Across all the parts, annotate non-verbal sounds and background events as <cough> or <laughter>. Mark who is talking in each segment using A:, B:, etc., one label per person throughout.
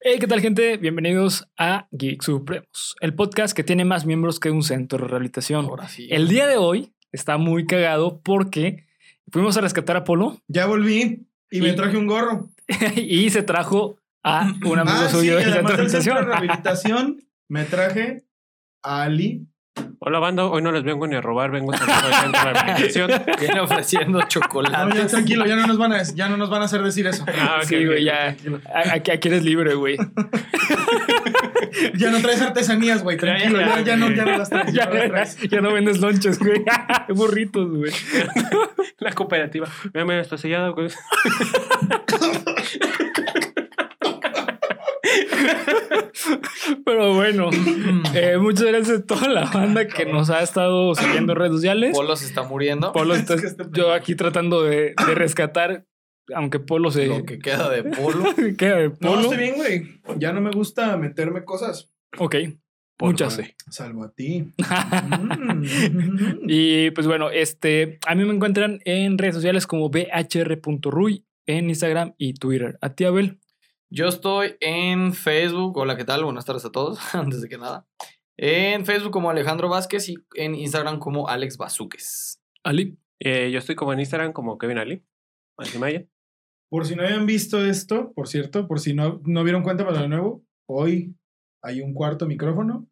A: Hey, ¿qué tal, gente? Bienvenidos a Geek Supremos, el podcast que tiene más miembros que un centro de rehabilitación.
B: Ahora sí.
A: El día de hoy está muy cagado porque fuimos a rescatar a Polo <laughs>
B: Ya volví y me
A: Y-
B: traje un gorro.
A: y se trajo a
B: <laughs>
A: un amigo
B: Ah, sí,
A: suyo del centro de
B: además del centro de
A: rehabilitación.
B: rehabilitación me traje a Ali.
C: Hola, banda. Hoy no les vengo ni a robar, vengo saliendo del centro de rehabilitación.
D: Viene ofreciendo
B: <laughs> No, ya,
D: chocolates.
B: tranquilo, ya no nos van a, ya no nos van a hacer decir eso.
C: Ah, ok,
A: sí, güey,
C: ok,
A: ya. A- Aquí, aquí eres libre,
B: <laughs>
A: güey. <laughs>
B: Ya no traes artesanías, güey. Tranquilo, ya, ya no, ya no las traes.
A: ya,
B: Ya no las traes.
A: ya no vendes lonches, güey. <laughs> Burritos, güey.
C: La cooperativa. Mira, mira, está sellado. güey.
A: Pero
B: <laughs>
A: bueno, eh, muchas gracias a toda la banda que nos ha estado siguiendo en redes sociales.
D: Polo se está muriendo.
A: Polo,
B: Es que
A: estás-
B: este
A: yo
B: pendejo.
A: aquí tratando de, de rescatar, aunque Polo se
D: Lo que queda
A: <laughs>
D: de Polo.
A: queda de
B: No,
A: Polo.
B: estoy bien, güey. Ya no me gusta meterme cosas.
A: ok,
C: Por
A: muchas.
C: donde.
B: Salvo a <laughs> ti. Mm.
A: Y pues bueno, este, a mí me encuentran en redes sociales como bhr.ruy en Instagram y Twitter. A ti, Abel.
D: Yo estoy en Facebook. Hola, ¿qué tal? Buenas tardes a todos. <laughs> Antes de que nada. En Facebook como Alejandro Vázquez y en Instagram como Alex Bazuques.
A: Ali.
C: Eh, yo estoy como en Instagram, como Kevin Ali. Así me hallan.
B: Por si no habían visto esto, por cierto, por si no, no vieron cuenta para lo nuevo, hoy hay un cuarto micrófono,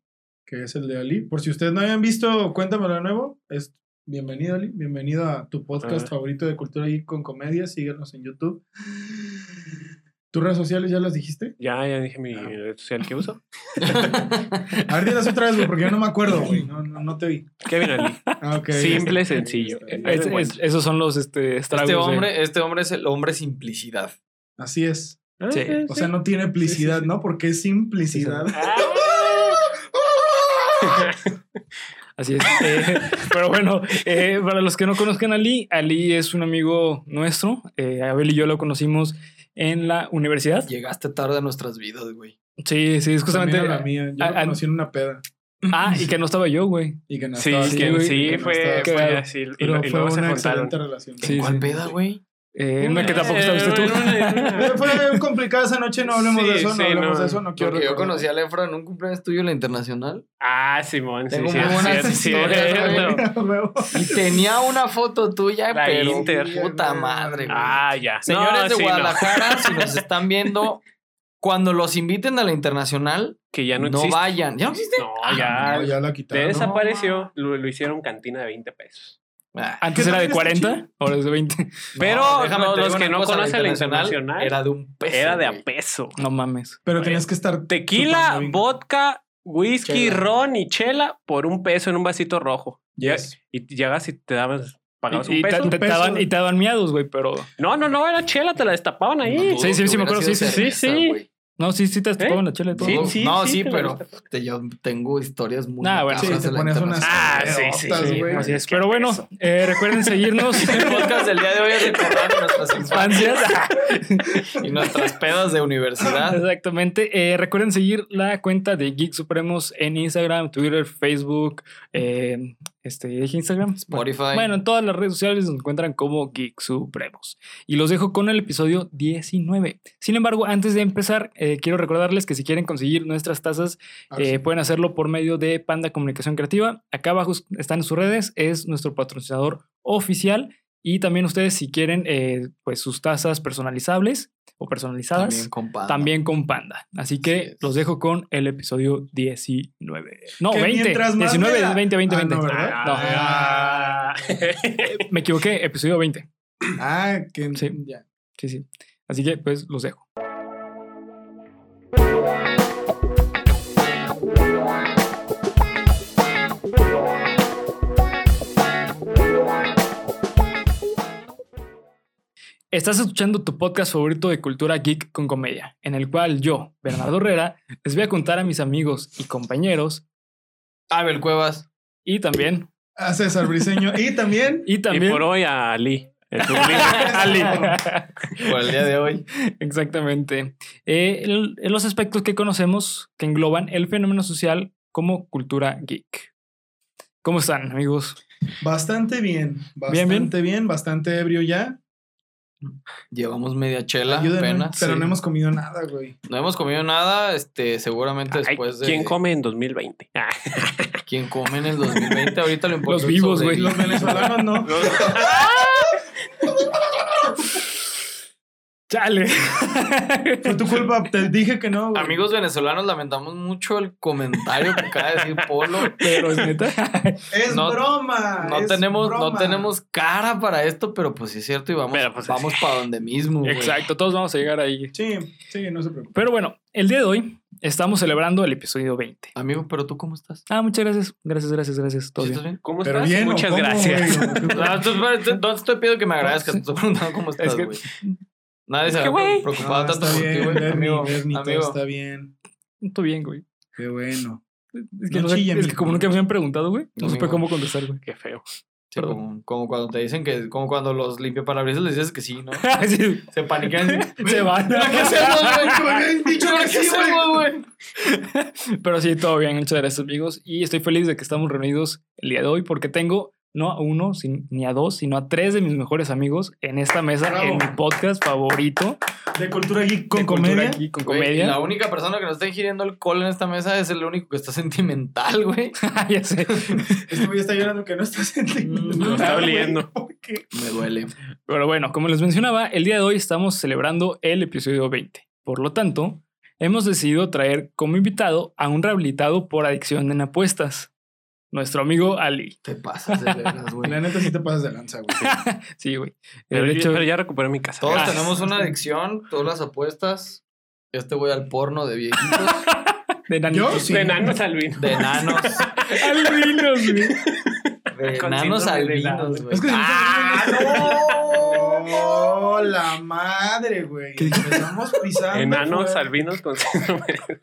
B: que es el de Ali. Por si ustedes no habían visto cuenta para lo nuevo, es bienvenido Ali, bienvenido a tu podcast
C: Ah.
B: favorito de cultura y con comedia, síguenos en YouTube. ¿Tus redes sociales ya las dijiste?
C: Ya, ya dije mi
B: Ah.
C: red social que uso.
B: A ver, dilas otra vez, güey, porque yo no me acuerdo, güey, no, no, no te vi.
C: Kevin Ali.
B: Ah, ok.
C: Simple, sencillo.
B: Eh,
A: Es- es-
C: encuentro.
A: esos son los este, estragos.
D: Este
A: de-
D: hombre, este hombre es el hombre simplicidad.
B: Así es.
C: Ah,
A: Sí,
C: eh,
B: O
C: sí.
B: sea, no tiene plicidad,
C: Sí, sí, sí.
B: ¿no? Porque es simplicidad.
A: Así es. Eh, <laughs> pero bueno, eh, para los que no conozcan a Ali, Ali es un amigo nuestro. Eh, Abel y yo lo conocimos en la universidad.
D: Llegaste tarde a nuestras vidas, güey.
A: Sí, sí, es justamente.
B: Pues También a la mía. Yo
A: a-
B: lo
A: a-
B: conocí en una peda.
A: Ah, y que no estaba yo, güey.
B: Y que no
C: Sí,
B: estaba
A: sí,
C: que-
B: aquí,
A: güey,
C: sí,
B: que no
C: fue,
B: estaba
C: fue
A: Claro.
C: así. Y,
B: Pero
C: lo- y
B: fue
C: luego se
B: una
C: juntaron.
B: excelente relación.
A: Sí,
D: ¿Cuál
A: sí.
D: peda, güey?
A: Eh, una que tampoco estabas tú.
C: Eh, una- una-
B: <laughs> Fue- Fue complicada esa noche, no hablemos
C: Sí,
B: de eso, no
C: sí,
B: hablemos
C: no.
B: de eso, no quiero
D: Porque yo
C: <laughs>
B: recordar.
D: conocí a Lefro en un cumpleaños tuyo en la internacional.
C: Ah, Simón. Sí,
D: Tengo
C: sí,
D: muy
C: es
D: buenas
C: cierto, sí, es
D: historias,
C: cierto.
D: güey.
B: A <laughs> huevo.
D: Y tenía una foto tuya,
C: La
D: pero
C: Inter.
D: puta madre, güey.
C: Ah, ya.
D: Señores
C: No,
D: de
C: sí, no.
D: Guadalajara, si nos están viendo, cuando los inviten a la internacional,
C: Que ya no
D: no,
C: existe.
D: vayan. ¿Ya no existe?
C: No,
D: Ah,
C: ya.
B: No, ya la quitaron.
C: Desapareció, lo, lo hicieron cantina de 20 pesos.
D: Ah.
A: <laughs> Antes
B: ¿Qué
A: era de
B: tal
A: 40, ahora es de 20.
C: Pero
D: No, déjame
C: no,
D: te digo
C: los que
D: una
C: no
D: cosa,
C: conocen la internacional
D: era de un peso.
C: era de a
D: güey.
C: peso.
A: No mames.
B: Pero tenías que estar.
C: Tequila,
B: chupando vino.
C: vodka, whisky,
D: Chela.
C: ron y chela por un peso en un vasito rojo.
B: Yes.
C: Y llegas y te dabas, pagabas
A: Y,
C: un
A: y te,
C: peso.
A: te
B: peso.
A: daban, y te daban miados, güey, pero.
C: No, no, no, era chela, te la destapaban
D: No
C: ahí.
D: dudo
A: Sí, sí,
D: que
A: sí, me
D: hubiera
A: acuerdo,
D: sido
A: sí, sí,
C: sí,
D: cerveza,
C: sí.
D: güey.
A: No, sí, sí te tapaban la chela y todo.
C: Sí,
D: Dudo-
C: sí,
D: no,
C: sí,
D: sí,
C: te la
D: pero
C: destapaban.
D: te- yo tengo historias muy.
A: Ah, bueno,
B: Sí,
D: macabras
B: te
D: de la
B: ponías unas.
C: Ah, sí, sí,
B: pedotas,
C: sí,
B: güey.
A: Así es. Pero bueno, eh, recuerden seguirnos.
D: internacional. El podcast del día de hoy es recordar <laughs> nuestras
A: Ansias.
D: infancias <laughs> y nuestras pedas de
A: <laughs>
D: universidad.
A: Exactamente. Eh, recuerden seguir la cuenta de Geek Supremos en Instagram, Twitter, Facebook, eh, este, dije Instagram.
D: Spotify.
A: Bueno, en todas las redes sociales nos encuentran como Geek Supremos. Y los dejo con el episodio 19. Sin embargo, antes de empezar, eh, quiero recordarles que si quieren conseguir nuestras tazas,
B: Ah,
A: eh,
B: sí.
A: pueden hacerlo por medio de Panda Comunicación Creativa. Acá abajo están sus redes, es nuestro patrocinador oficial. Y también ustedes, si quieren, eh, pues sus tazas personalizables o personalizadas,
D: también
A: también,
D: con pan.
A: con Panda. Así que
D: Así es.
A: los dejo con el episodio 19. No,
B: Que
A: 20.
B: mientras más
A: 19,
B: vea-
A: 20, 20,
B: Ah,
A: 20.
B: no, ¿verdad?
C: <laughs> Ah,
A: Me equivoqué, episodio 20.
B: Ah, que.
A: Sí.
B: Ya.
A: Sí, sí. Así que pues los dejo. Estás escuchando tu podcast favorito de cultura geek con comedia, en el cual yo, Bernardo Herrera, les voy a contar a mis amigos y compañeros
D: Abel Cuevas.
A: y también
B: A César Briseño. Y también.
A: y
C: Y
A: también
C: por hoy a Ali.
D: <laughs>
C: el sublime.
A: Ali. <laughs>
D: Por el día de hoy.
A: Exactamente. Eh, el- los aspectos que conocemos que engloban el fenómeno social como cultura geek. ¿Cómo están, amigos?
B: Bastante bien.
A: bien.
B: Bastante bien, bastante ebrio ya.
D: Llevamos media chela
B: Ayúdenme,
D: apenas.
B: pero
D: sí.
B: no hemos comido nada, güey.
D: No hemos comido nada, este, seguramente
C: Ay,
D: después de.
C: ¿Quién come en 2020? Ah,
D: ¿Quién come en el 2020? Ahorita lo importante
A: Los vivos, güey. <laughs>
B: Los venezolanos
D: <laughs>
B: no.
A: Chale.
B: Fue tu culpa, te dije que no, güey.
D: Amigos venezolanos, lamentamos mucho el comentario que acaba de decir
B: <laughs>
D: Polo.
A: Pero es neta.
B: Es
D: no-
B: broma.
D: No
B: Ah, es
D: tenemos, no
B: broma.
D: tenemos cara para esto, pero pues sí es cierto y vamos,
C: Pero, pues,
D: vamos para donde mismo. güey.
A: Exacto, todos vamos a llegar ahí.
B: Sí, sí, no se preocupe.
A: Pero bueno, el día de hoy estamos celebrando el episodio 20.
D: Amigo, pero tú cómo estás?
A: Ah, muchas gracias. Gracias, gracias, gracias. Todo
D: ¿Sí
A: bien. <laughs>
D: estás Pues bien?
C: ¿Cómo
B: Pero
C: estás?
B: bien, ¿o
C: Muchas
B: cómo,
C: gracias.
B: güey? ¿O qué
D: <laughs> No, tú- tú- tú- entonces te pido que me agradezcas. Te estoy preguntando cómo
A: Es
D: estás,
A: que-
D: güey. Nadie se
C: que,
D: ha
C: güey.
D: preocupado
B: Ah,
D: tanto
B: está
D: por ti,
B: bien,
D: güey.
B: Bernie,
D: Amigo,
B: Bernie, todo
D: amigo.
B: está bien.
A: Todo bien, güey.
B: Qué
D: <laughs>
B: bueno.
A: Es que,
B: No
A: no sé-
B: chille,
A: es que
B: amigo.
A: como nunca me habían preguntado, güey, no supe
D: Amigo.
A: cómo contestar,
C: <laughs>
A: güey.
C: Qué feo.
D: Sí, como, como cuando te dicen que, como cuando los limpiaparabrisas les dices que sí, ¿no?
A: Sí,
D: Se
B: <laughs>
D: paniquean. y dicen,
A: Se van.
D: "¿Pero ¿Qué hacemos, güey? ¿Pero qué hacemos, güey?
A: Pero sí, todo bien. Muchas gracias, amigos. Y estoy feliz de que estamos reunidos el día de hoy porque tengo no a uno, sin- ni a dos, sino a tres de mis mejores amigos en esta mesa,
B: Bravo.
A: en mi podcast favorito.
B: De cultura geek con
A: de cultura
B: comedia.
A: geek, con
D: Güey,
A: comedia.
D: La única persona que nos está ingiriendo alcohol en esta mesa es el único que está <laughs> sentimental, güey.
A: <laughs> ya sé.
B: Este güey está llorando que no está sentido.
D: Mm, lo
C: está oliendo.
B: <laughs> ¿Por qué?
D: Me duele.
A: Pero bueno, como les mencionaba, el día de hoy estamos celebrando el episodio 20. Por lo tanto, hemos decidido traer como invitado a un rehabilitado por adicción en apuestas, nuestro amigo Ali.
D: Te pasas de veras, güey.
B: <laughs> La neta sí te pasas de lanza, güey.
A: Sí, güey.
C: Pero,
A: De
C: ya-
A: hecho,
C: pero ya recuperé mi casa.
D: Todos
A: Ah,
D: tenemos una adicción, todas las apuestas. Este güey al porno de viejitos,
A: de <laughs>
B: ¿Yo?
A: nanitos.
B: Sí.
C: De enanos al vino.
D: de enanos,
A: Albinos, güey.
D: de
C: Con síndrome
D: enanos
C: de
D: albinos,
C: Down.
D: güey.
B: Es que si no
D: ¡Ah,
B: estás
D: no!
B: ¡Oh, la madre, güey! Estamos pisando.
C: Enanos
B: fuerte.
C: albinos con <laughs> síndrome de-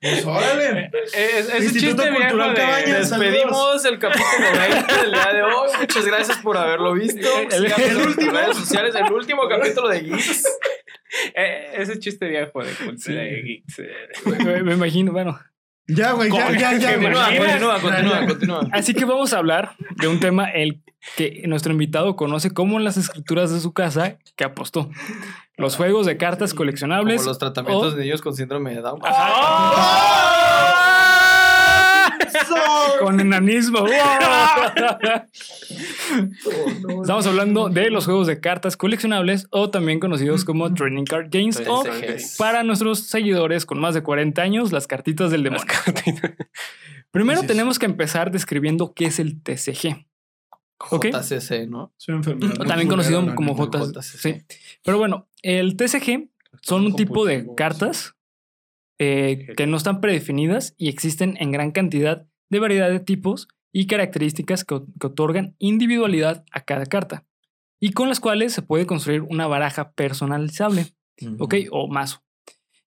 B: Pues órale.
D: Eh, Es, es un
B: Instituto
D: chiste viejo
B: Cultural
D: de-
B: Cabañas,
D: despedimos el capítulo 20 del día de hoy. Muchas gracias por haberlo visto.
A: El-
D: Síganos
A: el
D: en nuestras
A: último.
D: redes sociales, el último capítulo de Geeks.
C: Eh, Ese chiste viejo de cultura
B: Sí.
C: de geeks. eh.
A: Me, me imagino, bueno.
B: Ya, güey, ya,
C: Con-
B: ya, ya, güey.
D: Continúa,
C: imaginas?
D: continúa, continúa, continúa.
A: Así que vamos a hablar de un tema el que nuestro invitado conoce como en las escrituras de su casa que apostó. Los juegos de cartas
D: Como
A: coleccionables.
D: los tratamientos
A: o-
D: de niños con síndrome de Down.
B: Ah.
A: Con <laughs> enanismo. Estamos hablando de los juegos de cartas coleccionables o también conocidos como Trading Card Games o
D: TCGs.
A: para nuestros seguidores con más de 40 años, las cartitas del demonio. Primero
B: Así es.
A: tenemos que empezar describiendo qué es el TCG, ¿ok?
D: JCC, ¿no?
B: Soy una enfermedad.
A: o
B: muy
A: Mm, también
B: culera,
A: conocido
B: la
A: como
B: neta.
A: J-
D: JCC.
A: sí. Pero bueno, el TCG son un tipo de
B: Compulsivo,
A: cartas eh, que no están predefinidas y existen en gran cantidad de variedad de tipos y características que, o- que otorgan individualidad a cada carta y con las cuales se puede construir una baraja personalizable, ¿ok? O mazo.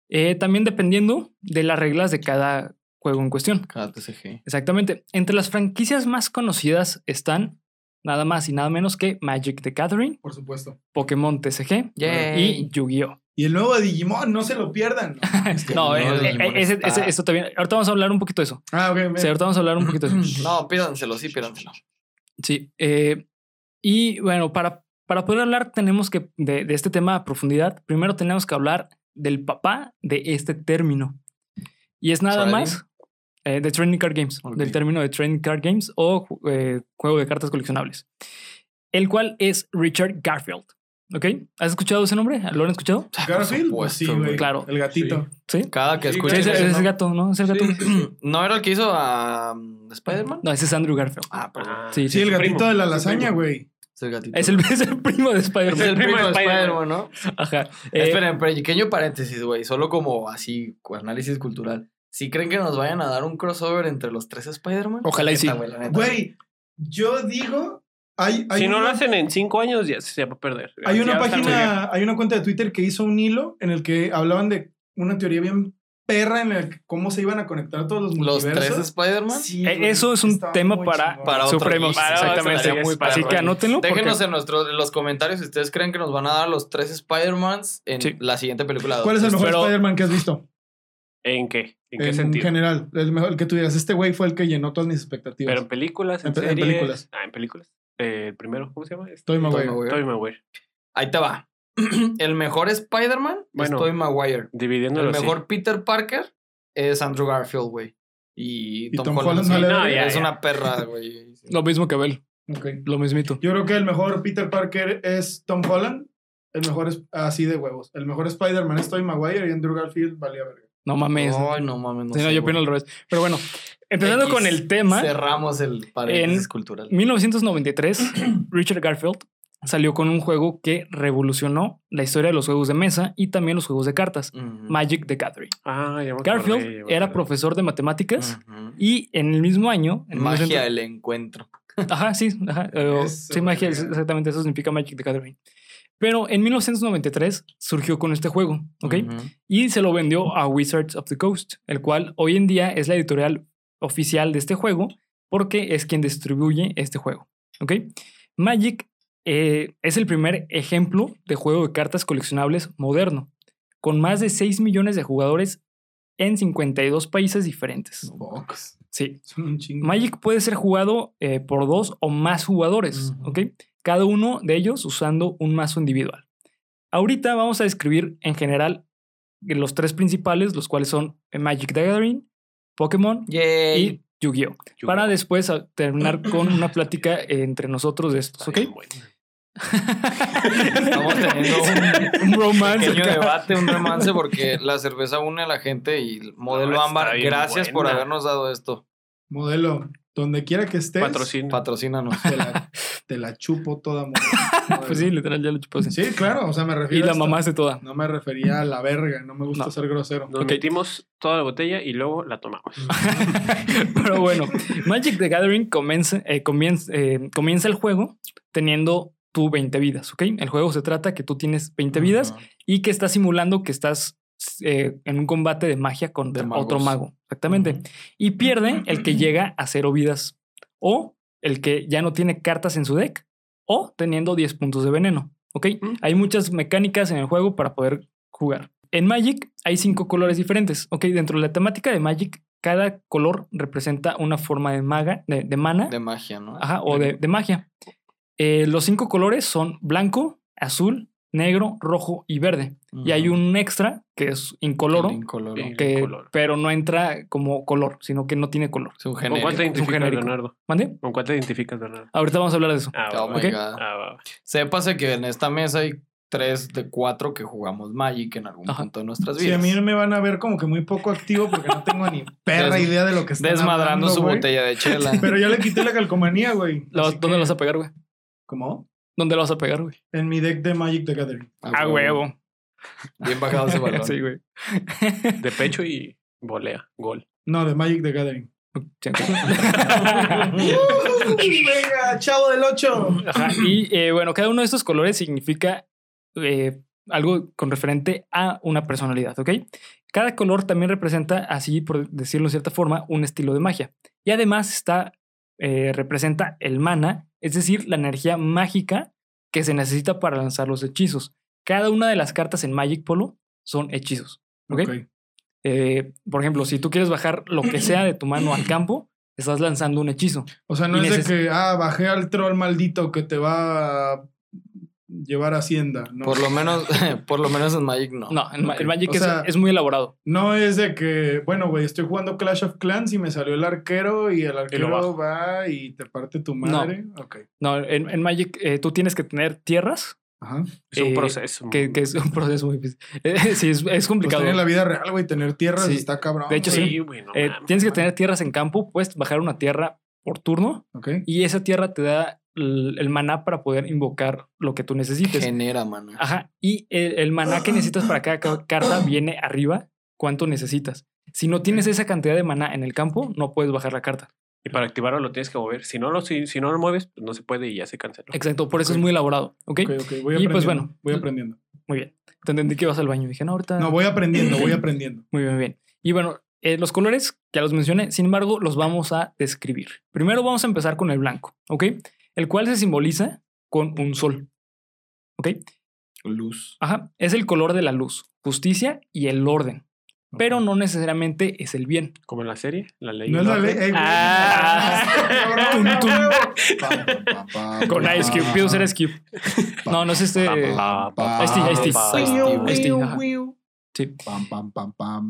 A: Eh, también dependiendo de las reglas de cada juego en cuestión.
D: Cada TCG.
A: Exactamente. Entre las franquicias más conocidas están nada más y nada menos que Magic the Gathering,
B: Por supuesto.
A: Pokémon TCG y
D: Yay.
A: Yu-Gi-Oh!
B: Y el nuevo de Digimon, no se lo pierdan.
A: <laughs>
B: ¿no?
A: No,
D: el
A: eh,
D: Digimon
A: eh, ese-
D: está-
A: ese- esto también. Ahorita vamos a hablar un poquito de eso.
B: Ah, ok.
A: Sí, ahorita vamos a hablar un poquito de eso. <clears throat>
D: No, pídanselo, sí, pídanselo.
A: Sí. eh, y bueno, para, para poder hablar tenemos que de, de este tema a profundidad, primero tenemos que hablar del papá de este término. Y es nada
D: ¿Sabe?
A: más eh, de Trading Card Games,
D: Ok.
A: del término de Trading Card Games o ju- eh, juego de cartas coleccionables, el cual es Richard Garfield. ¿Ok? ¿Has escuchado ese nombre? ¿Lo han escuchado?
B: Garfield,
D: Por
B: pues sí,
D: supuesto,
B: güey.
A: claro.
B: El gatito.
A: Sí.
D: Cada que
B: Sí,
A: Sí,
D: escuches.
A: Pues ese,
B: ese,
A: ese
D: eso,
A: es
D: ¿no?
A: el gato, ¿no? Es el gato.
D: <clears throat> ¿No era el que hizo a um, Spider-Man?
A: No, ese es Andrew Garfield.
D: Ah, perdón.
C: Ah,
A: Sí,
B: Sí, el
C: su
B: gatito
C: primo,
B: de la
C: su
B: lasaña,
C: primo.
B: güey.
D: Es el gatito.
A: Es el, <laughs> es el primo de
D: <laughs> Es
A: Spider-Man.
D: el primo de
C: Spider-Man.
D: Spider-Man, ¿no?
A: Ajá. Eh,
D: Esperen, pequeño paréntesis, güey. Solo como así, cu- análisis cultural. ¿Sí creen que nos vayan a dar un crossover entre los tres Spider-Man?
A: Ojalá y
D: Neta,
A: sí.
D: güey, la neta.
B: Güey, yo digo. Hay, hay
C: Si no lo
B: una-
C: hacen en cinco años, ya se va a perder.
B: Hay
C: Ya
B: una
C: va a estar muy bien.
B: página, hay una cuenta de Twitter que hizo un hilo en el que hablaban de una teoría bien perra en la que cómo se iban a conectar todos los
D: ¿Los
B: multiversos.
D: tres Spider-Man?
B: Sí,
A: Eh,
B: güey,
A: eso es un
B: estaba
A: tema
B: muy
A: para-
B: chingón.
D: Para otro
A: Supremos,
D: geek.
A: exactamente.
D: Estaría muy padre,
A: Así que
D: güey.
A: anótenlo. porque-
D: Déjenos en, nuestro, en los comentarios si ustedes creen que nos van a dar los tres Spider-Mans en
A: Sí.
D: la siguiente película.
B: ¿Cuál es el mejor
A: Pero-
B: Spider-Man que has visto?
C: ¿En qué? ¿En qué
B: En
C: sentido?
B: general, el mejor el que tú digas, este güey fue el que llenó todas mis expectativas.
C: Pero en películas, en,
B: En pe- en
C: series?
B: películas.
C: Ah, en películas. eh, el primero, ¿cómo se llama? Este,
B: Estoy
D: Tobey
B: Maguire.
D: Maguire.
C: Tobey Maguire.
D: Ahí te va. <clears throat> El mejor Spider-Man
C: Bueno,
D: es Tobey Maguire.
C: Dividiéndolo
D: El
C: así.
D: mejor Peter Parker es Andrew Garfield, güey. Y
B: Y
D: Tom,
B: Tom
D: Holland.
B: Holland
D: sí,
B: no le-
D: no, ya, es
C: ya.
D: una perra,
A: <laughs>
D: güey.
A: Lo mismo que Bell,
B: Ok.
A: lo mismito.
B: Yo creo que el mejor Peter Parker es Tom Holland. El mejor es así de huevos. El mejor Spider-Man es Tobey Maguire y Andrew Garfield valía verga.
A: No mames.
D: Ay, no mames. No
A: Sí, no,
D: sé,
A: yo opino
D: güey.
A: al revés. Pero bueno, empezando
D: X,
A: con el tema,
D: Cerramos el paréntesis cultural. <clears throat>
A: 1993, Richard Garfield salió con un juego que revolucionó la historia de los juegos de mesa y también los juegos de cartas,
D: Ujú,
A: Magic the Gathering.
C: Ah, ya me acordé,
A: Garfield
C: ya me
A: era
C: acordé.
A: profesor de matemáticas
D: ujú.
A: y en el mismo año... En
D: Mm. Magia
A: 1900
D: del encuentro.
A: Ajá, sí, ajá. eh,
B: Eso,
A: sí, magia,
B: verga.
A: exactamente, eso significa Magic the Gathering. Pero en 1993 surgió con este juego, ¿ok?
D: Ujú.
A: y se lo vendió a Wizards of the Coast, el cual hoy en día es la editorial oficial de este juego porque es quien distribuye este juego. ¿ok? Magic eh, es el primer ejemplo de juego de cartas coleccionables moderno, con más de 6 millones de jugadores en 52 países diferentes.
B: Box.
A: Sí,
B: Son un chingo.
A: Magic puede ser jugado eh, por dos o más jugadores,
D: Ujú.
A: ¿ok? Cada uno de ellos usando un mazo individual. Ahorita vamos a describir en general los tres principales, los cuales son eh, Magic the Gathering, Pokémon
D: Yay.
A: y Yu-Gi-Oh! Para después a-
D: <laughs>
A: terminar con una plática entre nosotros de estos,
C: Está
A: ¿ok?
C: Ah, bien bueno.
A: <laughs>
D: Estamos teniendo
A: un
D: un-
A: romance.
D: pequeño
A: acá.
D: debate, un romance, porque la cerveza une a la gente y el modelo
C: No, está
D: ámbar.
C: bien
D: Gracias por
C: buena.
D: habernos dado esto.
B: Modelo, donde quiera que estés,
C: Patrocina.
D: Patrocínanos.
B: Te, la, te la chupo toda. modelo.
A: <laughs> Pues sí, literal, ya lo chupó así.
B: Sí, claro. O sea, me
A: Y
B: refiero. a
A: la
B: esto.
A: mamaste toda.
B: No me refería a la verga. No me gusta
A: No.
B: ser grosero.
C: Nos
A: Ok.
C: metimos toda la botella y luego la tomamos.
A: Pero bueno, Magic the Gathering comienza, eh, comienza, eh, comienza el juego teniendo tu 20 vidas, ¿ok? El juego se trata que tú tienes 20 vidas
D: Ujú.
A: y que estás simulando que estás eh, en un combate de magia contra
D: magos.
A: otro mago, exactamente.
D: Ujú.
A: Y pierde el que llega a cero vidas o el que ya no tiene cartas en su deck o teniendo 10 puntos de veneno, ¿ok?
C: Mm.
A: Hay muchas mecánicas en el juego para poder jugar. En Magic hay cinco colores diferentes, ¿ok? Dentro de la temática de Magic, cada color representa una forma de maga, de, de mana
D: De magia, ¿no?
A: ajá, o de, de magia. Eh, los cinco colores son blanco, azul, negro, rojo y verde. Y hay
D: Ujú.
A: un extra que es incoloro,
D: El incoloro.
C: Sí.
A: que,
C: incoloro.
A: pero no entra como color, sino que no tiene color.
D: Es un
C: ¿Con cuál te
D: genérico.
A: un
C: identificas,
A: genérico.
C: Leonardo?
A: ¿Mande?
C: ¿Con cuál te identificas, Leonardo?
A: Ahorita vamos a hablar de eso.
C: Ah, va,
D: Oh my
C: va.
A: ok.
D: God.
C: Ah, va, <laughs> va.
D: Sépase que en esta mesa hay tres de cuatro que jugamos Magic en algún
A: Ajá.
D: punto de nuestras
B: Si a
D: vidas.
B: mí me van a ver como que muy poco activo porque no tengo
A: <laughs>
B: ni perra
D: Des-
B: idea de lo que está
D: Desmadrando su botella de chela.
B: <laughs> Pero ya le quité la
A: <laughs>
B: calcomanía, güey.
A: La vas-
B: Así
A: ¿Dónde
B: que-
A: la vas a pegar, güey?
B: ¿Cómo?
A: ¿Dónde la vas a pegar, güey?
B: En mi deck de Magic the Gathering.
A: A huevo.
D: Bien bajado ese
A: <laughs>
D: balón.
A: sí, güey.
C: De pecho y volea. Gol.
B: No, de Magic the Gathering.
A: Sí.
B: <laughs> Venga, chavo del 8.
A: Ajá, Y eh, bueno, cada uno de estos colores significa eh, algo con referente a una personalidad, ¿ok? Cada color también representa, así por decirlo de cierta forma, un estilo de magia. Y además está, eh, representa el mana, es decir, la energía mágica que se necesita para lanzar los hechizos. Cada una de las cartas en Magic Polo son hechizos, ¿ok?
B: Ok.
A: Eh, por ejemplo, si tú quieres bajar lo que sea de tu mano al campo, estás lanzando un hechizo.
B: O sea, no
A: Y
B: es de
A: neces-
B: que, ah, bajé al troll maldito que te va a llevar a Hacienda. No,
D: Por lo menos, <laughs> por lo menos en Magic no.
A: No, el, ma- el
B: Ah, Ok.
A: Magic
B: O
A: es-
B: sea-
A: es muy elaborado.
B: no es de que, bueno, güey, estoy jugando Clash of Clans y me salió el arquero y el arquero
A: bajo.
B: va y te parte tu madre. Ok.
A: No, en, en Magic eh, tú tienes que tener tierras,
B: Ajá. Pues
C: Es un
A: Eh,
C: proceso.
A: que, que es un <laughs> proceso muy difícil. Eh, sí, es, es
B: Pues
A: complicado.
B: tener la Ah, vida real, güey, tener tierras
A: Sí.
B: está cabrón.
A: De hecho,
B: güey.
A: sí.
C: güey, no
A: Eh,
C: mames.
A: tienes que tener tierras en campo, puedes bajar una tierra por turno
B: Ok.
A: y esa tierra te da el, el maná para poder invocar lo que tú necesites.
D: Genera, mano.
A: Ajá, y el, el maná que necesitas para cada ca- carta viene arriba cuánto necesitas. Si no tienes esa cantidad de maná en el campo, no puedes bajar la carta.
C: Y para activarlo lo tienes que mover. Si no lo, si, si no lo mueves, pues no se puede y ya se canceló.
A: Exacto, por eso
B: Ok.
A: es muy elaborado. ¿Ok?
B: Ok, ok, voy
A: Y, pues,
B: aprendiendo,
A: bueno.
B: Voy aprendiendo.
A: Muy bien. Te entendí que ibas al baño. Dije, no, ahorita.
B: No, voy aprendiendo, voy aprendiendo.
A: Muy bien, muy bien. Y bueno, eh, los colores ya los mencioné, sin embargo, los vamos a describir. Primero vamos a empezar con el blanco, ¿ok? El cual se simboliza con un sol, ¿ok?
D: Luz.
A: Ajá, es el color de la luz, justicia y el orden. pero no necesariamente es el bien.
C: Como en la serie, la ley. y
B: No es
C: el
B: la
C: orden.
B: ley. eh, Ah. güey. <laughs>
A: Ah. Tum, tum. Con Ice Cube, pido ser Ice Cube. No, no es este.
C: Pa, pa, pa, este,
A: Ice-T,
C: pa,
A: Ice-T.
C: pa,
A: Ice-T.
C: pa.
A: Ice-T, ajá. Sí.
E: Pam, pam, pam, pam, pam.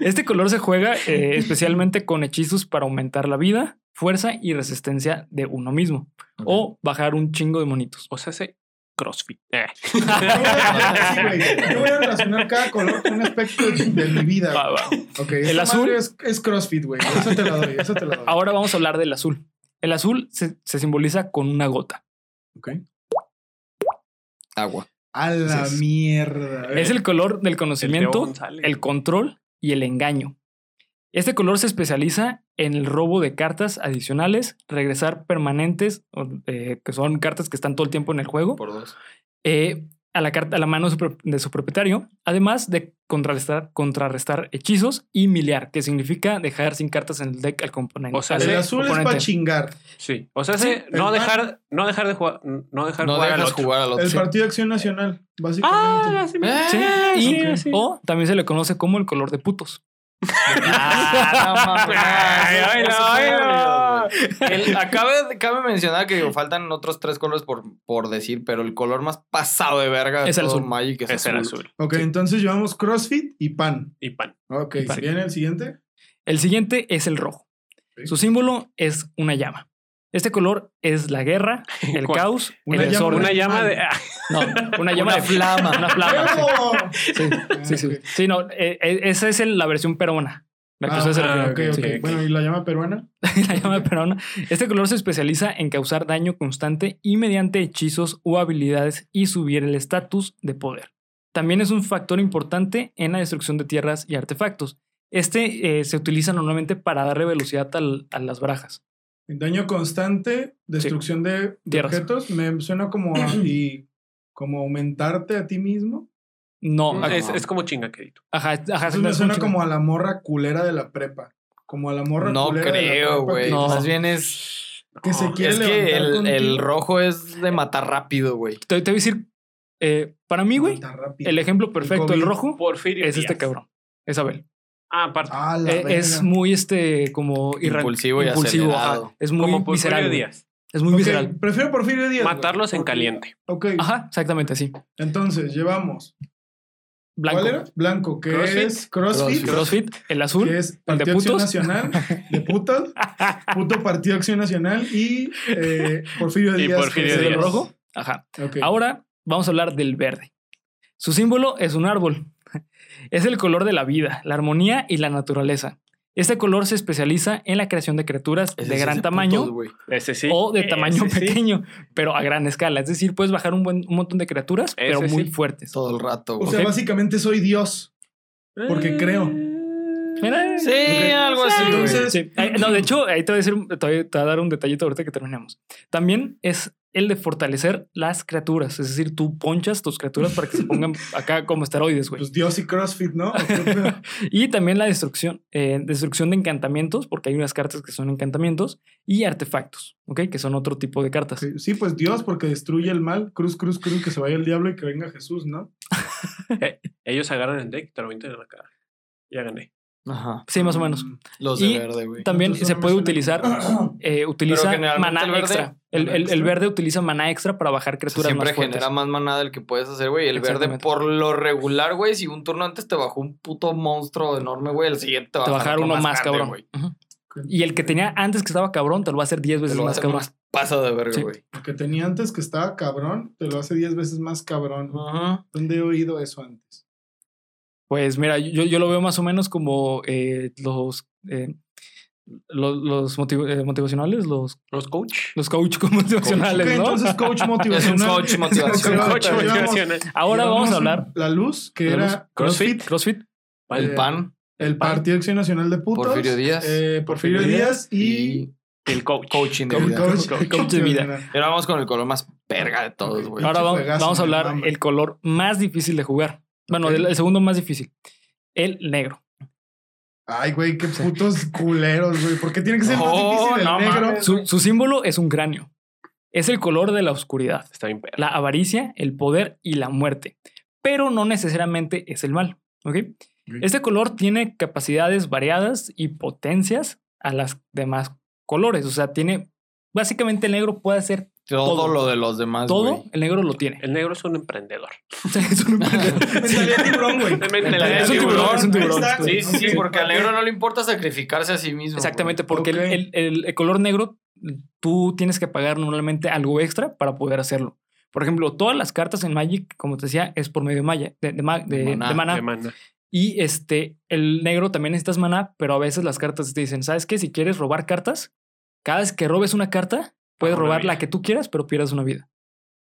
A: Este color se juega eh, especialmente con hechizos para aumentar la vida, fuerza y resistencia de uno mismo. O bajar un chingo de monitos.
C: O sea, hace CrossFit. <laughs> Eh.
B: Sí, güey. Yo voy a relacionar cada color con un aspecto de mi vida.
A: Va,
B: güey.
A: va.
B: Ok,
A: Ah, El
B: esta
A: azul- Ah,
B: madre es, es CrossFit, güey. Eso te lo doy, eso te lo doy.
A: Ahora vamos a hablar del azul. El azul se, se simboliza con una gota.
B: Ok.
D: Agua.
B: A la
A: Es-
B: mierda.
A: Es el color del
C: El Teo
A: conocimiento,
C: González.
A: el control y el engaño. Este color se especializa en el robo de cartas adicionales, regresar permanentes, o, eh, que son cartas que están todo el tiempo en el juego,
D: Por dos.
A: eh, a, la carta, a la mano de su pro- de su propietario, además de contrarrestar, contrarrestar hechizos y miliar, que significa dejar sin cartas en el deck al componen- al
C: O sea,
A: oponente.
B: El azul es para chingar.
C: Sí. O sea, hace
B: Sí, el
C: no
B: man-
C: dejar, no dejar de jugar, no dejar
D: No
C: jugar al
D: dejas
C: otro.
D: jugar al otro.
B: El
D: Sí.
B: Partido de Acción Nacional, básicamente.
C: Ah, sí.
D: Eh,
A: Sí, y-
C: sí, sí.
A: O también se le conoce como el color de putos. Ah,
C: Ay, ay, no, ay, no.
D: El- acabe, cabe mencionar que digo, faltan otros tres colores por, por decir, pero el color más pasado de verga de
A: Es el
D: todo
A: azul.
D: Magic es,
C: Es el
D: azul.
C: azul
B: ok, entonces llevamos CrossFit y pan.
C: y pan.
B: Ok,
A: Y pan.
B: ¿viene el siguiente?
A: El siguiente es el rojo.
B: Ok.
A: Su símbolo es una llama. Este color es la
B: <laughs>
A: guerra, el
C: ¿Cuál?
A: caos,
B: Una
A: el
B: llama-
A: desorden. <laughs>
C: Una llama de.
A: Ah, No, una llama de flama. Una flama. sí.
B: ¡Huevo!
A: Sí,
B: <laughs>
A: sí, sí.
B: ok.
A: Sí, no, eh, eh, esa es el- la versión peruana. La que
B: Ah,
A: ustedes se
C: ah,
A: refieren.
B: ok,
A: Sí.
B: ok. Bueno, ¿y la llama peruana?
A: <laughs> la llama peruana. Este color se especializa en causar daño constante y mediante hechizos o habilidades y subir el estatus de poder. También es un factor importante en la destrucción de tierras y artefactos. Este eh, se utiliza normalmente para darle velocidad al- a las barajas.
B: Daño constante, destrucción de, de
A: Tierras.
B: objetos. Me suena como a- y como aumentarte a ti mismo.
A: No, ajá,
C: Es, es como chingaquerito.
A: ajá, ajá,
B: Mm. Eso me suena
A: mucho.
B: como a la morra culera de la prepa. Como a la morra
D: No
B: culera de la
D: creo,
B: prepa
D: güey.
B: que-
A: No.
D: Más bien es.
B: Que se quiere
D: Es que
B: levantar
D: el,
B: contigo.
D: el rojo es de matar rápido, güey.
A: te, te voy a decir, eh, para mí, güey,
B: Levantar rápido.
A: el ejemplo perfecto, el
B: COVID.
A: rojo,
C: Porfirio.
A: es este
C: Díaz.
A: cabrón, es Abel.
C: Ah, aparte.
B: Ah, la
A: Eh, es
B: verga.
A: muy este como irra-
D: Impulsivo y
A: ajá.
D: acelerado.
A: es muy
C: como Porfirio
A: visceral, güey.
C: Díaz.
A: es muy
B: Ok,
A: visceral.
B: Prefiero Porfirio Díaz. güey.
C: Matarlos en
B: Ok,
C: caliente.
B: Ok,
A: Ajá, exactamente así.
B: entonces llevamos.
A: Blanco.
B: ¿Cuál era? Blanco, que
C: Crossfit.
B: es CrossFit,
A: CrossFit, el azul,
B: que es
A: ¿El de
B: Partido Acción
A: putos?
B: Nacional,
A: <laughs>
B: de putas, puto Partido Acción Nacional y eh, Porfirio
C: Y
B: Díaz.
C: Porfirio
B: que es
A: el
C: Díaz.
A: rojo. Ajá.
B: Ok.
A: Ahora vamos a hablar del verde. Su símbolo es un árbol. <laughs> Es el color de la vida, la armonía y la naturaleza. Este color se especializa en la creación de criaturas
D: Ese
A: de
D: sí es
A: gran
D: putos,
A: tamaño
D: güey.
C: Ese sí.
A: o de tamaño
C: Ese sí.
A: pequeño, pero a gran escala. Es decir, puedes bajar un, buen, un montón de criaturas, pero
C: Ese
A: muy
C: sí.
A: fuertes.
D: Todo el rato,
B: o
D: güey.
B: sea,
A: ok.
B: básicamente soy Dios. porque creo.
A: Mira,
D: Sí, algo así, güey.
B: Entonces-
A: Sí. Ay, No, de hecho, ahí te voy, a decir, te voy- te voy a dar un detallito ahorita que terminamos. También es el de fortalecer las criaturas. Es decir, tú ponchas tus criaturas para que se
D: <laughs>
A: pongan acá como esteroides, güey.
B: Pues Dios y CrossFit,
A: <laughs>
B: ¿no? Ok,
D: Pues
A: Y también la destrucción, eh, destrucción de encantamientos, porque hay unas cartas que son encantamientos, y artefactos, ¿ok? Que son otro tipo de cartas.
B: sí, pues Dios, porque destruye el mal. Cruz, cruz, cruz, que se vaya el diablo y que venga Jesús, ¿no?
C: Ellos agarran el deck y te lo meten en la cara. Ya gané.
D: Ajá.
A: Sí, más o menos.
B: Mm,
D: Los de
A: Y
D: verde, güey.
A: También
B: entonces
A: se
B: no me
A: puede
B: suena
A: utilizar,
B: como-
A: <clears throat> eh, utiliza
D: generalmente
A: maná
D: el verde-
A: extra. El,
B: maná
A: el- el
B: extra.
A: verde utiliza maná extra para bajar
D: O sea,
A: criaturas
D: siempre
A: más fuertes.
D: genera más manada el que puedes hacer, güey. El verde,
A: Exactamente.
D: por lo regular, güey, si un turno antes te bajó un puto monstruo enorme, güey, el siguiente te va
A: Te
D: a
A: bajar
D: otro
A: uno más,
D: grande,
A: cabrón.
D: güey.
A: Ujú. Y el que tenía antes que estaba cabrón, te lo va a hacer 10
D: Te
A: veces
D: lo va a
A: Pues más
D: hacer
A: cabrón.
D: más pasado de verga,
A: Sí.
D: güey.
B: El que tenía antes que estaba cabrón, te lo hace 10 veces más cabrón.
A: Ah.
D: Ajá.
B: ¿Dónde he oído eso antes?
A: Pues mira, yo, yo lo veo más o menos como eh, los, eh, los, los motiv- eh, motivacionales, los,
C: Los coach.
A: los coach <laughs> con motivacionales,
B: Ok,
A: ¿no? <laughs>
B: entonces <laughs> coach motivacional.
D: Es un coach motivacional.
B: Ok,
C: Coach
B: llevamos-
C: motivacional.
A: Ahora vamos a hablar
B: La luz, que
A: La
B: era
A: luz.
B: CrossFit,
A: CrossFit,
B: Eh,
D: El pan,
B: el
C: pan.
B: Partido Acción Nacional de Putos.
D: Porfirio Díaz.
B: eh, Porfirio, Díaz y,
C: El coach.
D: coaching de
B: el
D: vida.
B: coach,
A: coach de vida.
D: Pero vamos con el color más verga de todos, güey.
A: ahora
B: Pinche
A: vamos,
B: juegazo,
A: vamos a
B: no
A: hablar
B: mames.
A: el color más difícil de jugar. Bueno,
B: Ok.
A: del- el, segundo más difícil, el negro.
B: Ay, güey, qué putos culeros, güey. ¿Por qué tiene que ser más
D: No,
B: difícil el
D: no
B: negro?
D: mames.
A: Su, su símbolo es un cráneo. Es el color de la oscuridad,
C: Está bien perro.
A: la avaricia, el poder y la muerte. Pero no necesariamente es el mal, ¿ok? Este color tiene capacidades variadas y potencias a las demás colores. O sea, tiene. Básicamente el negro puede hacer
D: Todo,
A: Todo.
D: lo de los demás,
A: todo,
D: güey.
A: el negro lo tiene.
C: El negro es un emprendedor.
A: O sea, <laughs> es un- <laughs>
B: Mentalidad tiburón, güey.
C: Mentalidad
A: Es un tiburón, es un tiburón.
B: Ahí está,
D: Sí,
B: güey.
D: sí, sí,
B: Ok.
D: porque al negro no le importa sacrificarse a sí mismo.
A: Exactamente, porque el-
B: Ok.
A: el, el- el color negro tú tienes que pagar normalmente algo extra para poder hacerlo. Por ejemplo, todas las cartas en Magic, como te decía, es por medio de, maya, de, de ma- de- de
D: maná,
A: maná.
C: de mana.
A: Y este, el negro también necesitas maná, pero a veces las cartas te dicen, ¿sabes qué? Si quieres robar cartas, cada vez que robes una carta, puedes
C: Una
A: robar
C: vida.
A: la que tú quieras, pero pierdas una vida.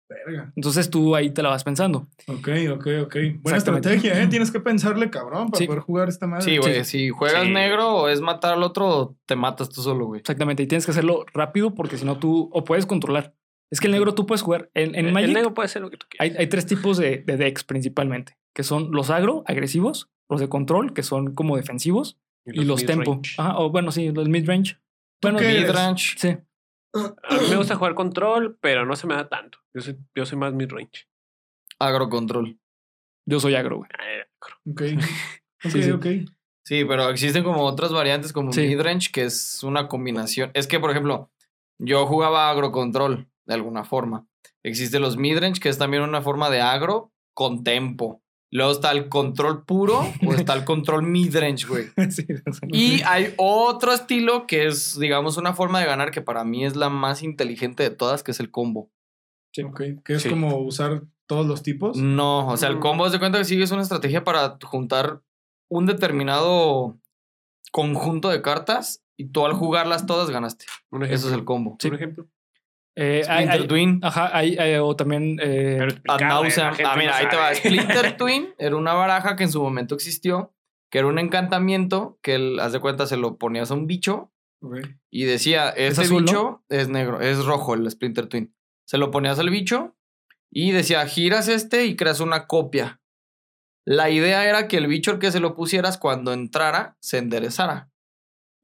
B: Verga.
A: Entonces tú ahí te la vas pensando.
B: Ok, ok, ok. Buena
A: Exactamente.
B: estrategia, ¿eh? Tienes que pensarle, cabrón, para
A: Sí.
B: poder jugar esta
D: güey.
B: madre.
D: Sí, güey. Si juegas
C: Sí.
D: negro o es matar al otro, te matas tú solo, güey.
A: Exactamente. Y tienes que hacerlo rápido porque si no tú, o puedes controlar. Es que el negro tú puedes jugar. En, en
C: Eh, El-
A: Magic
C: el negro puede ser lo que tú quieras.
A: hay, hay tres tipos de, de decks principalmente, que son los agro, agresivos, los de control, que son como defensivos, y los, tempo.
C: mid-range.
A: Ajá, o bueno, sí, los mid-range. Bueno,
B: qué eres?
D: Midrange.
A: sí.
C: A mí me gusta jugar control, pero no se me da tanto. Yo soy, yo soy más mid-range.
D: Agrocontrol.
A: Yo soy agro,
C: <laughs>
A: güey. <laughs>
C: Eh,
B: Ok.
A: Sí, sí.
B: Ok, ok.
D: Sí, pero existen como otras variantes como
A: Sí.
D: midrange, que es una combinación. Es que, por ejemplo, yo jugaba agrocontrol de alguna forma. Existe los midrange, que es también una forma de agro con tempo. Luego está el control puro o está el control midrange, güey.
A: Sí, exactamente.
D: Y hay otro estilo que es, digamos, una forma de ganar que para mí es la más inteligente de todas, que es el combo.
B: Ok, que es
C: Sí.
B: como usar todos los tipos.
D: No, o sea, el
C: Mm.
D: combo es de cuenta que sigues una estrategia para juntar un determinado conjunto de cartas y tú al jugarlas todas ganaste.
C: un ejemplo.
D: Eso es el combo.
C: Un ejemplo.
A: Eh, hay- hay-
D: Splinter Twin.
A: Ajá, hay, hay- o también eh,
C: Pero
D: ad
C: explicado, eh,
D: nauseam.
C: la gente
D: Ah, mira,
C: no
D: ahí te
C: sabe.
D: va. <laughs>
C: <laughs>
D: Splinter Twin era una baraja que en su momento existió, que era un encantamiento que, el- haz de cuenta, se lo ponías a un bicho
B: Ok.
D: Y decía, este
A: azul, ¿no?
D: bicho es negro, es rojo el Splinter Twin. Se lo ponías al bicho y decía, giras este y creas una copia. La idea era que el bicho al que se lo pusieras cuando entrara se enderezara.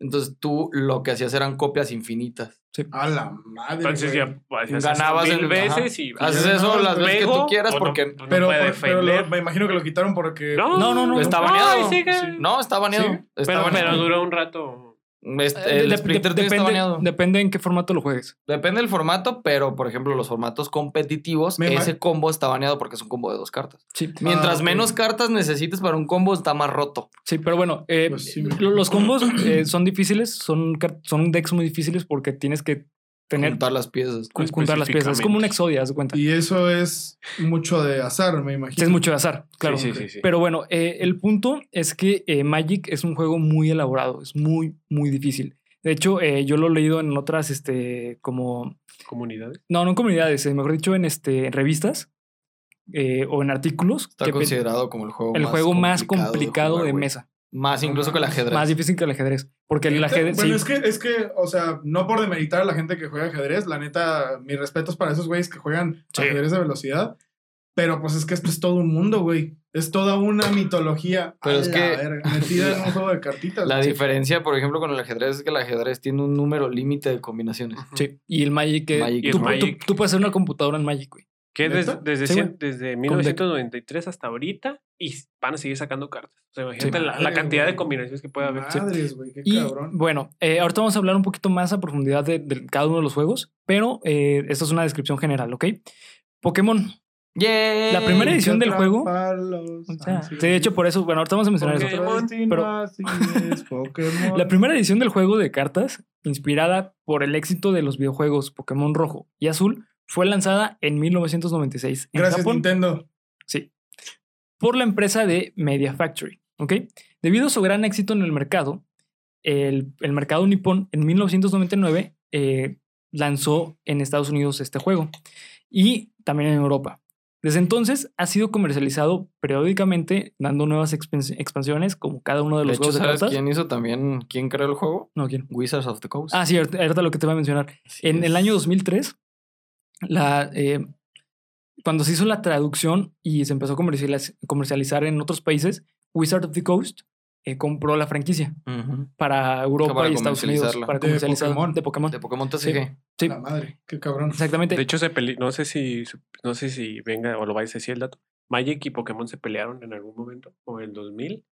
D: Entonces tú lo que hacías eran copias infinitas.
B: A la madre.
C: Entonces
B: güey.
C: ya pues, haces
D: Ganabas
C: mil
D: el- ajá.
C: veces y
D: Haces
B: ya
D: eso
B: ganabas
D: las
B: el
D: veces que tú
C: juego,
D: quieras
C: o no-
D: porque
C: no
B: Pero,
C: puede
B: por- pero lo-
C: defender.
B: me imagino que lo quitaron porque.
A: No, no, no.
D: está
C: Ay,
D: baneado.
C: sí, que-
D: No, está baneado.
B: Sí,
D: Está
C: pero, pero
D: baneado.
C: duró un rato.
D: Este,
A: eh,
D: el
A: de-
D: Splinter
A: de-
D: Twin está
A: depende,
D: baneado.
A: depende en qué formato lo juegues.
D: Depende del formato, pero por ejemplo, los formatos competitivos,
B: Me ima-
D: ese combo está baneado porque es un combo de dos cartas.
A: Sí,
D: Mientras
B: ok.
D: menos cartas necesites para un combo, está más roto.
A: sí pero bueno, eh,
B: Pues sí, me-
A: lo- los combos eh, son difíciles, son, car- son decks muy difíciles porque tienes que tener
D: Juntar las piezas.
A: cu- juntar las piezas. Es como un exodia, haz de cuenta.
B: Y eso es mucho de azar, me
A: Sí,
B: imagino.
A: es mucho de azar, claro.
C: Sí, sí, sí, sí.
A: Pero bueno, eh, el punto es que eh, Magic es un juego muy elaborado, es muy, muy difícil. De hecho, eh, yo lo he leído en otras, este, como
C: Comunidades.
A: No, no en comunidades, eh, mejor dicho, en este, en revistas eh, o en artículos.
D: Está
A: que pe-
D: considerado como el juego
A: el
D: más
A: juego más
D: complicado de
A: complicado de,
D: jugar, güey.
A: mesa.
D: Más incluso que el ajedrez.
A: Más difícil que el ajedrez. Porque el
B: ¿Neta?
A: ajedrez.
B: Bueno,
A: sí,
B: es, que, es que, o sea, no por demeritar a la gente que juega ajedrez, la neta, mis respetos para esos güeyes que juegan
A: Sí.
B: ajedrez de velocidad, pero pues es que esto es todo un mundo, güey. Es toda una mitología a
D: Pero es
B: la
D: que-
B: verga, metida en un juego de cartitas.
D: La
B: güey.
D: diferencia, por ejemplo, con el ajedrez es que el ajedrez tiene un número límite de combinaciones.
A: sí. Y el Magic. eh,
D: Magic.
A: tú-
D: Y el
A: tú,
C: Magic.
A: tú puedes hacer una computadora en Magic, güey.
C: Que des-
B: ¿Neta?
C: desde,
A: Sí,
C: cien-
A: güey.
C: desde
A: deck.
C: 1993 hasta ahorita y van a seguir sacando cartas. O sea, imagínate
A: Sí.
C: la, la
B: Madre,
C: cantidad de
B: güey.
C: combinaciones que puede haber.
B: Madres, güey, qué
A: Y
B: cabrón.
A: bueno, eh, ahorita vamos a hablar un poquito más a profundidad de, de cada uno de los juegos, pero eh, esta es una descripción general, ¿ok? Pokémon.
D: ¡Yay!
A: La primera edición del juego.
B: Atraparlos,
A: O sea,
B: así
A: sí, de hecho, por eso, bueno, ahorita vamos a mencionar
C: Porque-
A: eso.
B: Nuestro destino
A: pero-
B: así es, Pokémon.
A: <laughs> La primera edición del juego de cartas, inspirada por el éxito de los videojuegos Pokémon Rojo y Azul, fue lanzada en 1996 en
B: Gracias,
A: Japón
B: Nintendo.
A: por la empresa de Media Factory. ¿ok? Debido a su gran éxito en el mercado, el, el mercado nipón en 1999 eh, lanzó en Estados Unidos este juego y también en Europa. Desde entonces ha sido comercializado periódicamente, dando nuevas expans- expansiones como cada uno de
D: De
A: los
D: hecho,
A: juegos de
D: ¿sabes
A: cartas.
D: quién hizo también? ¿Quién creó el juego?
A: No, ¿quién?
D: Wizards of the Coast.
A: Ah, sí, ahorita ahorita lo que te voy a mencionar.
D: Así
A: En el año
D: Pues es.
A: 2003, la, eh, cuando se hizo la traducción y se empezó a comercializ- comercializar en otros países, Wizard of the Coast eh, compró la franquicia
D: Ujú.
A: para Europa
D: Ah, para
A: y Estados Unidos
D: comercializarla.
A: para
B: De
A: comercializar
B: Pokémon.
A: de Pokémon.
D: De Pokémon TCG.
A: Sí,
B: La madre, qué cabrón.
A: exactamente.
C: De hecho, se peli- no sé si no sé si venga o lo vais a decir el dato. Magic y Pokémon se pelearon en algún momento, o en el 2000,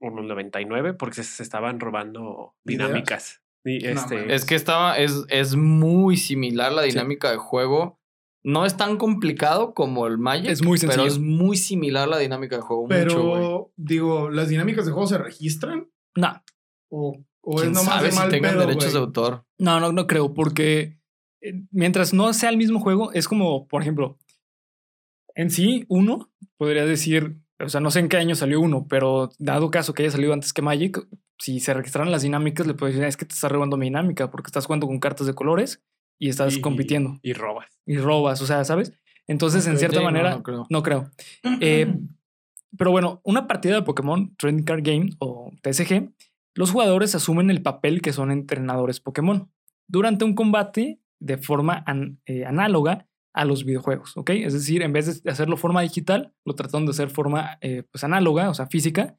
C: o en el 99, porque se, se estaban robando
B: ¿Ideas?
C: dinámicas. Y
B: No
C: este,
B: mames.
D: Es que estaba, es, es muy similar la dinámica de juego. No es tan complicado como el Magic.
A: Es muy
D: Pero
A: sencillo.
D: es muy similar la dinámica de juego.
B: Pero,
D: mucho, güey.
B: digo, ¿las dinámicas de juego se registran?
A: No,
B: ¿O, o es
D: ¿Quién
B: nomás
D: sabe
B: de mal
D: si tengan
B: pedo,
D: derechos de
B: güey?
D: autor?
A: no, no, no creo, porque eh, mientras no sea el mismo juego, es como, por ejemplo, en sí, uno podría decir, o sea, no sé en qué año salió uno, pero dado caso que haya salido antes que Magic, si se registraran las dinámicas, le puedes decir, "Ah, es que te estás robando mi dinámica, porque estás jugando con cartas de colores y estás
C: y-
A: compitiendo
C: Y robas.
A: y robas, o sea, ¿sabes? Entonces, en
B: Ok,
A: cierta
D: Sí, no,
A: manera,
D: no creo.
A: No creo. Eh, pero bueno, una partida de Pokémon Trading Card Game o TCG, los jugadores asumen el papel que son entrenadores Pokémon durante un combate de forma an- eh, análoga a los videojuegos, ¿ok? Es decir, en vez de hacerlo forma digital, lo trataron de hacer forma eh, pues análoga, o sea, física,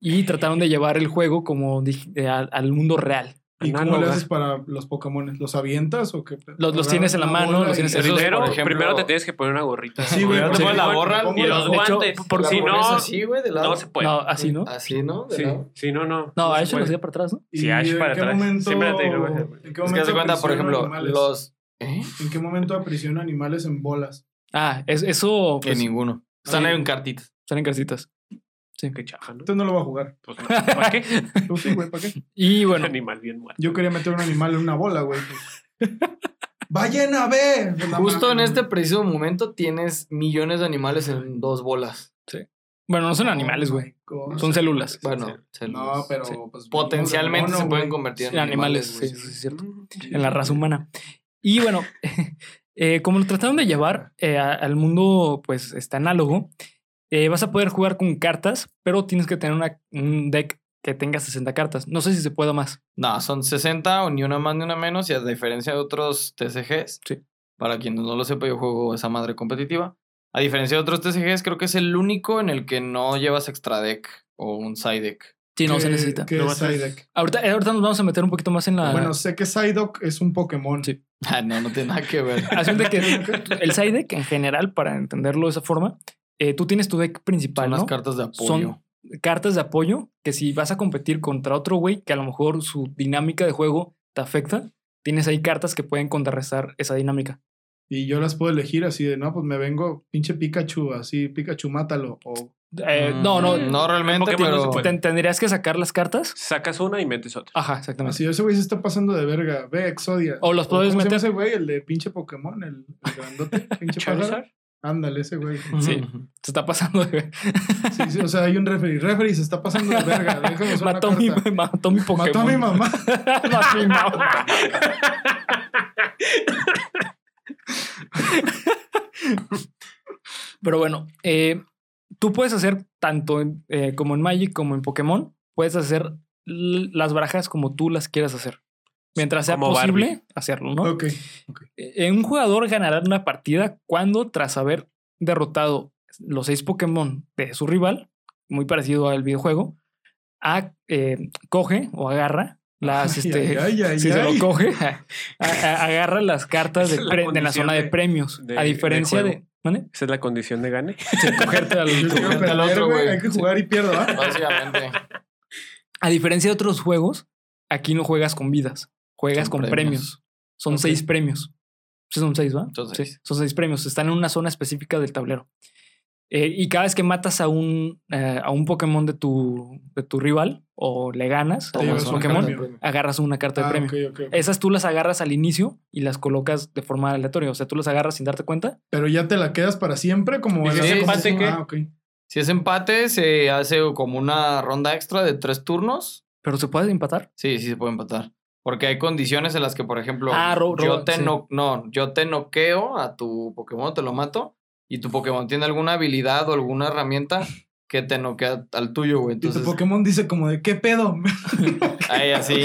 A: y trataron de llevar el juego como dig- eh, al- al mundo real.
B: ¿Y cómo le
C: Análoga.
B: haces para los Pokémon? ¿Los avientas o qué? pedo?
A: Los- los
B: Agarras
A: tienes en la
B: una
A: mano,
B: bola
A: los
B: y-
A: tienes en-
C: Primero,
A: Esos,
D: por ejemplo-
C: primero te tienes que poner una gorrita.
B: Sí, güey,
D: Primero
B: porque-
D: te pones la
B: porque-
D: gorra
B: pongo
C: y
B: la
C: los
A: de
B: gorra.
A: hecho,
C: guantes.
A: por-
D: La
C: si
D: pones
C: no,
D: así, güey, de lado.
C: no se puede.
A: No, así, ¿no?
D: Así, ¿no? De
C: sí,
D: lado.
C: sí, no, no.
A: No, a
C: se
A: eso lo
C: puede.
A: hacía para atrás, ¿no?
B: ¿Y
C: Sí, Ash
B: en
C: para
B: qué
C: atrás.
B: momento-
C: Siempre la tengo, güey.
B: ¿En qué
D: Es que
B: momento
D: hace cuenta, por
B: aprisiona
D: ejemplo,
B: animales?
D: los... ¿Eh?
B: ¿En qué momento aprisiona animales en bolas?
A: Ah, es- eso
D: Que
A: pues,
D: ninguno. Están
B: Ahí.
D: en cartitas.
A: están en cartitas.
C: Qué chaja, ¿no?
B: Entonces no lo va a jugar.
C: Pues, ¿Para qué?
B: Tú sí, güey, ¿para qué?
A: Y <laughs>
C: Un
A: bueno,
C: <laughs> animal bien muerto.
B: Yo quería meter un animal en una bola,
D: <laughs>
B: güey. ¡Vayan a ver! Pues, la
D: Justo en
B: madre.
D: este preciso momento tienes millones de animales en dos bolas.
A: bueno, no son animales, güey.
B: Oh my God.
A: Son células.
D: Bueno,
B: No, pero
A: Sí.
B: pues,
D: potencialmente
B: mono,
D: se pueden
B: güey.
D: convertir en
A: Sí, animales,
D: animales.
A: sí,
D: güey.
A: sí, es cierto. En la raza humana. Y bueno, <laughs> eh, como lo trataron de llevar eh, a- al mundo, pues, este análogo, eh, vas a poder jugar con cartas, pero tienes que tener una- un deck que tenga 60 cartas. No sé si se pueda más.
D: No, son 60 o ni una más ni una menos. Y a diferencia de otros TCGs,
A: Sí.
D: para quien no lo sepa, yo juego esa madre competitiva. A diferencia de otros TCGs, creo que es el único en el que no llevas extra deck o un side deck. <laughs>
A: Sí, no se
B: ¿Qué-
A: necesita.
B: qué
C: No
B: es
C: va a ser-
B: Psyduck?
A: Ahorita, eh, ahorita nos vamos a meter un poquito más en la...
B: Bueno, sé que Psyduck es un Pokémon.
A: Sí.
D: Ah, no, no tiene nada
A: <laughs>
D: que ver.
A: Asunto que el side deck, en general, para entenderlo de esa forma, eh, tú tienes tu deck principal,
D: Son las
A: ¿no?
D: cartas de apoyo.
A: Son cartas de apoyo que si vas a competir contra otro güey que a lo mejor su dinámica de juego te afecta, tienes ahí cartas que pueden contrarrestar esa dinámica.
B: Y yo las puedo elegir así de, no, pues me vengo pinche Pikachu, así, Pikachu, mátalo. O
A: Eh, no, no,
D: Mm, No realmente,
C: Pokémon no
D: pero
C: se
D: <laughs>
C: puede.
A: te- tendrías que sacar las cartas.
C: Sacas una y metes otra.
A: Ajá, exactamente.
B: así, ese güey se está pasando de verga. Ve, Exodia.
A: O los puedes
B: ¿cómo se
A: meter-
B: llama ese güey, el de pinche Pokémon, el, el
A: <laughs>
B: grandote, pinche pájaro.
C: Charizard.
B: Ándale, ese güey.
A: sí. Se está pasando. de-
B: Sí, sí, o sea, hay un referee. Referee se está pasando de
A: <laughs>
B: verga. Déjame usar
A: mató,
B: una
A: mi,
B: carta.
A: mató mi Pokémon.
B: Mató a mi mamá.
A: Mató a mi mamá. <laughs> Pero bueno, eh, tú puedes hacer tanto en, eh, como en Magic como en Pokémon, puedes hacer l- las barajas como tú las quieras hacer. Mientras sea
C: Como
A: posible
C: Barbie.
A: hacerlo, <laughs> ¿no?
B: Ok.
A: Eh, un jugador ganará una partida cuando, tras haber derrotado los seis Pokémon de su rival, muy parecido al videojuego, a- eh, coge o agarra las.
B: Ay,
A: este,
B: ay, ay,
A: si se
B: ay.
A: lo coge, <laughs> a- a- agarra las cartas de,
C: Esa es <laughs> la
A: pre- de la zona de, premios.
C: condición de- de-
A: a
C: de
A: diferencia de.
C: juego.
A: ¿Mande?
C: Esa es la condición de gane.
A: Sí, cogerte al-
B: <laughs> Yo quiero
D: Cogerte al
B: perder,
D: otro,
B: güey.
D: güey.
B: Hay que jugar y pierdo, ¿ah?
D: Básicamente.
A: A diferencia de otros juegos, aquí no juegas con vidas, juegas
D: Son
A: con premios.
D: premios.
A: Son
D: Ok.
A: seis premios. Sí, son seis, ¿va?
D: Son
A: Sí,
D: seis.
A: son seis premios. Están en una zona específica del tablero. Eh, y cada vez que matas a un, eh, a un Pokémon de tu, de tu rival o le ganas a
B: Te
A: un
B: llevas una
A: Pokémon,
B: carta.
A: agarras una carta de
B: Ah,
A: premio. Eh.
B: ok, ok, ok.
A: Esas tú las agarras al inicio y las colocas de forma aleatoria. O sea, tú las agarras sin darte cuenta.
B: Pero ya te la quedas para siempre, como
C: ¿Y
B: en
C: si
B: las
D: es
B: cosas-
C: empate, qué?
B: Ah, ok.
D: Si es empate, se hace como una ronda extra de tres turnos.
A: Pero se puede empatar.
D: Sí, sí se puede empatar. Porque hay condiciones en las que, por ejemplo,
A: Ah, ro-
D: yo,
A: ro-
D: te
A: sí.
D: no, no, yo te noqueo a tu Pokémon, te lo mato, y tu Pokémon tiene alguna habilidad o alguna herramienta que te noquea al tuyo, güey.
B: Y tu
D: Entonces,
B: Pokémon dice como de, ¿qué pedo?
D: ahí así.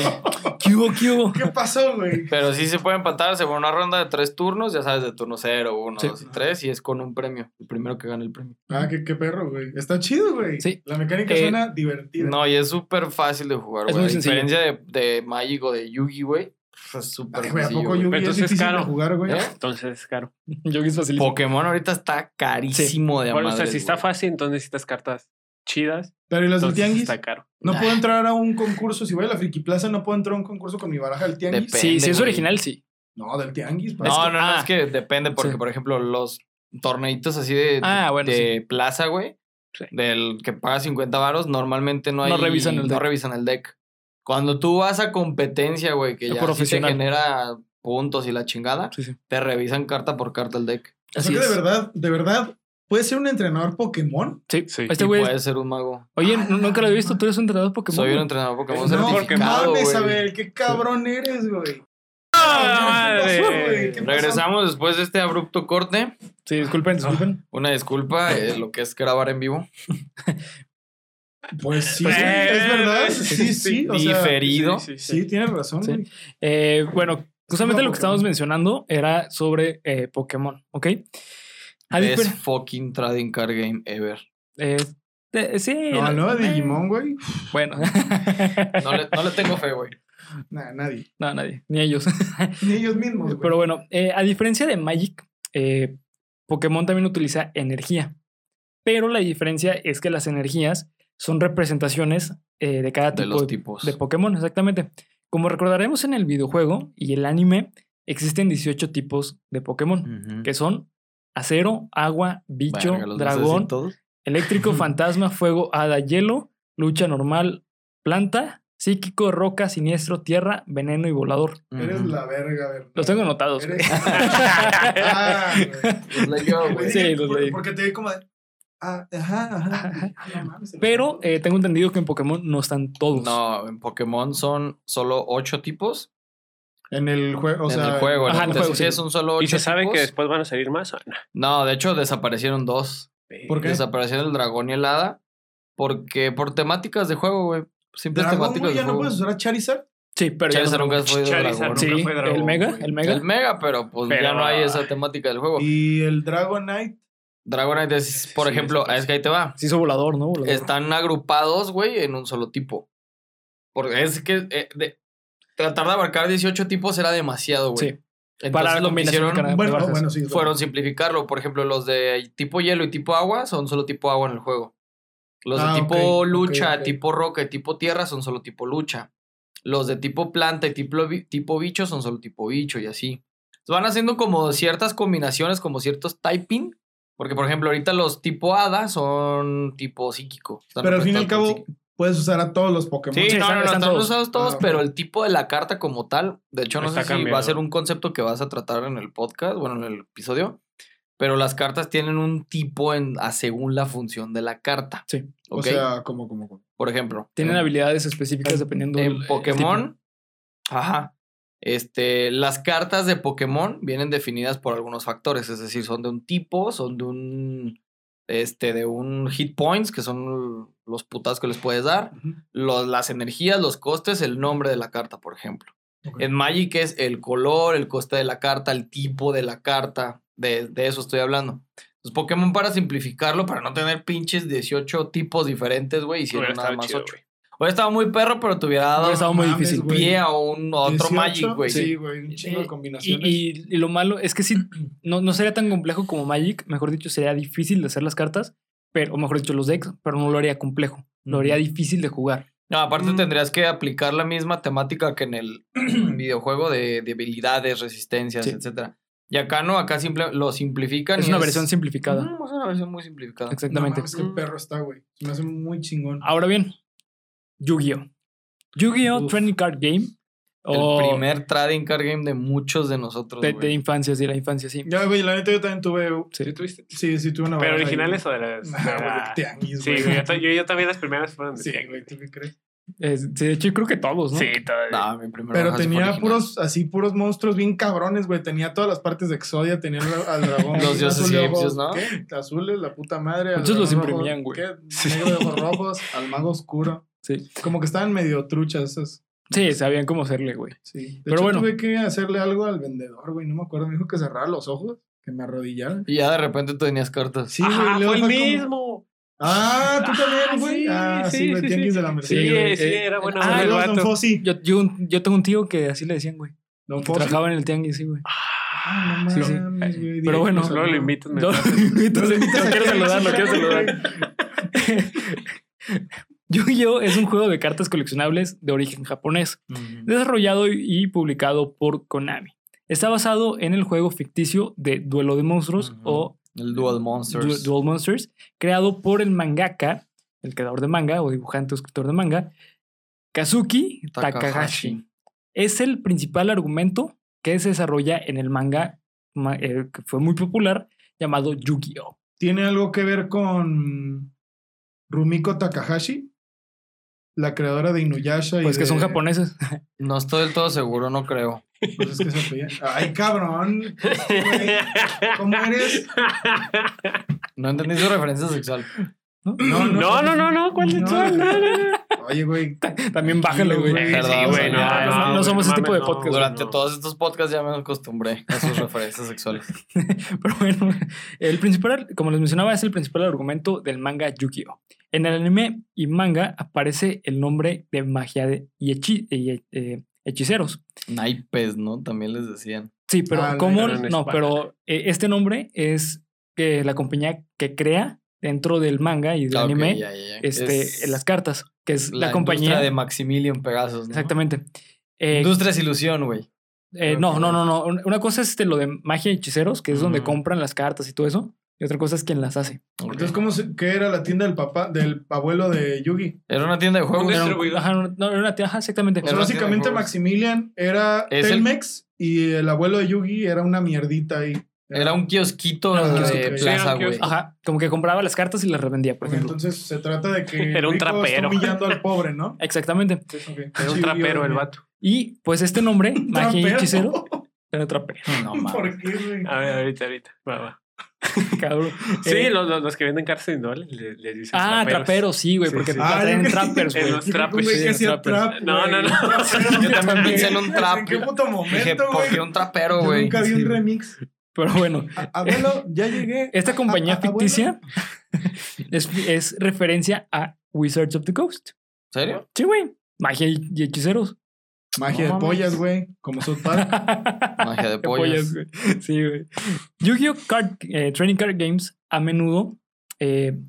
A: ¿Qué hubo, qué hubo?
B: ¿Qué pasó, güey?
D: Pero sí se puede empatar según una ronda de tres turnos, ya sabes, de turno cero, uno,
A: Sí.
D: dos y tres, y es con un premio, el primero que gana el premio.
B: Ah, qué, qué perro, güey. Está chido, güey.
A: Sí.
B: La mecánica
A: Eh,
B: suena divertida.
D: No, y es súper fácil de jugar,
A: Es
D: güey. A
A: muy sencillo.
D: diferencia de, de Magic o de Yugi, güey, pues, Es súper
B: Ay, güey, ¿a
D: sencillo,
B: poco
D: güey.
B: Yugi es
C: Entonces es
B: difícil de
C: caro.
B: jugar, güey?
D: ¿Eh?
C: Entonces, claro.
A: <laughs> Yo es facilísimo.
D: Pokémon ahorita está carísimo de
C: Bueno, o sea,
D: amadres,
C: si está
D: güey.
C: fácil, entonces necesitas cartas chidas.
B: Pero ¿y las del
C: Entonces
B: tianguis?
C: está caro.
B: No
D: Nah.
B: puedo entrar a un concurso. Si voy a la Friki Plaza, no puedo entrar a un concurso con mi baraja del tianguis.
D: Depende.
A: Sí, si es
D: güey.
A: original, sí.
B: No, del tianguis. pa.
D: No,
A: que-
D: no, no,
A: ah.
D: es que depende, porque
A: Sí.
D: por ejemplo, los torneitos así de,
A: Ah, bueno,
D: de plaza, güey,
C: Sí.
D: del que paga 50 varos, normalmente no hay.
A: No revisan el
D: no
A: deck.
D: revisan el deck. Cuando tú vas a competencia, güey, que
A: Ya
D: ya sí
A: profesional.
D: te genera puntos y la chingada,
A: Sí, Este sí.
D: te revisan carta por carta el deck.
B: O sea
A: Así
B: que
A: es.
B: de verdad, de verdad, ¿puedes ser un entrenador Pokémon?
A: Sí.
C: Sí.
A: Este
D: y
A: güey.
D: puedes ser un mago.
A: Oye,
B: Ah,
A: n- nunca lo había visto. Tú eres un entrenador Pokémon.
D: Soy un
A: güey. Eh,
D: entrenador Pokémon
B: No,
D: certificado,
B: mames,
D: güey.
B: Abel, qué cabrón eres, güey.
C: ¡Ah,
B: ¿Qué pasó, güey?
C: madre!
B: ¿Qué pasó?
D: Regresamos después de este abrupto corte.
A: Sí, disculpen, disculpen.
D: Una disculpa, eh, lo que es grabar en vivo.
B: Pues sí,
C: Pues,
B: es verdad.
C: sí,
B: Sí, sí. O sea,
D: Diferido.
C: Sí, sí, sí.
B: sí, tienes razón,
A: Sí.
B: güey.
A: Eh, bueno, justamente
B: No,
A: lo que estábamos
B: Pokémon.
A: mencionando era sobre eh, Pokémon, ¿ok? A
D: Best
A: difer-
D: fucking trading card game ever.
A: eh, eh, sí.
B: No, no,
A: eh,
B: Digimon, güey.
D: <laughs>
A: Bueno.
D: No le, no le tengo fe, güey.
B: Nah, nadie.
A: no, nadie. Ni ellos.
B: Ni ellos mismos, güey.
A: Pero bueno, eh, a diferencia de Magic, eh, Pokémon también utiliza energía. Pero la diferencia es que las energías son representaciones eh, de cada
D: De
A: tipo
D: los
A: de,
D: tipos.
A: de Pokémon, exactamente. Como recordaremos en el videojuego y el anime, existen 18 tipos de Pokémon,
D: Ujú.
A: que son acero, agua, bicho,
D: Mm. Verga, los
A: dragón,
D: necesito. <laughs>
A: eléctrico, fantasma, fuego, hada, hielo, lucha normal, planta, psíquico, roca, siniestro, tierra, veneno y volador.
B: Eres
D: Ujú.
B: la verga, Bernardo.
A: Los tengo anotados. güey.
B: Eres-
A: <laughs>
B: Ah, güey.
D: Los leyó, güey.
A: Sí, los
B: Por-
A: leí.
B: Porque te vi como de. Ah, ajá, ajá. No mames, el-
A: Pero eh, tengo entendido que en Pokémon no están todos.
D: No, en Pokémon son solo ocho tipos.
B: En el juego, o sea.
D: en el juego,
A: ajá,
D: en
A: en
D: el
A: el juego,
D: sí
A: sí.
D: son solo ocho
C: ¿Y se sabe
D: tipos.
C: que después van a salir más? Ah,
D: No, de hecho desaparecieron dos.
B: ¿Por qué?
D: Desaparecieron el dragón y el hada. Porque por temáticas de juego, güey. Simples
B: Dragon,
D: temáticas
B: güey,
D: de este
B: ya no
D: juego.
B: puedes usar a Charizard.
A: Sí, pero ya
D: Charizard
A: no-
D: nunca fue de
C: Charizard
D: dragón.
A: Sí,
C: nunca fue dragón,
A: el Mega,
C: güey.
A: el Mega.
D: El mega, pero pues ya
C: Pero-
D: no hay esa temática del juego.
B: Y Ah, el Dragonite.
D: Dragonite es, por
C: Sí,
D: ejemplo,
C: desapareció.
D: es que ahí te va.
A: Se hizo volador, ¿no? Volador.
D: están agrupados, güey, en un solo tipo. Porque es que eh, de- tratar de abarcar 18 tipos era demasiado, güey.
A: Sí.
D: Entonces
A: Para la
D: lo que
A: combinación
D: hicieron
A: de cada-
B: Bueno,
A: bajas.
B: bueno, sí.
D: fueron simplificarlo. Por ejemplo, los de tipo hielo y tipo agua son solo tipo agua en el juego. Los
B: Ah,
D: de tipo
B: ok, ok,
D: lucha,
B: ok.
D: tipo roca y tipo tierra son solo tipo lucha. Los de tipo planta y tipo, bi- tipo bicho son solo tipo bicho y así. Entonces, Van haciendo como ciertas combinaciones, como ciertos typing. Porque, por ejemplo, ahorita los tipo hada son tipo psíquico. están
B: Pero al fin y al
D: representados por
B: cabo, puedes usar a todos los Pokémon.
D: Sí,
A: Sí,
D: no,
A: están-
D: no, no,
A: están
D: están
A: todos.
D: usados todos,
B: Ah,
D: pero
B: ok.
D: el tipo de la carta como tal, de hecho no
C: Está
D: sé si va a
C: cambiado.
D: ser un concepto que vas a tratar en el podcast, bueno, en el episodio, pero las cartas tienen un tipo en, a según la función de la carta,
A: Sí.
B: O
D: ¿ok?
B: sea, como, como, como.
D: Por ejemplo,
A: Tienen
D: en,
A: habilidades específicas dependiendo
D: Eh,
A: eh,
D: en
A: el- el tipo.
D: Pokémon, ajá, este, las cartas de Pokémon vienen definidas por algunos factores, es decir, son de un tipo, son de un, este, de un hit points, que son los putas que les puedes dar, los- las energías, los costes, el nombre de la carta, por ejemplo.
B: Ok.
D: En Magic es el color, el coste de la carta, el tipo de la carta. De, de eso estoy hablando. Los Pokémon, para simplificarlo, para no tener pinches 18 tipos diferentes,
C: Hubiera
D: güey, hicieron nada
C: estado
D: más
C: chido,
D: 8. Hubiera estado muy perro, pero te hubiera dado
A: Hubiera estado muy
B: mames,
A: difícil.
B: güey.
D: pie a un a otro
B: 18,
D: Magic, güey. Eh,
B: Sí, güey, un chingo
A: Y-
B: de
A: Y,
B: combinaciones.
A: y- y lo malo es que sí, no, no sería tan complejo como Magic, mejor dicho, sería difícil de hacer las cartas, pero, o mejor dicho, los decks, pero no lo haría complejo, lo haría difícil de jugar.
D: No, aparte
B: Mm.
D: tendrías que aplicar la misma temática que en el <clears throat> videojuego de debilidades, resistencias,
A: Sí.
D: etcétera. Y acá no, acá simple, lo simplifican.
A: Es
D: y
A: una versión simplificada.
D: Ujú, Mm, es una versión muy simplificada.
A: Exactamente. Ah,
B: No mames, qué perro está, güey. Se me hace muy chingón.
A: Ahora bien, Yu-Gi-Oh! Yu-Gi-Oh!
B: Uf.
A: Trading Card Game. O
D: El primer trading card game de muchos de nosotros.
A: de, de
D: güey.
A: infancia, sí, la infancia, sí.
B: Ya, güey, la neta yo también tuve.
A: Sí.
C: ¿Sí tuviste?
B: Sí, sí, tuve una
C: ¿Pero
B: baraja ahí,
C: originales o
B: güey.
C: de las...? de
B: <laughs> Nah, güey,
C: la-
B: tianguis,
C: Sí,
B: güey.
C: güey, yo, ta- yo, yo también las primeras fueron de
B: <laughs> Sí,
C: tianguis.
B: güey, ¿tú qué crees?
A: Es- sí, de hecho, yo creo que todos, ¿no?
C: Sí, todavía.
D: No, mi primera
B: Pero
D: hoja sí fue
B: tenía
D: original.
B: puros, así, puros monstruos bien cabrones, güey. Tenía todas las partes de Exodia, tenía al, al dragón.
D: <laughs> Los
B: azul
D: dioses
B: de
D: y
B: ojos,
D: egipcios, ¿no?
B: ¿qué? <laughs> Azules, la puta madre. al
A: Muchos los
B: dragón rojo,
A: imprimían, <laughs> güey.
B: ¿qué?
C: Sí.
B: Negro de ojos rojos, al mago oscuro.
A: Sí.
B: Como que estaban medio truchas esas.
A: Sí, sabían cómo hacerle, güey.
B: Sí. De
A: Pero
B: hecho,
A: bueno.
B: tuve que hacerle algo al vendedor, güey. No me acuerdo. Me dijo que cerrara los ojos, que me arrodillara.
D: Y ya de repente tú tenías cartas.
B: Sí, güey,
C: Ajá,
B: luego
C: fue el
B: como-
C: mismo.
B: Ah, tú
C: Ah,
B: también, güey.
C: sí,
B: Ah, sí,
C: sí,
B: güey.
C: sí,
B: tianguis
C: sí.
B: de la Merced.
C: Sí,
B: güey.
C: sí,
A: eh,
C: era bueno.
A: ah,
B: Saludos,
C: el
B: don
C: vato.
B: Fossi.
A: Yo, yo, yo tengo un tío que así le decían, güey.
B: Don
A: Que
B: Fossil.
A: trabajaba en el tianguis, sí, güey.
B: Ah, no
A: Sí,
B: mames,
A: sí.
B: güey,
A: Pero bueno.
B: directo,
C: Luego lo
B: ¿no?
C: invitas. me
A: No,
B: <laughs>
C: tratas.
A: entonces, lo quiero saludar, lo quiero saludar. <laughs> Yu-Gi-Oh! es un juego de cartas coleccionables de origen japonés,
D: Mm,
A: desarrollado y publicado por Konami. Está basado en el juego ficticio de Duelo de Monstruos
D: Ujú.
A: o
D: El Dual
A: Du-
D: Monsters.
A: Duel Monsters, creado por el mangaka, el creador de manga o dibujante o escritor de manga, Kazuki Takahashi.
D: Takahashi.
A: Es el principal argumento que se desarrolla en el manga ma- eh, que fue muy popular llamado Yu-Gi-Oh!
B: ¿Tiene algo que ver con Rumiko Takahashi? La creadora de Inuyasha y
A: Pues que son
B: de-
A: japoneses.
D: No estoy del todo seguro, no creo.
B: Pues es que se apellida- Ay, cabrón. Güey, ¿Cómo eres?
D: No entendí su referencia
B: <laughs>
D: sexual.
B: No,
C: No, no, no, no. <laughs> ¿Cuál
B: No.
C: es tu- no, no, no.
B: Oye, güey.
A: También bájale, güey.
C: Sí,
D: Perdón,
C: sí, güey,
D: no,
A: no, no
C: güey,
A: somos ese tipo de
C: mames,
A: podcast.
C: güey,
D: Durante
C: no.
D: todos estos podcasts ya me acostumbré a sus referencias sexuales.
A: Pero bueno, el principal, como les mencionaba, es el principal argumento del manga Yu-Gi-Oh! En el anime y manga aparece el nombre de magia de- y hechi- y, eh, hechiceros.
D: Naipes, ¿no? También les decían.
A: Sí, pero
B: Ah,
A: ¿cómo?
C: pero en
A: No,
C: España.
A: pero eh, este nombre es que la compañía que crea dentro del manga y del
D: Ah, ok,
A: anime
D: ya, ya, ya.
A: este,
D: Es
A: las cartas, que es la,
D: la
A: compañía.
D: industria de Maximilian Pegasus. ¿no?
A: Exactamente. Eh,
D: Industria es ilusión, güey.
A: eh, no, no, no, no. Una cosa es este, lo de magia y hechiceros, que es donde
D: Ujú.
A: compran las cartas y todo eso. Y otra cosa es quien las hace.
D: Ok.
B: Entonces, ¿cómo se- qué era la tienda del papá, del abuelo de Yugi?
D: Era una tienda de
C: Un
D: juegos.
A: Era un-
C: distribuidor.
A: ajá, una- no, era una tía- ajá, exactamente.
B: O sea,
D: Era una tienda
B: básicamente
D: de juegos.
B: Maximilian era
D: Es el-
B: Telmex y el abuelo de Yugi era una mierdita ahí.
D: Era un kiosquito
A: Era un
D: de
B: kiosquito.
D: plaza,
C: Sí, era un
D: güey.
C: kiosco.
A: Ajá, como que compraba las cartas y las revendía, por
B: Pues
A: ejemplo.
B: Entonces se trata de que el
C: Era un
B: rico está
C: trapero.
B: humillando al pobre,
D: <laughs>
B: ¿no?
A: Exactamente.
B: Ok.
C: Era
B: Sí,
C: un trapero
B: yo-
C: el vato.
A: Y pues este nombre, magia y
B: ¿Trapero?
A: hechicero,
B: <laughs>
A: era trapero, <laughs>
D: No mames.
B: ¿Por qué, güey?
C: A ver, ahorita, ahorita. Va, va.
A: cabrón.
C: Sí,
A: Eh,
C: los, los, los que venden cartas individuales les, les dicen. <laughs>
A: Ah, traperos, sí, güey,
C: Sí,
A: porque
C: sí.
B: Ah,
A: traen
B: yo-
A: trappers,
C: En
A: güey.
C: los
B: Yo creo que un
C: trappers.
B: güey que
A: Sí,
B: hacía trap,
C: No,
B: güey.
C: no,
B: <laughs>
C: no.
D: Yo también pensé en un trap.
B: ¿En qué puto
D: Dije,
B: momento,
D: ¿por
B: güey?
D: qué un trapero,
B: Yo
D: güey?
B: nunca vi
A: Sí,
B: un
A: güey.
B: remix.
A: <laughs> Pero bueno,
B: A- Abuelo, ya llegué.
A: esta compañía
B: Ah, ah, ah,
A: ficticia <laughs> es, es referencia a Wizards of the Coast.
D: ¿En
B: <laughs>
D: serio?
A: Sí, güey. Magia y y hechiceros.
B: Magia
D: No
B: de
D: mames.
B: pollas, güey. Como South Park.
C: Ah.
A: <laughs>
D: Magia de pollas.
A: güey. Sí, güey. Yu-Gi-Oh! Card- eh, Training Card Games a menudo. eh,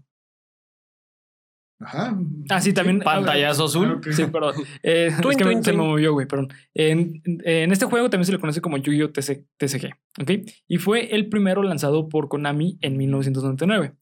B: Ajá.
A: ah, sí, también.
D: Pantallazo azul.
B: Ok.
C: <laughs>
A: Sí, perdón. Eh, es
C: Twin,
A: que me-
C: twin,
A: se me
C: twin.
A: movió, güey, perdón. En, en este juego también se le conoce como Yu-Gi-Oh! TC TCG, ¿ok? Y fue el primero lanzado por Konami en 1999.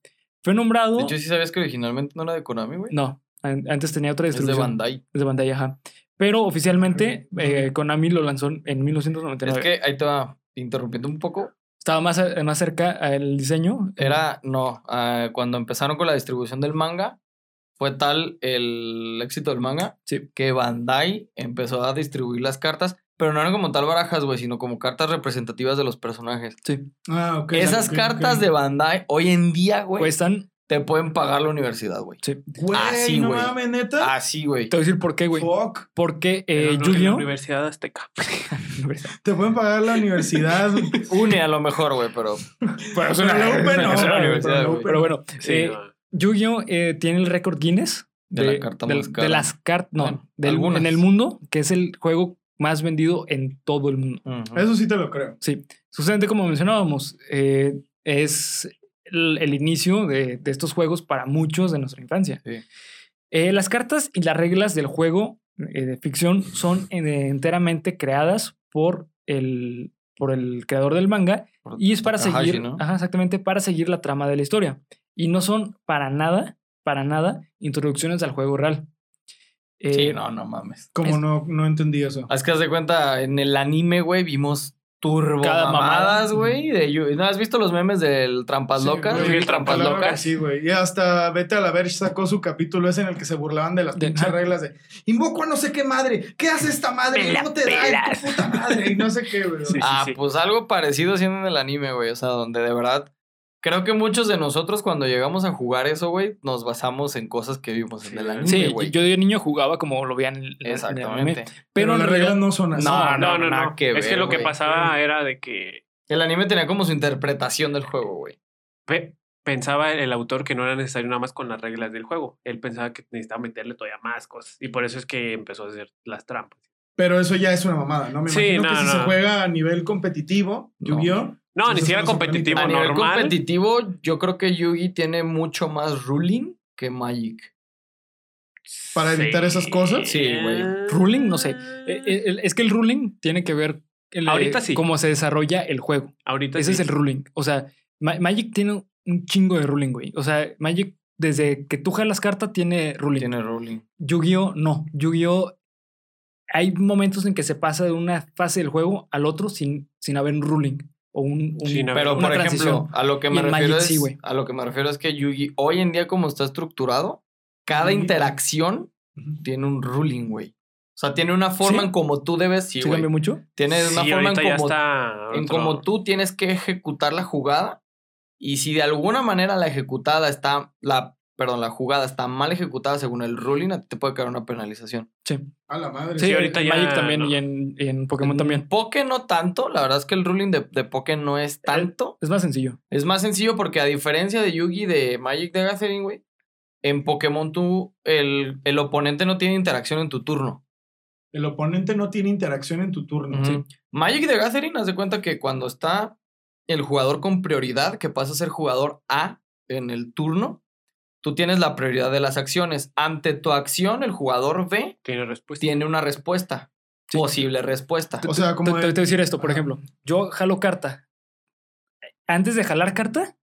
A: Fue nombrado...
D: De hecho, ¿sí sabías que originalmente no era de Konami, güey?
A: No, an- antes tenía otra
D: Es de
A: distribución.
D: Bandai.
A: Es de Bandai, ajá. Pero oficialmente eh, Konami lo lanzó en 1999.
D: Es que ahí te va interrumpiendo un poco.
A: Estaba más, a- más cerca al diseño.
D: Era, no, ah, cuando empezaron con la distribución del manga, fue tal el éxito del manga
A: Sí.
D: que Bandai empezó a distribuir las cartas, pero no eran como tal barajas, güey, sino como cartas representativas de los personajes.
B: Ah, ok.
D: Esas
B: ok,
D: cartas
B: ok. Pues
D: de Bandai hoy en día, güey,
A: Cuestan...
D: te pueden pagar la universidad, güey.
A: Sí.
B: Güey,
D: Ah, sí,
B: no
D: güey. Ah,
B: mames, neta.
D: Así, güey.
A: Te voy a decir por qué, güey.
B: Fuck.
A: Porque
C: Pero
A: eh,
C: no, en la
A: Yu-Gi-Oh!
C: Universidad Azteca.
B: Te pueden pagar la universidad.
D: Une a lo mejor, güey, pero
A: Pero es
B: Pero
A: una-
B: la UP no,
A: es una
B: güey,
A: universidad,
B: pero la
A: güey.
B: UP
A: Pero bueno,
C: Sí,
A: eh,
C: no.
A: Yu-Gi-Oh! eh, tiene el récord Guinness
D: De la carta
A: del-
D: más
A: de
D: cara.
A: las cartas, no,
D: Bueno,
A: del-
D: algunas.
A: en el mundo, que es el juego más vendido en todo el mundo.
D: mm.
B: Eso sí te lo creo.
A: Sí, justamente como mencionábamos, eh, es el, el inicio de, de estos juegos para muchos de nuestra infancia.
D: Sí.
A: Eh, las cartas y las reglas del juego eh, de ficción son en- enteramente creadas por el, por el creador del manga
D: Por
A: y es para
D: Takahashi,
A: seguir,
D: ¿no?
A: ajá, exactamente, para seguir la trama de la historia. Y no son para nada, para nada, introducciones al juego real.
D: Sí,
A: Eh,
D: no, no mames.
B: Como
A: Es-
B: no, no entendí eso.
D: Es que haz de cuenta, en el anime, güey, vimos turbo
A: Cada mamada.
D: mamadas, güey. de Yu- ¿No has visto los memes del Trampas
B: Sí,
D: Locas?
B: güey,
C: Yo vi el
D: trampas
B: claro que
D: Locas.
B: Sí, güey. Y hasta Vete a la Verge sacó su capítulo ese en el que se burlaban de las
A: De-
B: pinches reglas de invoco a no sé qué madre. ¿Qué hace esta madre?
C: Me la
B: ¿Cómo te da Ay, tu puta madre? Y no sé qué, güey.
C: Sí.
D: Ah, pues algo parecido haciendo en el anime, güey. O sea, donde de verdad. Creo que muchos de nosotros cuando llegamos a jugar eso, güey, nos basamos en cosas que vimos en
C: Sí,
D: el anime,
A: sí,
D: güey.
A: yo de niño jugaba como lo veían en el- en el anime,
D: Exactamente.
A: Pero, en
B: las
A: realidad-
B: reglas no son así.
D: No,
C: Ah, No, no,
D: nada
C: no.
D: que
C: es que
D: ver,
C: lo que
D: güey.
C: pasaba era de que
D: El anime tenía como su interpretación del juego, güey.
C: pe- pensaba el autor que no era necesario nada más con las reglas del juego. Él pensaba que necesitaba meterle todavía más cosas. Y por eso es que empezó a hacer las trampas.
B: Pero eso ya es una mamada, ¿no? Me
C: Sí,
B: imagino
C: no,
B: que si
C: no.
B: se juega a nivel competitivo,
D: No.
B: Yu-Gi-Oh!
C: No,
B: Entonces,
C: ni siquiera
B: no se permite.
C: competitivo,
D: a nivel
C: normal.
D: competitivo, yo creo que Yugi tiene mucho más ruling que Magic.
B: para evitar esas cosas.
D: Sí, güey.
A: Ruling, no sé. Eh, eh, el- Es que el ruling tiene que ver el, eh,
C: Ahorita sí.
A: cómo se desarrolla el juego.
C: Ahorita
A: Ese es
C: sí.
A: el ruling. O sea, Ma- Magic tiene un chingo de ruling, güey. O sea, Magic, desde que tú jalas carta, tiene ruling.
D: Tiene ruling.
A: Yu-Gi-Oh! no. Yu-Gi-Oh! Hay momentos en que se pasa de una fase del juego al otro sin, sin haber un ruling o un. un-
C: Sin haber-
D: Pero
A: una
D: por ejemplo,
A: transición.
D: a lo que me
A: Y en
D: refiero
A: Magic
D: es
A: sí, güey.
D: a lo que me refiero es que Yugi hoy en día como está estructurado, cada
B: Ujú.
D: interacción
B: Ujú.
D: tiene un ruling, güey. O sea, tiene una forma
A: ¿Sí?
D: en como tú debes, sí,
A: ¿Sí
D: güey.
A: cambia mucho?
D: Tiene una
C: Sí,
D: forma en
C: ahorita ya
D: como
C: está
D: en
C: otro-
D: cómo tú tienes que ejecutar la jugada y si de alguna manera la ejecutada está la perdón la jugada está mal ejecutada según el ruling a ti te puede caer una penalización
A: Sí.
B: A la madre.
A: Sí,
C: ahorita
A: en
C: ya
A: Magic también
C: no.
A: y, en, y en Pokémon también.
D: Poké no tanto la verdad es que el ruling de, de Poké no
A: Eh.
D: es tanto
A: Es más sencillo.
D: es más sencillo porque a diferencia de Yugi de Magic the Gathering güey en Pokémon tú el, el oponente no tiene interacción en tu turno
B: El oponente no tiene interacción en tu turno.
D: Ujú. Magic the Gathering haz de cuenta que cuando está el jugador con prioridad, que pasa a ser jugador A en el turno, tú tienes la prioridad de las acciones. Ante tu acción, el jugador B
C: Tiene respuesta.
D: tiene una respuesta,
A: Sí.
D: posible respuesta.
B: O sea,
A: Te,
B: como.
A: te- te voy a decir esto, por
B: Ajá.
A: ejemplo. Yo jalo carta. Antes de jalar carta,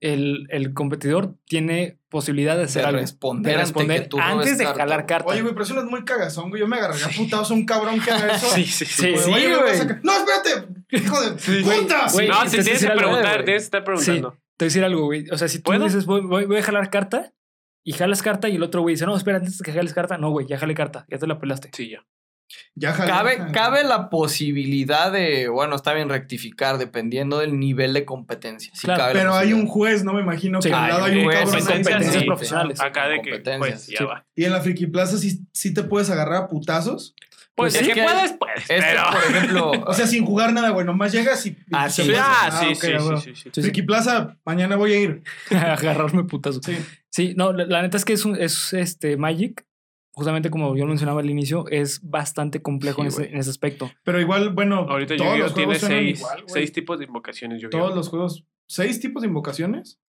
A: el, el competidor tiene posibilidad de hacer
D: de
A: algo.
D: responder,
A: De
D: ante
A: responder
D: que tú
A: antes
D: robes
A: de
D: carta.
A: jalar carta.
B: Oye, güey, pero eso no es muy cagazón, güey. Yo me agarraría a putados a un cabrón que haga eso.
C: <laughs> Sí, sí,
A: Sí,
C: sí.
B: Como de,
D: sí,
B: "Oye,
D: güey.
B: vas a ca- No, espérate. Hijo de
A: güey,
B: puta.
A: güey.
C: No,
A: Sí,
C: te
A: sí, sí,
C: tienes
A: sí,
C: que
A: algo,
C: preguntar,
D: güey.
C: tienes que estar preguntando.
A: Te voy a decir algo, güey. O sea, si tú
C: ¿Puedo?
A: dices, voy, voy- voy a jalar carta y jalas carta y el otro güey dice, no, espera, antes de que jales carta, no, güey, ya jale carta, ya te la pelaste.
C: Sí, ya.
B: Ya jalé.
D: Cabe, cabe la posibilidad de, bueno, está bien rectificar dependiendo del nivel de competencia. Sí
A: Claro,
D: cabe la
B: Pero hay un
D: posibilidad.
B: juez, no me imagino
A: Sí,
B: que al
A: hay
B: lado
A: un
B: hay un
C: juez,
B: cabrón.
A: Son
B: ahí.
A: competencias
C: sí.
A: profesionales.
C: Acá de que,
D: Competencias,
C: pues, ya
A: sí.
C: va.
B: Y en la Friki Plaza sí, sí te puedes agarrar a putazos.
C: Pues,
D: Pues
C: el
D: es
C: que,
D: que-
C: puedes, puedes,
D: Este,
C: pero... <laughs>
D: por ejemplo,
B: <laughs> O sea, sin jugar nada, güey. Nomás llegas y. y
D: Ah,
B: se
D: sí.
B: meten.
C: Ah, sí,
B: ok,
C: sí,
B: a
C: sí,
B: huevo.
C: sí, sí,
A: Sí, sí.
B: Friki Plaza, mañana voy a ir.
A: <laughs> Agarrarme putazo.
B: Sí.
A: Sí, no, la, la neta es que es, un- es este Magic, justamente como yo lo mencionaba al inicio, es bastante complejo
D: Sí,
A: en, ese,
D: güey.
A: en ese aspecto.
B: Pero igual, bueno.
C: Ahorita
B: todos
C: Yu-Gi-Oh!
B: los
C: tiene
B: juegos suenan
C: seis,
B: igual, güey.
C: seis tipos de invocaciones Yu-Gi-Oh!
B: Todos los juegos. Seis tipos de invocaciones.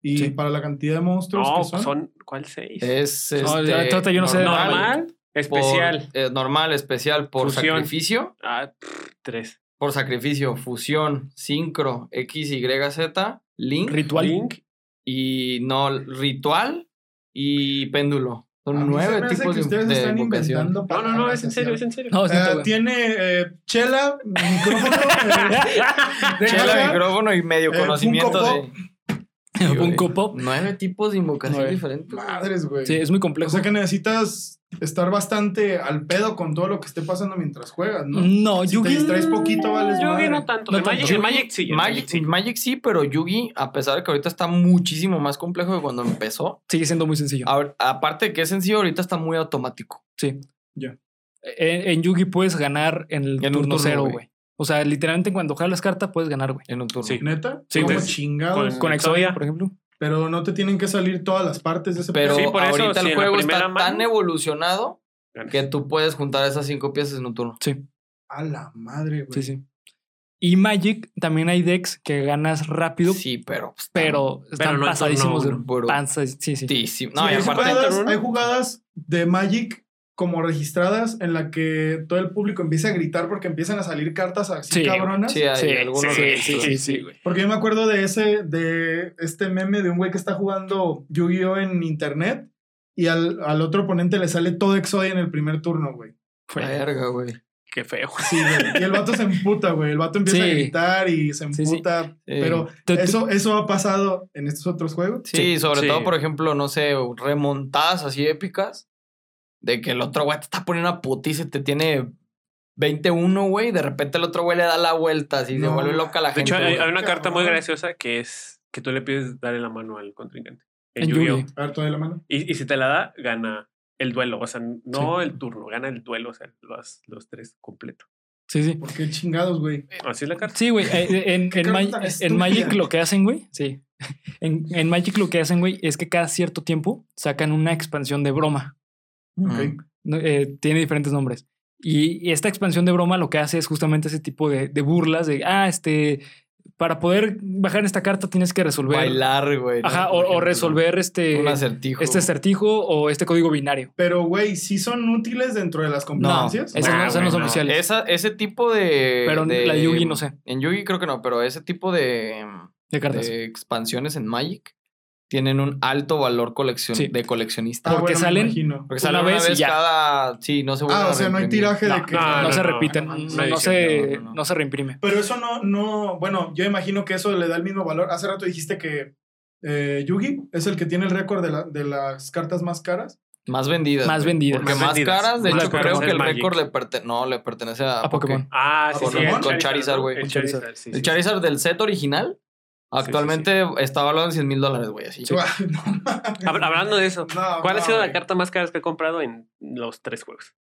B: Y
A: Sí.
B: para la cantidad de monstruos
C: No, pues
B: que son.
C: son? ¿cuál seis?
D: es
A: No,
D: este,
A: ya,
B: Tota,
A: trata, yo no sé de
D: normal.
C: Eh, Normal,
D: por-
C: especial.
D: eh, normal, especial, por
C: Fusión.
D: sacrificio.
C: Ah, pff, tres.
D: Por sacrificio, fusión, sincro, X, Y, Z, link
A: Ritual.
C: Link.
D: y no ritual y péndulo. Son
B: A mí se
D: nueve
B: me hace
D: tipos
B: que
D: de,
B: ustedes
D: de
B: están
D: invocación.
B: inventando
C: No, no, no,
B: palabras
C: es en
B: así,
C: serio,
B: güey.
C: es en serio.
A: No, es
B: Ah,
A: neta, güey.
B: tiene eh, chela, micrófono, <laughs>
C: <laughs>
B: eh,
D: Chela,
B: Ajá.
D: micrófono y medio
B: Eh,
D: conocimiento
B: Funko
D: de. Sí, güey.
A: Funko Pop.
D: Nueve tipos de invocación
A: Nueve.
D: diferentes.
B: madres, güey.
A: Sí, es muy
B: o
A: complejo.
B: sea que necesitas estar bastante al pedo con todo lo que esté pasando mientras juegas, ¿no?
C: Mm.
A: No,
B: Si te
A: Yugi.
B: distraes poquito, vales
C: Yugi
B: madre.
C: no tanto.
A: No
C: el Magic,
A: tanto.
C: el Magic sí. el
D: Magic,
C: sí.
D: Magic sí, pero Yugi, a pesar de que ahorita está muchísimo más complejo que cuando empezó,
A: Sigue siendo muy sencillo.
D: ahor- aparte de que es sencillo, ahorita está muy automático.
A: Sí. E,
B: Ya.
A: En, en Yugi puedes ganar en el
D: En un
A: turno
D: turno,
A: cero,
D: güey.
A: güey. O sea, literalmente cuando jalas carta puedes ganar, güey.
D: En un turno.
C: Sí.
B: ¿Neta?
A: Sí,
B: Como
A: pues,
B: chingados.
C: con-
A: Con
C: Exodia.
A: Exodia, por ejemplo.
B: Pero no te tienen que salir todas las partes de ese
D: Pero
C: Sí,
B: pedo.
C: por eso, si
D: ahorita
C: en
D: el
C: la
D: juego
C: primera
D: está
C: mano-
D: tan evolucionado
C: Ganas.
D: que tú puedes juntar esas cinco piezas en un turno.
A: Sí,
B: A la madre,
A: sí,
B: güey.
A: sí. Y Magic también hay decks que ganas rápido,
D: Sí, pero. pues, está
A: pero están
C: no en turno
A: pasadísimos de
D: uno, bro.
A: panza. Sí, sí.
D: rotísimo.
B: Sí,
D: No, y
B: hay,
D: aparte.
B: jugadas,
C: ¿no?
B: hay jugadas de Magic como registradas en la que todo el público empieza a gritar porque empiezan a salir cartas así
A: Sí,
B: cabronas.
D: Sí, hay
A: Sí,
D: algunos.
A: sí,
D: registros.
A: sí, sí, sí.
C: güey.
B: Porque yo me acuerdo de ese, de este meme de un güey que está jugando Yu-Gi-Oh en internet y al, al otro oponente le sale todo Exodia en el primer turno, güey.
A: Güey.
D: Verga, güey.
C: Qué feo.
B: Sí, güey. Y el vato se emputa, güey. El vato empieza
A: Sí.
B: a gritar y se
A: Sí, sí.
B: emputa. Pero
A: Tú- tú-
B: eso, eso ha pasado en estos otros juegos.
D: Sí, sobre
C: sí.
D: todo, por ejemplo, no sé, remontadas así épicas. De que el otro güey te está poniendo una putiza y te tiene 21, güey. Y de repente el otro güey le da la vuelta así.
B: No.
D: Se vuelve loca la
C: De
D: gente.
C: hecho, hay,
D: güey.
C: hay una carta muy
B: Cabrón.
C: graciosa que es que tú le pides darle la mano al contrincante. En
A: En
C: Yu-Gi-Oh!
A: Yu-Gi-Oh.
B: A ver, toda la mano.
C: Y, y si te la da, gana el duelo. O sea, no el turno, gana el duelo. O sea, los, los tres completo.
A: Sí, sí.
B: ¿Por qué chingados, güey?
C: Así es la carta.
A: Sí, güey. eh, eh, En,
B: Qué
A: en Ma-
B: carta
A: en
B: estúpida.
A: Magic lo que hacen, güey. Sí. En, en Magic lo que hacen, güey, es que cada cierto tiempo sacan una expansión de broma.
D: Ujú.
B: Ok.
A: No, eh, tiene diferentes nombres. Y, y esta expansión de broma lo que hace es justamente ese tipo de, de burlas de, ah, este, para poder bajar esta carta tienes que resolver.
D: Bailar, güey. ¿no?
A: Ajá,
D: Por
A: o, o
D: ejemplo,
A: resolver este,
D: Un acertijo.
A: este acertijo o este código binario.
B: Pero, güey, ¿sí son útiles dentro de las competencias?
D: No,
A: Esas
C: Ah,
A: no, esas no
C: güey,
A: son
C: no.
A: oficiales.
D: Esa- ese tipo de.
A: Pero
D: de-
A: la de Yugi no sé,
D: En Yugi creo que no, pero ese tipo de,
A: de cartas.
D: de expansiones en Magic tienen un alto valor coleccion
A: Sí.
D: de coleccionista.
A: porque
B: me
A: salen-
B: imagino.
D: Porque
A: una
D: sale una
A: vez
D: vez,
A: y ya.
D: cada. Sí, no se vuelve
B: Ah,
D: a
B: o sea, no hay
D: reimprimir.
B: tiraje de
A: No,
B: que.
A: no,
C: no,
A: se
C: no,
A: repiten, no,
C: no, no,
A: no
C: no,
A: se,
D: no, no, no.
A: no se reimprime.
B: Pero eso no, no, bueno, yo imagino que eso le da el mismo valor. Hace rato dijiste que eh, Yugi es el que tiene el récord de, la- de las cartas más caras.
D: Más vendidas.
A: Más
D: güey.
A: vendidas.
D: Porque
C: Más
D: más,
C: vendidas.
D: caras, de
A: Más
D: hecho,
A: caras
D: creo
A: del
D: que el
C: Magic.
D: récula récord le pertene- no, le pertenece a,
A: A Pokémon.
C: Ah, sí,
B: Ah,
C: sí,
B: Pokémon.
C: el
D: Con Charizard,
C: ¿no?
D: güey.
C: El
A: Con
C: Charizard, sí.
D: El
C: sí,
D: Charizard del set original actualmente está valorado en 100 mil dólares, güey. Así.
B: <laughs>
C: sí.
B: No,
C: Hab- Hablando de eso,
B: no,
C: ¿cuál ha
B: no,
C: sido la
B: güey.
C: carta más cara que he comprado en los tres juegos?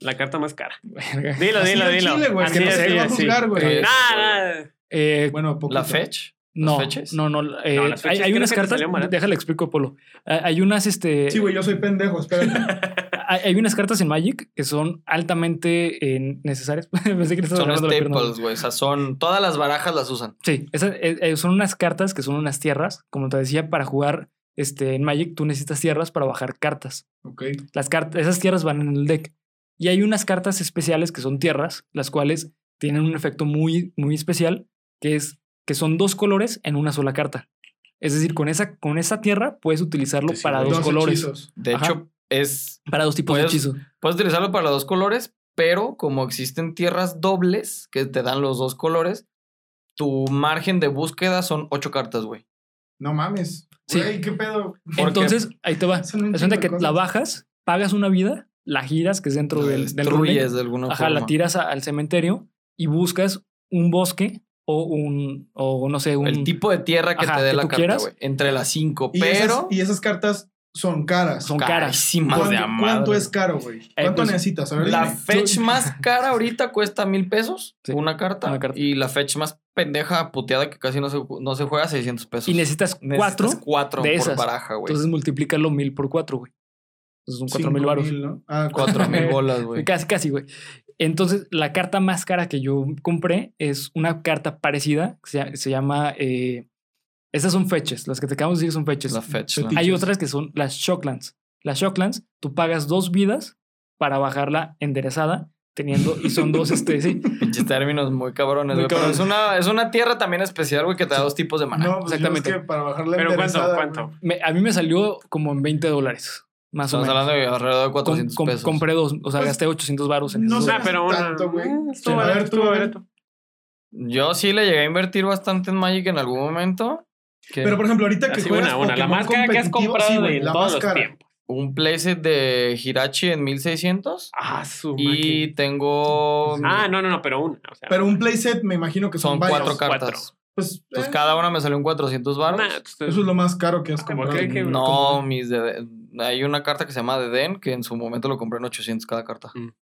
C: La carta más cara.
A: <laughs> Verga.
C: Dilo,
B: Así
C: dilo,
B: al
C: dilo.
B: chile, güey,
C: Así
B: que no
C: es,
B: se
C: sí,
B: va a
C: así.
B: juzgar, güey.
D: Eh,
C: Nah, nah.
A: Eh,
B: Bueno, poquito.
D: La Fetch.
A: no,
D: fechas?
A: no, no, eh,
C: No, las fechas
A: hay, hay
C: creo
A: unas
C: que te eh?
A: cartas,
C: salieron baratas.
A: déjale explico, Polo. Ah, Hay unas, este,
B: Sí, güey, yo soy
C: <laughs>
B: pendejo, espérate.
A: hay, hay unas cartas en Magic que son altamente eh, necesarias. <laughs> Pensé que le estabas
D: Son
A: hablando de la pierna.
D: staples, güey. O sea, son. Todas las barajas las usan.
A: Sí, esas, eh, eh, son unas cartas que son unas tierras. Como te decía, para jugar este, en Magic tú necesitas tierras para bajar cartas.
B: ok.
A: Las cartas, esas tierras van en el deck. Y hay unas cartas especiales que son tierras, las cuales tienen un efecto muy, muy especial, que es que son dos colores en una sola carta. Es decir, con esa, con esa tierra puedes utilizarlo
C: Te sirve
A: para
C: A
A: dos,
B: Dos
A: colores.
B: hechizos.
D: De
A: Ajá.
D: hecho, es.
A: Para dos tipos
D: Puedes-
A: de hechizo.
D: Puedes utilizarlo para los dos colores, pero como existen tierras dobles que te dan los dos colores, tu margen de búsqueda son ocho cartas, güey.
B: No mames.
A: Sí.
B: Güey, qué pedo. <laughs>
A: Entonces, ahí te va.
B: Son un
A: Haz cuenta
B: chingo de
A: que la
B: cosas.
A: bajas, pagas una vida, la giras, que es dentro
D: Lo
A: del, del rune,
D: destruyes de alguna
A: Ajá,
D: forma.
A: la tiras a- al cementerio y buscas un bosque o un, o no sé, un...
D: El tipo de tierra que
A: Ajá,
D: te dé
A: que
D: la
A: tú
D: carta,
A: quieras.
D: güey. Entre las cinco,
B: Y, esas,
D: pero.
B: y esas cartas son caras.
A: Son caras.
D: carísimas
B: ¿Cuánto,
D: de a
B: cuánto
D: madre.
B: es caro,
C: Eh,
B: güey? ¿Cuánto
A: pues,
B: necesitas? A ver,
D: La
B: dime.
A: <laughs>
D: fetch más cara ahorita cuesta mil pesos,
A: Sí,
D: una, carta,
A: una carta.
D: Y la fetch más pendeja puteada que casi no se, no se juega, 600 pesos.
A: Y necesitas
D: Necesitas
A: cuatro,
D: cuatro
A: de
D: por
A: esas.
D: baraja, güey.
A: entonces multiplícalo mil por cuatro, güey. Entonces son cuatro mil
B: Cinco
A: baros.
B: ¿no? Ah,
D: <laughs> Cuatro
A: <laughs>
D: mil bolas, güey.
A: Casi, casi, güey. Entonces, la carta más cara que yo compré es una carta parecida, que se, se llama... eh, esas son fechas, las que te acabamos de decir son fechas.
D: La fetch. ¿no?
B: Fetiche.
A: Hay
B: Dichos.
A: otras que son las Shocklands. Las Shocklands, tú pagas dos vidas para bajarla enderezada, teniendo, y son dos, este,
D: <laughs>
A: sí.
D: Pinches términos muy cabrones,
B: Muy
D: güey. Pero
B: cabrones.
D: es una, es una tierra también especial, güey, que te da dos tipos de maná.
B: No, pues
A: Exactamente.
B: exactamente. que para bajar la
C: Pero ¿cuánto?
B: enderezada,
C: ¿Cuánto?
A: Me- a mí me salió como en 20 dólares, más
D: Estamos
A: o menos.
D: hablando de alrededor
A: Com-
D: de 400
A: com-
D: pesos.
A: compré dos, o sea,
B: Pues,
A: gasté 800 baros en
B: no
A: esos
B: sé.
C: Nah,
A: dos.
C: pero una.
B: Tanto, güey.
C: Mm,
B: Sí.
C: Estuvo
B: A
C: barato,
B: ver, tú,
C: estuvo
B: a ver.
C: barato.
D: Yo sí le llegué a invertir bastante en Magic en algún momento. que
B: Pero por ejemplo, ahorita que
C: Así
B: juegas
C: una, una. La
B: Pokémon
C: más cara que has
B: competitivo,
C: comprado
B: sí, güey,
C: de
B: la
C: todos
B: más
C: los
B: cara.
C: tiempos.
D: un playset de Hirachi en 1600.
C: Ah, su
D: Y
C: máquina.
D: tengo.
C: Ah, no, no, no, pero una. O sea,
B: Pero un playset me imagino que son,
D: son
B: varios.
D: cuatro
C: cuatro.
D: cartas.
B: Pues,
D: Entonces
B: eh,
D: cada una me salió un 400 baros.
C: nah, pues,
B: eso es lo más caro que has
C: Ah, ¿por
B: comprado.
C: qué? ¿Qué?
D: no, mis de- hay una carta que se llama Deden que en su momento lo compré en 800 cada carta.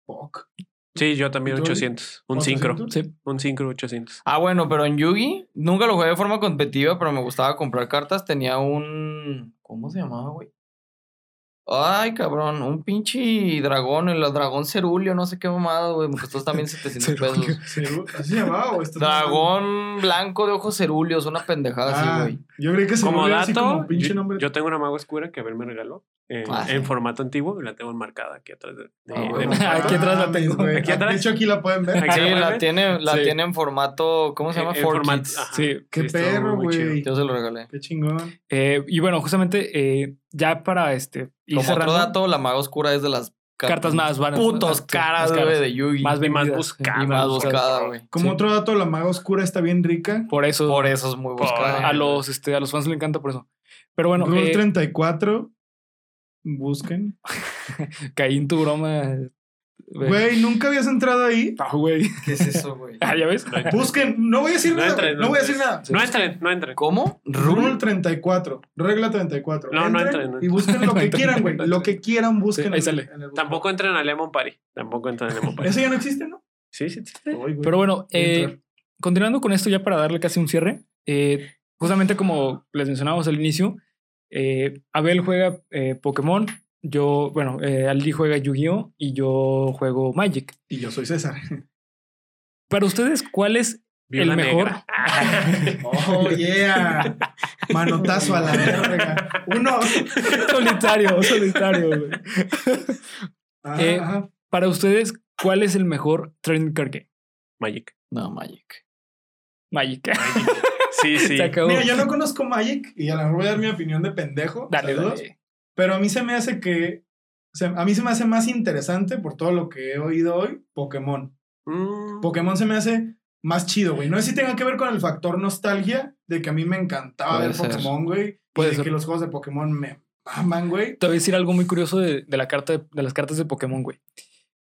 B: Fuck.
C: Sí, yo también
B: ¿Tú,
C: 800. Un sincro.
B: 800?
A: Sí.
C: Un sincro 800.
D: Ah, bueno, pero en Yugi nunca lo jugué de forma competitiva, pero me gustaba comprar cartas. Tenía un. ¿Cómo se llamaba, güey? Ay, cabrón, un pinche dragón, el dragón cerulio, no sé qué mamada, güey. Me costó también 700
A: Cerulio.
D: <laughs> pesos.
B: Sí, ¿Así se llamaba este o estás
D: Dragón blanco de ojos ceruleos, una pendejada
B: Ah,
D: así, güey.
B: Yo creí que se
C: Como
B: llamaba así
C: dato,
B: como pinche
C: yo,
B: nombre.
C: yo tengo una mago oscura que Abel me regaló eh,
D: Ah, sí.
C: en formato antiguo y la tengo enmarcada aquí atrás de, de-
D: Ah,
C: de
D: bueno.
C: mi-
A: Aquí atrás la tengo.
B: Mames, güey.
C: Aquí atrás.
B: De hecho, aquí la pueden ver.
C: Aquí
D: Sí, la
C: ¿Vale?
D: tiene, la
A: Sí.
D: tiene en formato. ¿Cómo se llama?
C: en
D: 4
C: formato-
D: Kids.
C: ajá.
A: Sí,
B: qué
C: estuvo
B: perro,
C: muy chido.
B: güey.
D: Yo se lo regalé.
B: Qué chingón.
A: Eh, y bueno, justamente eh, ya para este. ir
D: Como
A: cerrando,
D: otro dato, la maga oscura es de las
A: cartas más van
D: putos caras, güey, de Yugi.
A: Más
D: Más
C: Y más
A: vendidas,
C: buscadas.
A: y
D: y más
A: buscadas.
D: buscada, güey.
B: Como
A: Sí.
B: otro dato, la maga oscura está bien rica.
A: Por eso.
D: Por eso es muy buscada.
A: a los este, a los fans le encanta por eso. Pero bueno,
B: Rule
A: eh,
B: 34. Busquen.
A: caí en tu broma. eh,
B: Güey, nunca habías entrado ahí.
A: Ah, güey. <laughs>
D: ¿Qué es eso, güey?
A: Ah, ya ves.
B: Busquen. No voy a decir
C: No
B: nada.
C: entren,
B: güey, No voy a decir
C: entren.
B: nada.
C: No entren, no entren.
D: ¿Cómo?
B: Rule
D: ¿Rule?
B: 34, regla 34.
C: No, no
B: Entren
C: entren, no
B: Y
A: <laughs>
B: busquen lo
A: No
B: que
A: entren,
B: quieran,
A: no
B: güey.
A: entren.
B: Lo que quieran, busquen.
A: Sí, ahí
B: en el-
A: sale.
B: en el buscador.
C: Tampoco entren a Lemon Party. Tampoco entren a Lemon
B: <laughs>
C: Party.
B: Eso ya no existe, ¿no?
C: Sí, sí, sí.
A: Pero bueno, eh,
B: Entra.
A: continuando con esto ya para darle casi un cierre, eh, justamente como les mencionábamos al inicio, eh, Abel juega eh, Pokémon, yo, bueno, eh, Ali juega Yu-Gi-Oh y yo juego Magic.
B: Y yo
C: <laughs>
B: soy César.
A: Para ustedes, ¿cuál es
C: Viola
A: el mejor?
C: negra.
B: Oh,
A: <laughs>
B: yeah. Manotazo a la verga. Uno.
A: <laughs> solitario, solitario, güey.
B: Ajá,
A: Eh,
B: ajá.
A: Para ustedes, ¿cuál es el mejor trading card game?
C: Magic.
D: No, Magic.
A: Magic. <laughs>
C: Sí, sí.
A: Se acabó.
B: Mira, yo no conozco Magic y a la mejor voy a dar mi opinión de pendejo.
A: Dale,
B: saludos,
A: dale.
B: Pero a mí se me hace que. se- a mí se me hace más interesante por todo lo que he oído hoy, Pokémon.
C: Mm,
B: Pokémon se me hace más chido, güey. No sé si tenga que ver con el factor nostalgia de que a mí me encantaba
D: Puede
B: ver
D: ser.
B: Pokémon, güey. Y
A: Puede
B: de
A: ser.
B: que los juegos de Pokémon me maman, güey.
A: Te voy a decir algo muy curioso de, de la carta de, de las cartas de Pokémon, güey.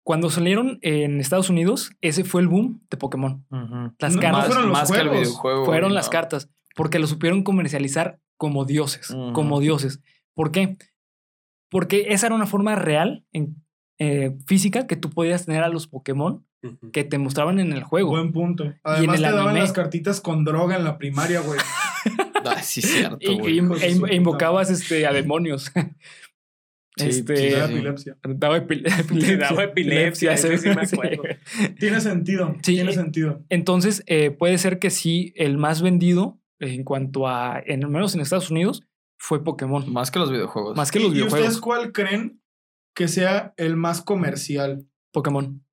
A: Cuando salieron en Estados Unidos, ese fue el boom de Pokémon. Las
B: No,
A: cartas
D: Más,
B: fueron los
D: más que el
B: juegos.
D: videojuego.
A: fueron
D: güey,
A: las
D: no.
A: cartas, porque lo supieron comercializar como dioses,
D: Ujú.
A: como dioses. ¿Por qué? Porque esa era una forma real, en, eh, física, que tú podías tener a los Pokémon
C: ujú.
A: que te mostraban en el juego.
B: Buen punto. Además
A: el
B: te daban
A: anime-
B: las cartitas con droga en la primaria, güey.
D: Ah, sí, cierto,
A: <laughs> Y-
D: güey.
A: y-
B: hijo de
A: e-
B: su puta
A: e invocabas este, a demonios. <laughs>
D: Sí,
B: Te
A: este,
B: da
D: sí.
B: epilepsia.
A: daba epile- <laughs> epilepsia.
C: daba epilepsia,
A: sí,
C: eso sí me
A: sí.
C: acuerdo.
B: Tiene sentido,
A: Sí.
B: tiene sentido.
A: Entonces, eh, puede ser que sí, el más vendido eh, en cuanto a, en, al menos en Estados Unidos, fue Pokémon.
D: Más que los videojuegos.
A: Más que
B: ¿Y-
A: los
B: ¿Y
A: videojuegos,
B: ustedes cuál creen que sea el más comercial?
A: Pokémon.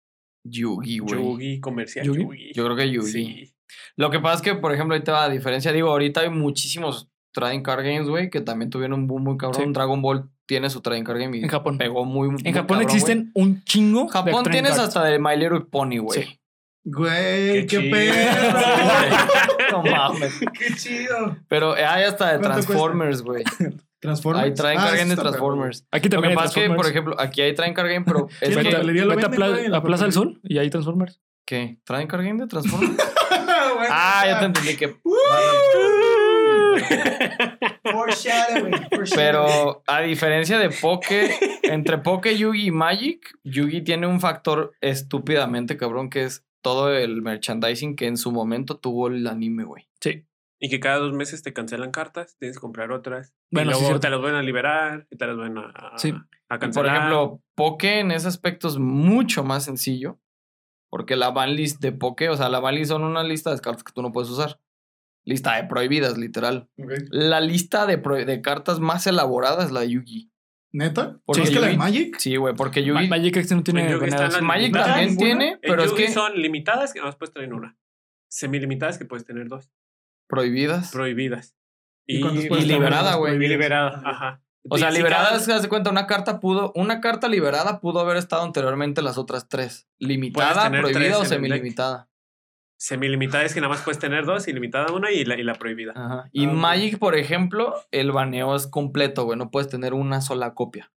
D: Yugi, güey.
C: Yugi, comercial.
A: Yugi.
C: Yugi.
D: Yo creo que Yugi.
C: Sí.
D: Lo que pasa es que, por ejemplo, ahorita a diferencia, digo, ahorita hay muchísimos trading card games, güey, que también tuvieron un boom muy cabrón.
A: Sí.
D: Dragon Ball tiene su trading card game y
A: En Japón.
D: pegó muy
A: En Japón existen un chingo. de
D: Japón
A: trading
D: tienes
A: cards.
D: hasta de My Little Pony, güey. <laughs>
A: Sí.
B: Güey,
C: Qué
B: qué,
C: chido.
B: pedo.
A: <laughs>
D: no mames.
B: qué chido.
D: Pero eh, hay hasta de
B: ¿Cuánto cuesta?
D: Transformers, güey.
B: Transformers.
D: Hay trading
B: Ah,
D: card
B: eso
D: game de
B: está
D: Transformers.
A: Aquí
D: Lo que
A: también hay
D: pasa es que, por
A: Transformers.
D: ejemplo, aquí hay trading card game, pero es
B: <laughs> ¿Quién
A: Vete,
B: la
A: a-
D: que,
B: papelería lo
A: vete a
B: venden,
A: Pla-
B: güey, en la
A: a Plaza del
B: papelería.
A: Sol y hay Transformers.
D: ¿qué? ¿Trading card game
B: <laughs>
D: de Transformers?
B: perro. Bueno,
D: ah, ya
B: ya.
D: te
B: <laughs>
D: entendí que...
B: Foreshadowing, foreshadowing.
D: Pero a diferencia de Poke, entre Poke, Yugi y Magic, Yugi tiene un factor estúpidamente cabrón que es todo el merchandising que en su momento tuvo el anime, güey.
C: Y que cada dos meses te cancelan cartas, tienes que comprar otras.
A: Bueno,
C: y
A: sí,
C: luego
A: cierto.
C: te las vuelven a liberar y te las vuelven a,
A: Sí.
C: a
D: Y, Por
C: cancelar.
D: ejemplo, Poke en ese aspecto es mucho más sencillo porque la banlist de Poke, o sea, la banlist son una lista de cartas que tú no puedes usar. Lista de prohibidas, literal.
B: Ok.
D: La lista de, pro- de cartas más elaborada es la de Yugi.
B: ¿Neta?
D: Porque
B: ¿Más que la de
D: Yugi-
B: Magic?
D: Sí, güey, porque
A: Ma-
D: Yugi...
A: Magic X no tiene
C: En Yugi están
A: venados.
C: las
D: Magic
C: limitadas.
D: también
B: ninguna.
D: tiene,
C: En
D: pero es
C: Yugi
D: que...
C: Eh, son limitadas que nada más puedes tener una. Semilimitadas que puedes tener dos.
D: Prohibidas.
C: Prohibidas.
B: cuántas
D: y
B: puedes tener?
D: liberada, güey.
C: Y
B: Prohibidas.
C: liberada,
B: Ah,
C: ajá.
D: O sea,
C: Y si
D: liberadas,
C: cada-
D: se hace cuenta, una carta pudo, una carta liberada pudo haber estado anteriormente las otras tres. Limitada,
C: tener tres
D: prohibida
C: en
D: o
C: el deck.
D: semilimitada.
C: Semilimitadas que nada más puedes tener dos, ilimitada una y la, y la prohibida.
D: Ajá. Y
B: Ah, ok.
D: Magic, por ejemplo, el baneo es completo, güey. No puedes tener una sola copia.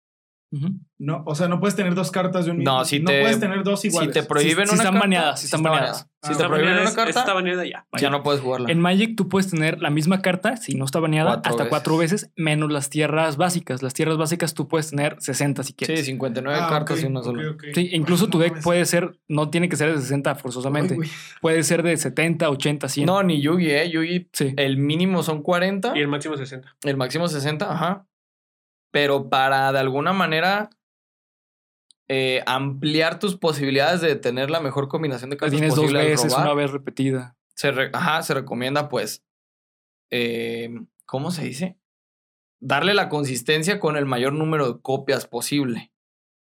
A: Ujú.
B: No, o sea, no puedes tener dos cartas de un
D: No,
B: mismo-
D: si
B: no
D: te-
B: puedes tener dos iguales.
D: Si te prohíben
A: si
D: una
A: están
D: carta,
A: baneadas, si
D: sí
A: están
D: está
A: baneadas.
D: baneada.
B: Ah,
D: si te
B: está
D: prohíben
C: baneada
D: una
C: es-
D: carta,
C: Está baneada ya. vaya.
D: ya no puedes jugarla.
A: En Magic tú puedes tener la misma carta, si no está baneada,
D: Cuatro
A: hasta
D: veces.
A: cuatro veces, menos las tierras básicas. Las tierras básicas tú puedes tener 60 si
D: Sí,
A: quieres.
D: 59
B: Ah,
D: cartas
B: ok,
D: y una
B: ok,
D: sola.
B: ok.
A: Sí, incluso
B: No
A: tu deck
B: mames.
A: puede ser, no tiene que ser de 60
B: Ay,
A: forzosamente.
B: güey.
A: puede ser de 70, 80, 100.
D: No, ni Yugi, ¿eh? Yugi,
A: Sí.
D: el mínimo son 40.
C: Y el máximo 60.
D: El máximo 60, ajá. Pero para de alguna manera eh, ampliar tus posibilidades de tener la mejor combinación de
A: La
D: cartas
A: Pues tienes dos
D: posible al
A: veces,
D: robar,
A: una vez repetida.
D: Se re- ajá, se recomienda, pues. eh, ¿Cómo se dice? Darle la consistencia con el mayor número de copias posible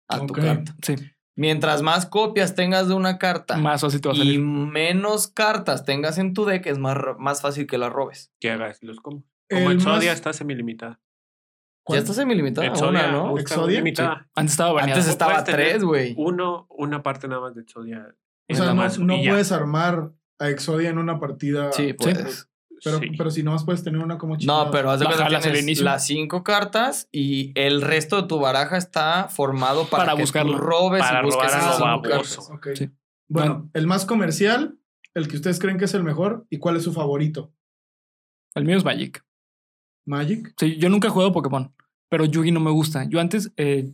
D: a tu
B: Ok.
D: carta.
A: Sí,
D: Mientras más copias tengas de una carta
A: más fácil te va a
D: y
A: salir.
D: menos cartas tengas en tu deck, es más, r- más fácil que la robes.
C: Que hagas los combos.
B: El
C: Como
B: más-
C: Exodia está semilimitada.
D: Ya
B: ¿Cuál?
D: estás semilimitada a
C: Exodia,
D: una, ¿no?
C: busca
B: Exodia, sí.
C: limitada.
A: Antes estaba baneado.
D: Antes
C: O
D: estaba
C: puedes tener
D: tres, güey.
C: Uno, una parte nada más de Exodia.
B: O
C: nada
B: sea, no,
C: más,
B: no
C: y ya.
B: puedes armar a Exodia en una partida.
D: Sí, puedes.
B: Pero,
C: Sí.
B: pero si nomás puedes tener una como chingada.
D: No, pero haz de
A: Baja
D: cuenta
A: las
D: tienes
A: al inicio.
D: las cinco cartas y el resto de tu baraja está formado para,
A: Para
D: que
A: buscarlo,
D: tú robes
C: para
D: y busques
C: robar a
D: esas
C: lo
D: cinco
C: baboso.
D: cartas.
B: Ok.
A: Sí.
B: Bueno, el más comercial, el que ustedes creen que es el mejor y cuál es su favorito.
A: El mío es Magic.
B: Magic.
A: Sí, yo nunca he jugado Pokémon, pero Yugi no me gusta. Yo antes. eh,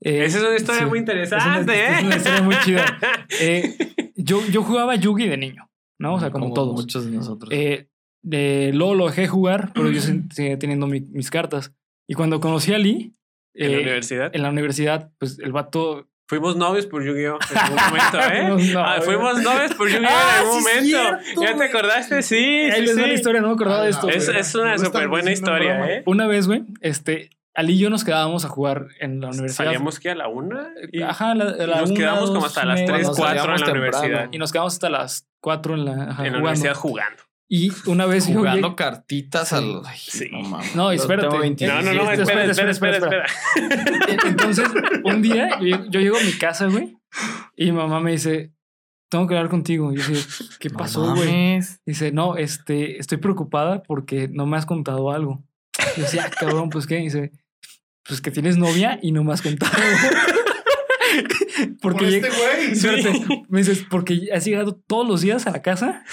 A: eh,
C: Esa es una historia
A: sí.
C: muy interesante,
A: Es una-
C: ¿eh?
A: es una historia muy chida. Eh, yo, yo jugaba Yugi de niño, ¿no?
D: Ah,
A: O sea, como, todos.
D: Muchos de nosotros.
A: Eh,
C: <clears throat>
A: de- luego lo dejé jugar, pero yo sen- seguía teniendo mi- mis cartas. Y cuando conocí a Lee,
C: <laughs> en la
A: eh,
C: universidad.
A: en la universidad, pues el
C: <laughs>
A: vato.
C: Fuimos novios por Yu-Gi-Oh! en
A: <laughs>
C: algún momento, ¿eh?
A: Fuimos
C: Ah,
A: novios.
C: fuimos novios por Yu-Gi-Oh!
A: <laughs> Ah,
C: en algún
A: sí es
C: momento.
A: cierto,
C: ¿Ya te
A: güey.
C: acordaste? Sí,
A: Ahí
C: sí,
A: les va
C: sí.
A: la historia, no me acordaba de
B: Ah,
A: esto.
B: no,
A: güey.
C: Es,
B: güey.
C: es una
B: No estamos
C: súper buena
B: diciendo
C: historia,
B: broma.
C: ¿eh?
A: Una vez, güey, este, Ali y yo nos quedábamos a jugar en la universidad.
C: Salíamos que a la una y
A: Ajá, a la, a la
C: nos
A: una,
C: quedamos como
A: dos
C: hasta
A: y
C: las
A: media.
C: tres,
D: Cuando
C: cuatro en
D: salíamos
C: la
D: temprano.
C: universidad.
A: Y nos quedamos hasta las 4 en la, ajá,
C: En la
A: jugando.
C: universidad jugando.
A: Y una vez yo
D: Jugando
A: llegué-
D: cartitas a
A: Sí.
D: los. Ay,
C: Sí.
D: No mames.
A: No,
D: Yo
A: espérate.
D: tengo 26.
C: No, no, no,
A: sí,
C: espera,
A: espera,
C: espera, espera,
A: espera,
C: espera.
A: E-, Entonces, un día yo, yo llego a mi casa, güey, y mi mamá me dice, tengo que hablar contigo. Y yo dije, ¿qué
D: No
A: pasó, güey?
D: mames.
A: Dice, no, este, estoy preocupada porque no me has contado algo. Yo decía, "Ah, cabrón, pues qué. Dice, pues que tienes novia y no me has contado. <laughs> porque
B: Por
A: lleg-
B: este
C: <laughs>
B: güey.
A: Suerte. Me dices, porque has llegado todos los días a la casa,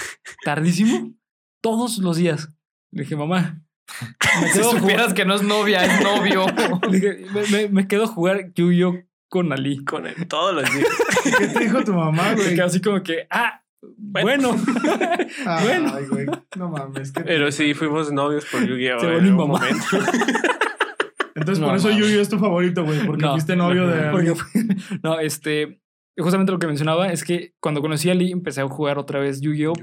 A: tardísimo, todos los días. Le dije, mamá, me
D: Si
A: quedo a jugar,
D: supieras que no es novia,
A: <laughs>
D: es novio.
A: le dije, me, me- me quedo a jugar Yu-Gi-Oh con Ali.
C: Con él todos los días.
B: ¿Qué te dijo tu
D: <laughs>
B: mamá,
A: Me
B: güey?
A: quedo así como que, ah, bueno,
B: Ay,
A: bueno.
B: güey. No mames.
D: <laughs>
B: ¿qué te-
C: Pero sí, fuimos novios por Yu-Gi-Oh!
A: Se
C: en
A: volvió
C: algún
A: mamá.
C: momento.
A: <laughs>
B: Entonces,
D: No
B: por eso
D: mames.
B: Yu-Gi-Oh es tu favorito, güey. Porque
A: No,
B: fuiste novio
C: no,
B: de.
A: porque- no, este, justamente lo que mencionaba es que cuando conocí a Ali empecé a jugar otra vez Yu-Gi-Oh,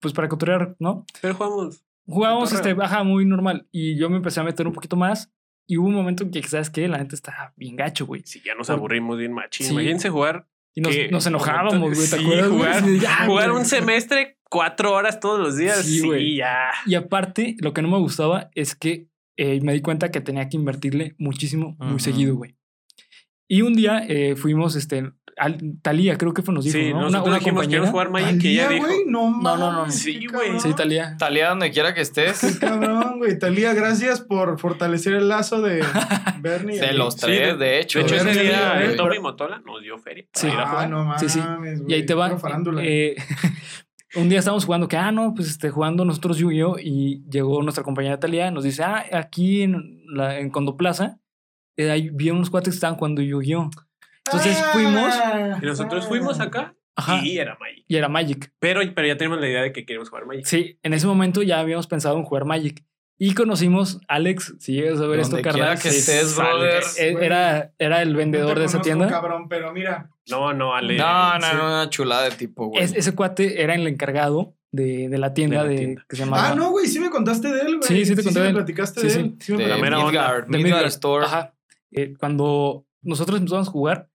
A: pues para cotorrear, ¿no?
C: Pero jugamos.
A: Jugábamos
C: Cotorreo.
A: este, baja muy normal y yo me empecé a meter un poquito más y hubo un momento en que, ¿sabes qué? La neta está bien gacho, güey.
C: Sí, ya nos
A: Por-
C: aburrimos bien machín.
A: Sí.
C: Imagínense jugar.
A: Y nos,
C: que-
A: nos enojábamos, güey, ¿te
C: Sí,
A: acuerdas? güey?
C: Jugar,
A: Así de, "Ya,
C: jugar
A: Ah, güey".
C: un semestre cuatro horas todos los días.
A: Sí,
C: Sí,
A: güey.
C: ya.
A: Y aparte, lo que no me gustaba es que eh, me di cuenta que tenía que invertirle muchísimo, muy
D: Ujú.
A: seguido, güey. Y un día eh, fuimos, este, al, Talía, creo que fue nos dijo,
C: Sí,
A: ¿no?
C: nosotros dijimos,
A: compañera.
C: quiero jugar Magic. Y ella
B: Talía,
C: dijo,
B: güey, No
A: no,
B: mames.
A: no.
B: qué
C: Sí, güey.
B: cabrón.
A: Sí, Talía.
D: Talía, donde quiera que
B: Qué
D: estés.
B: cabrón, güey. Talía, gracias por fortalecer el
A: <laughs>
B: lazo de Bernie. y
D: De
B: Ali.
D: los
C: Sí,
D: tres,
C: de-
D: de hecho.
C: de hecho,
D: güey.
B: es-
C: ese
B: sí,
C: día
B: güey,
C: eh,
B: pero-
C: Tommy Motola nos dio feria. para
A: Sí.
C: ir a
B: Ah,
C: jugar.
B: no mames.
A: Sí, sí.
B: güey.
A: Y ahí te va.
B: Pura farándula.
A: eh, <laughs> un día estábamos jugando que, ah, no, pues este, jugando nosotros Yu-Gi-Oh! Y llegó nuestra compañera Talía y nos dice, ah, aquí en, la, en Condoplaza eh, ahí vi unos cuates que estaban jugando Yu-Gi-Oh! Entonces
B: Ah,
A: fuimos.
C: Y nosotros
B: ah.
C: fuimos acá
A: Ajá.
C: y era Magic.
A: Y era Magic.
C: Pero, pero ya tenemos la idea de que queremos jugar Magic.
A: Sí, en ese momento ya habíamos pensado en jugar Magic. Y conocimos a Alex, si llegas a ver esto,
D: Donde quiera
A: carnal.
D: que
A: sí,
D: estés,
A: sale.
D: brother.
A: E- Era, era el
B: No te
A: vendedor de esa
B: conozco,
A: tienda.
B: cabrón, pero mira.
C: No, no, Ale.
D: No, no,
B: Sí.
D: no, una chulada de tipo, güey.
A: Es- ese cuate era el encargado de, de la tienda,
C: la
A: de,
C: tienda.
A: que se llamaba.
B: Ah, no, güey, sí me contaste de él, güey.
A: Sí, sí te conté de
B: me
A: él.
B: platicaste
A: Sí,
B: de
A: sí.
B: él. Sí me
D: de
C: la mera onda.
D: Midgard,
A: De
D: Midgard
A: Midgard.
D: Store.
A: Ajá. Eh, cuando nosotros empezamos a jugar,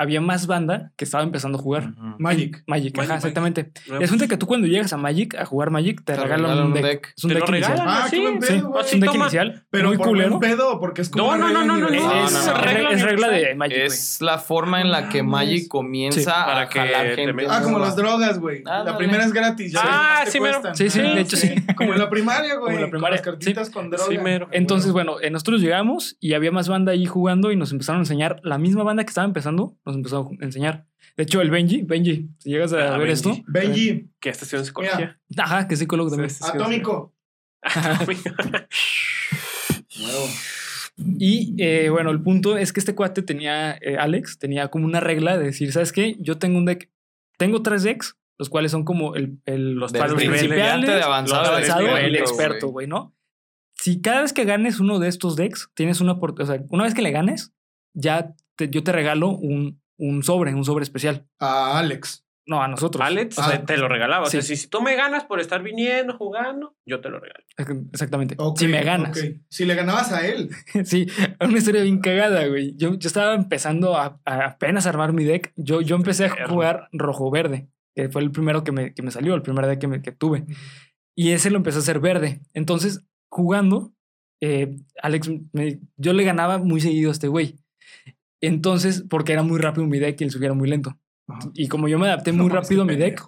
A: había más banda que estaba empezando a jugar.
D: Ujú.
B: Magic.
A: Magic,
C: Magic,
A: ajá, exactamente.
C: No,
A: Y asunto que tú cuando llegas a Magic, a jugar Magic, te,
D: Te
A: regalan, un deck. Es un
C: Te lo
A: deck inicial.
C: regalan,
B: Ah,
C: sí,
B: qué buen
A: Sí,
B: pedo, güey.
A: es un deck
C: Toma.
A: inicial.
B: Pero
A: muy
B: por
A: culero.
B: buen pedo, porque es como.
C: No,
B: una
C: no, no, no,
B: regla
C: no,
A: Es,
D: no,
B: universal.
D: no,
A: es
D: no.
A: regla, es regla de Magic. güey.
D: Es la forma en la que Magic comienza
A: Sí,
C: para
D: a
C: que
D: jalar
C: te
D: gente.
C: metas.
B: Ah, como las drogas, güey.
D: Ándale.
B: La primera es gratis. ya
C: Ah,
B: las demás te
C: sí, mero.
B: cuestan.
A: Sí, sí,
B: Ah,
A: de hecho, sí.
B: <laughs> Como en la primaria, güey.
A: Como en la
B: con
A: primaria,
B: las cartitas con droga.
C: Sí, mero.
A: Entonces, bueno, eh, nosotros llegamos y había más banda ahí jugando y nos empezaron a enseñar. La misma banda que estaba empezando nos empezó a enseñar. De hecho, el Benji, Benji, si llegas a
C: Ah,
A: ver
C: Benji.
A: esto. Eh,
B: Benji,
C: Que esta estudió en psicología.
A: Ajá, que es psicólogo también.
C: Sí, sí, sí.
B: atómico.
C: <laughs>
A: <laughs> Y eh, bueno, el punto es que este cuate tenía, eh, Alex, tenía como una regla de decir, ¿sabes qué? Yo tengo un deck, tengo tres decks, los cuales son como el, el-
C: Los
A: para los
C: tres niveles,
A: principiales,
D: principiante, de
A: los
D: avanzado,
C: los
A: avanzado y el
C: niveles,
A: experto, güey, ¿no? Si cada vez que ganes uno de estos decks, tienes una oportunidad, o sea, una vez que le ganes, ya te- yo te regalo un, un sobre, un sobre especial.
B: A Alex.
A: No, a nosotros.
C: Alex,
B: Ah.
C: te lo regalaba. O sea,
A: Pues, Sí.
C: si, si tú me ganas por estar viniendo, jugando, yo te lo regalo.
A: Ex- Exactamente.
B: Ok,
A: si me ganas.
B: ok. Si le ganabas a él.
A: <laughs> Sí, una historia bien cagada, güey. Yo, yo estaba empezando a, a apenas armar mi deck. Yo, yo empecé a
C: Perro.
A: jugar rojo-verde, que fue el primero que me, que me salió, el primer deck que, me- que tuve. Y ese lo empecé a hacer verde. Entonces, jugando, eh, Alex, me- yo le ganaba muy seguido a este güey. Entonces, porque era muy rápido mi deck y el suyo era muy lento.
B: Ajá.
A: Y como yo me adapté muy
B: No mames,
A: rápido a
B: qué
A: mi deck,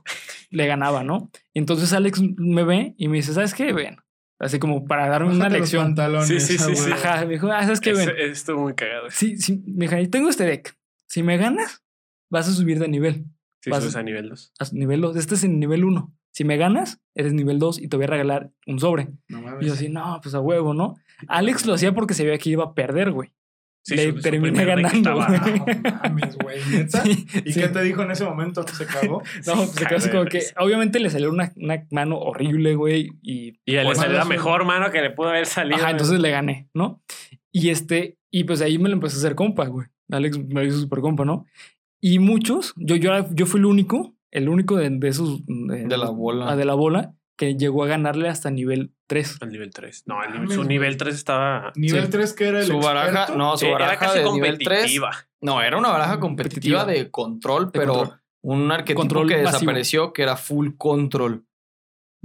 A: le ganaba, ¿no? Entonces Alex me ve y me dice, ¿sabes qué? Ven. Así como para darme una
B: Bájate los
A: lección.
B: pantalones,
C: Sí, sí, sí,
B: ah, güey.
C: sí.
A: Ajá, me dijo, ah, ¿sabes qué?
C: Es-
A: Ven.
C: Estuvo muy cagado.
A: Sí, sí, me dijo, tengo este deck. Si me ganas, vas a subir de nivel.
C: Sí,
A: Vas-
C: subes a nivel 2.
A: A nivel 2. Este es en nivel 1. Si me ganas, eres nivel 2 y te voy a regalar un sobre.
B: No mames.
A: Y yo así, no, pues a huevo, ¿no? Alex lo hacía porque se veía que iba a perder, güey.
C: Sí,
A: Le
C: su- su
A: terminé
C: primer deck
A: ganando,
C: estaba-
A: güey.
B: Ah, No mames, güey, neta.
A: Sí,
B: ¿Y
A: sí.
B: qué te dijo en ese momento? ¿Se
A: <laughs>
B: cagó?
A: No, pues se quedó así
C: Caga de
A: como que
C: risa.
A: obviamente le salió una, una mano horrible, güey, y
C: Y él
A: Bueno,
C: es la
B: eso-
C: mejor mano que le pudo haber salido.
A: Ajá, entonces le gané, ¿no? Y este, Y pues ahí me lo empecé a hacer compa, güey. Alex me lo hizo súper compa, ¿no? Y muchos, yo, yo, era- yo fui el único, el único de, de esos. De,
D: De la
A: ah,
D: bola.
A: de la bola que llegó a ganarle hasta nivel 3.
C: Al nivel 3. No, el nivel-
B: Mames,
C: su
B: güey.
C: nivel 3 estaba.
B: Nivel
A: Sí.
B: 3 que era el
D: Su baraja,
B: experto.
D: no, su
C: eh, era
D: baraja
C: casi
D: de nivel 3.
C: competitiva.
D: No, era una baraja
A: Mm,
D: competitiva
A: Competitiva.
D: de control,
A: De
D: pero
A: control.
D: un arquetipo
A: Control
D: que
A: pasivo.
D: desapareció que era full control.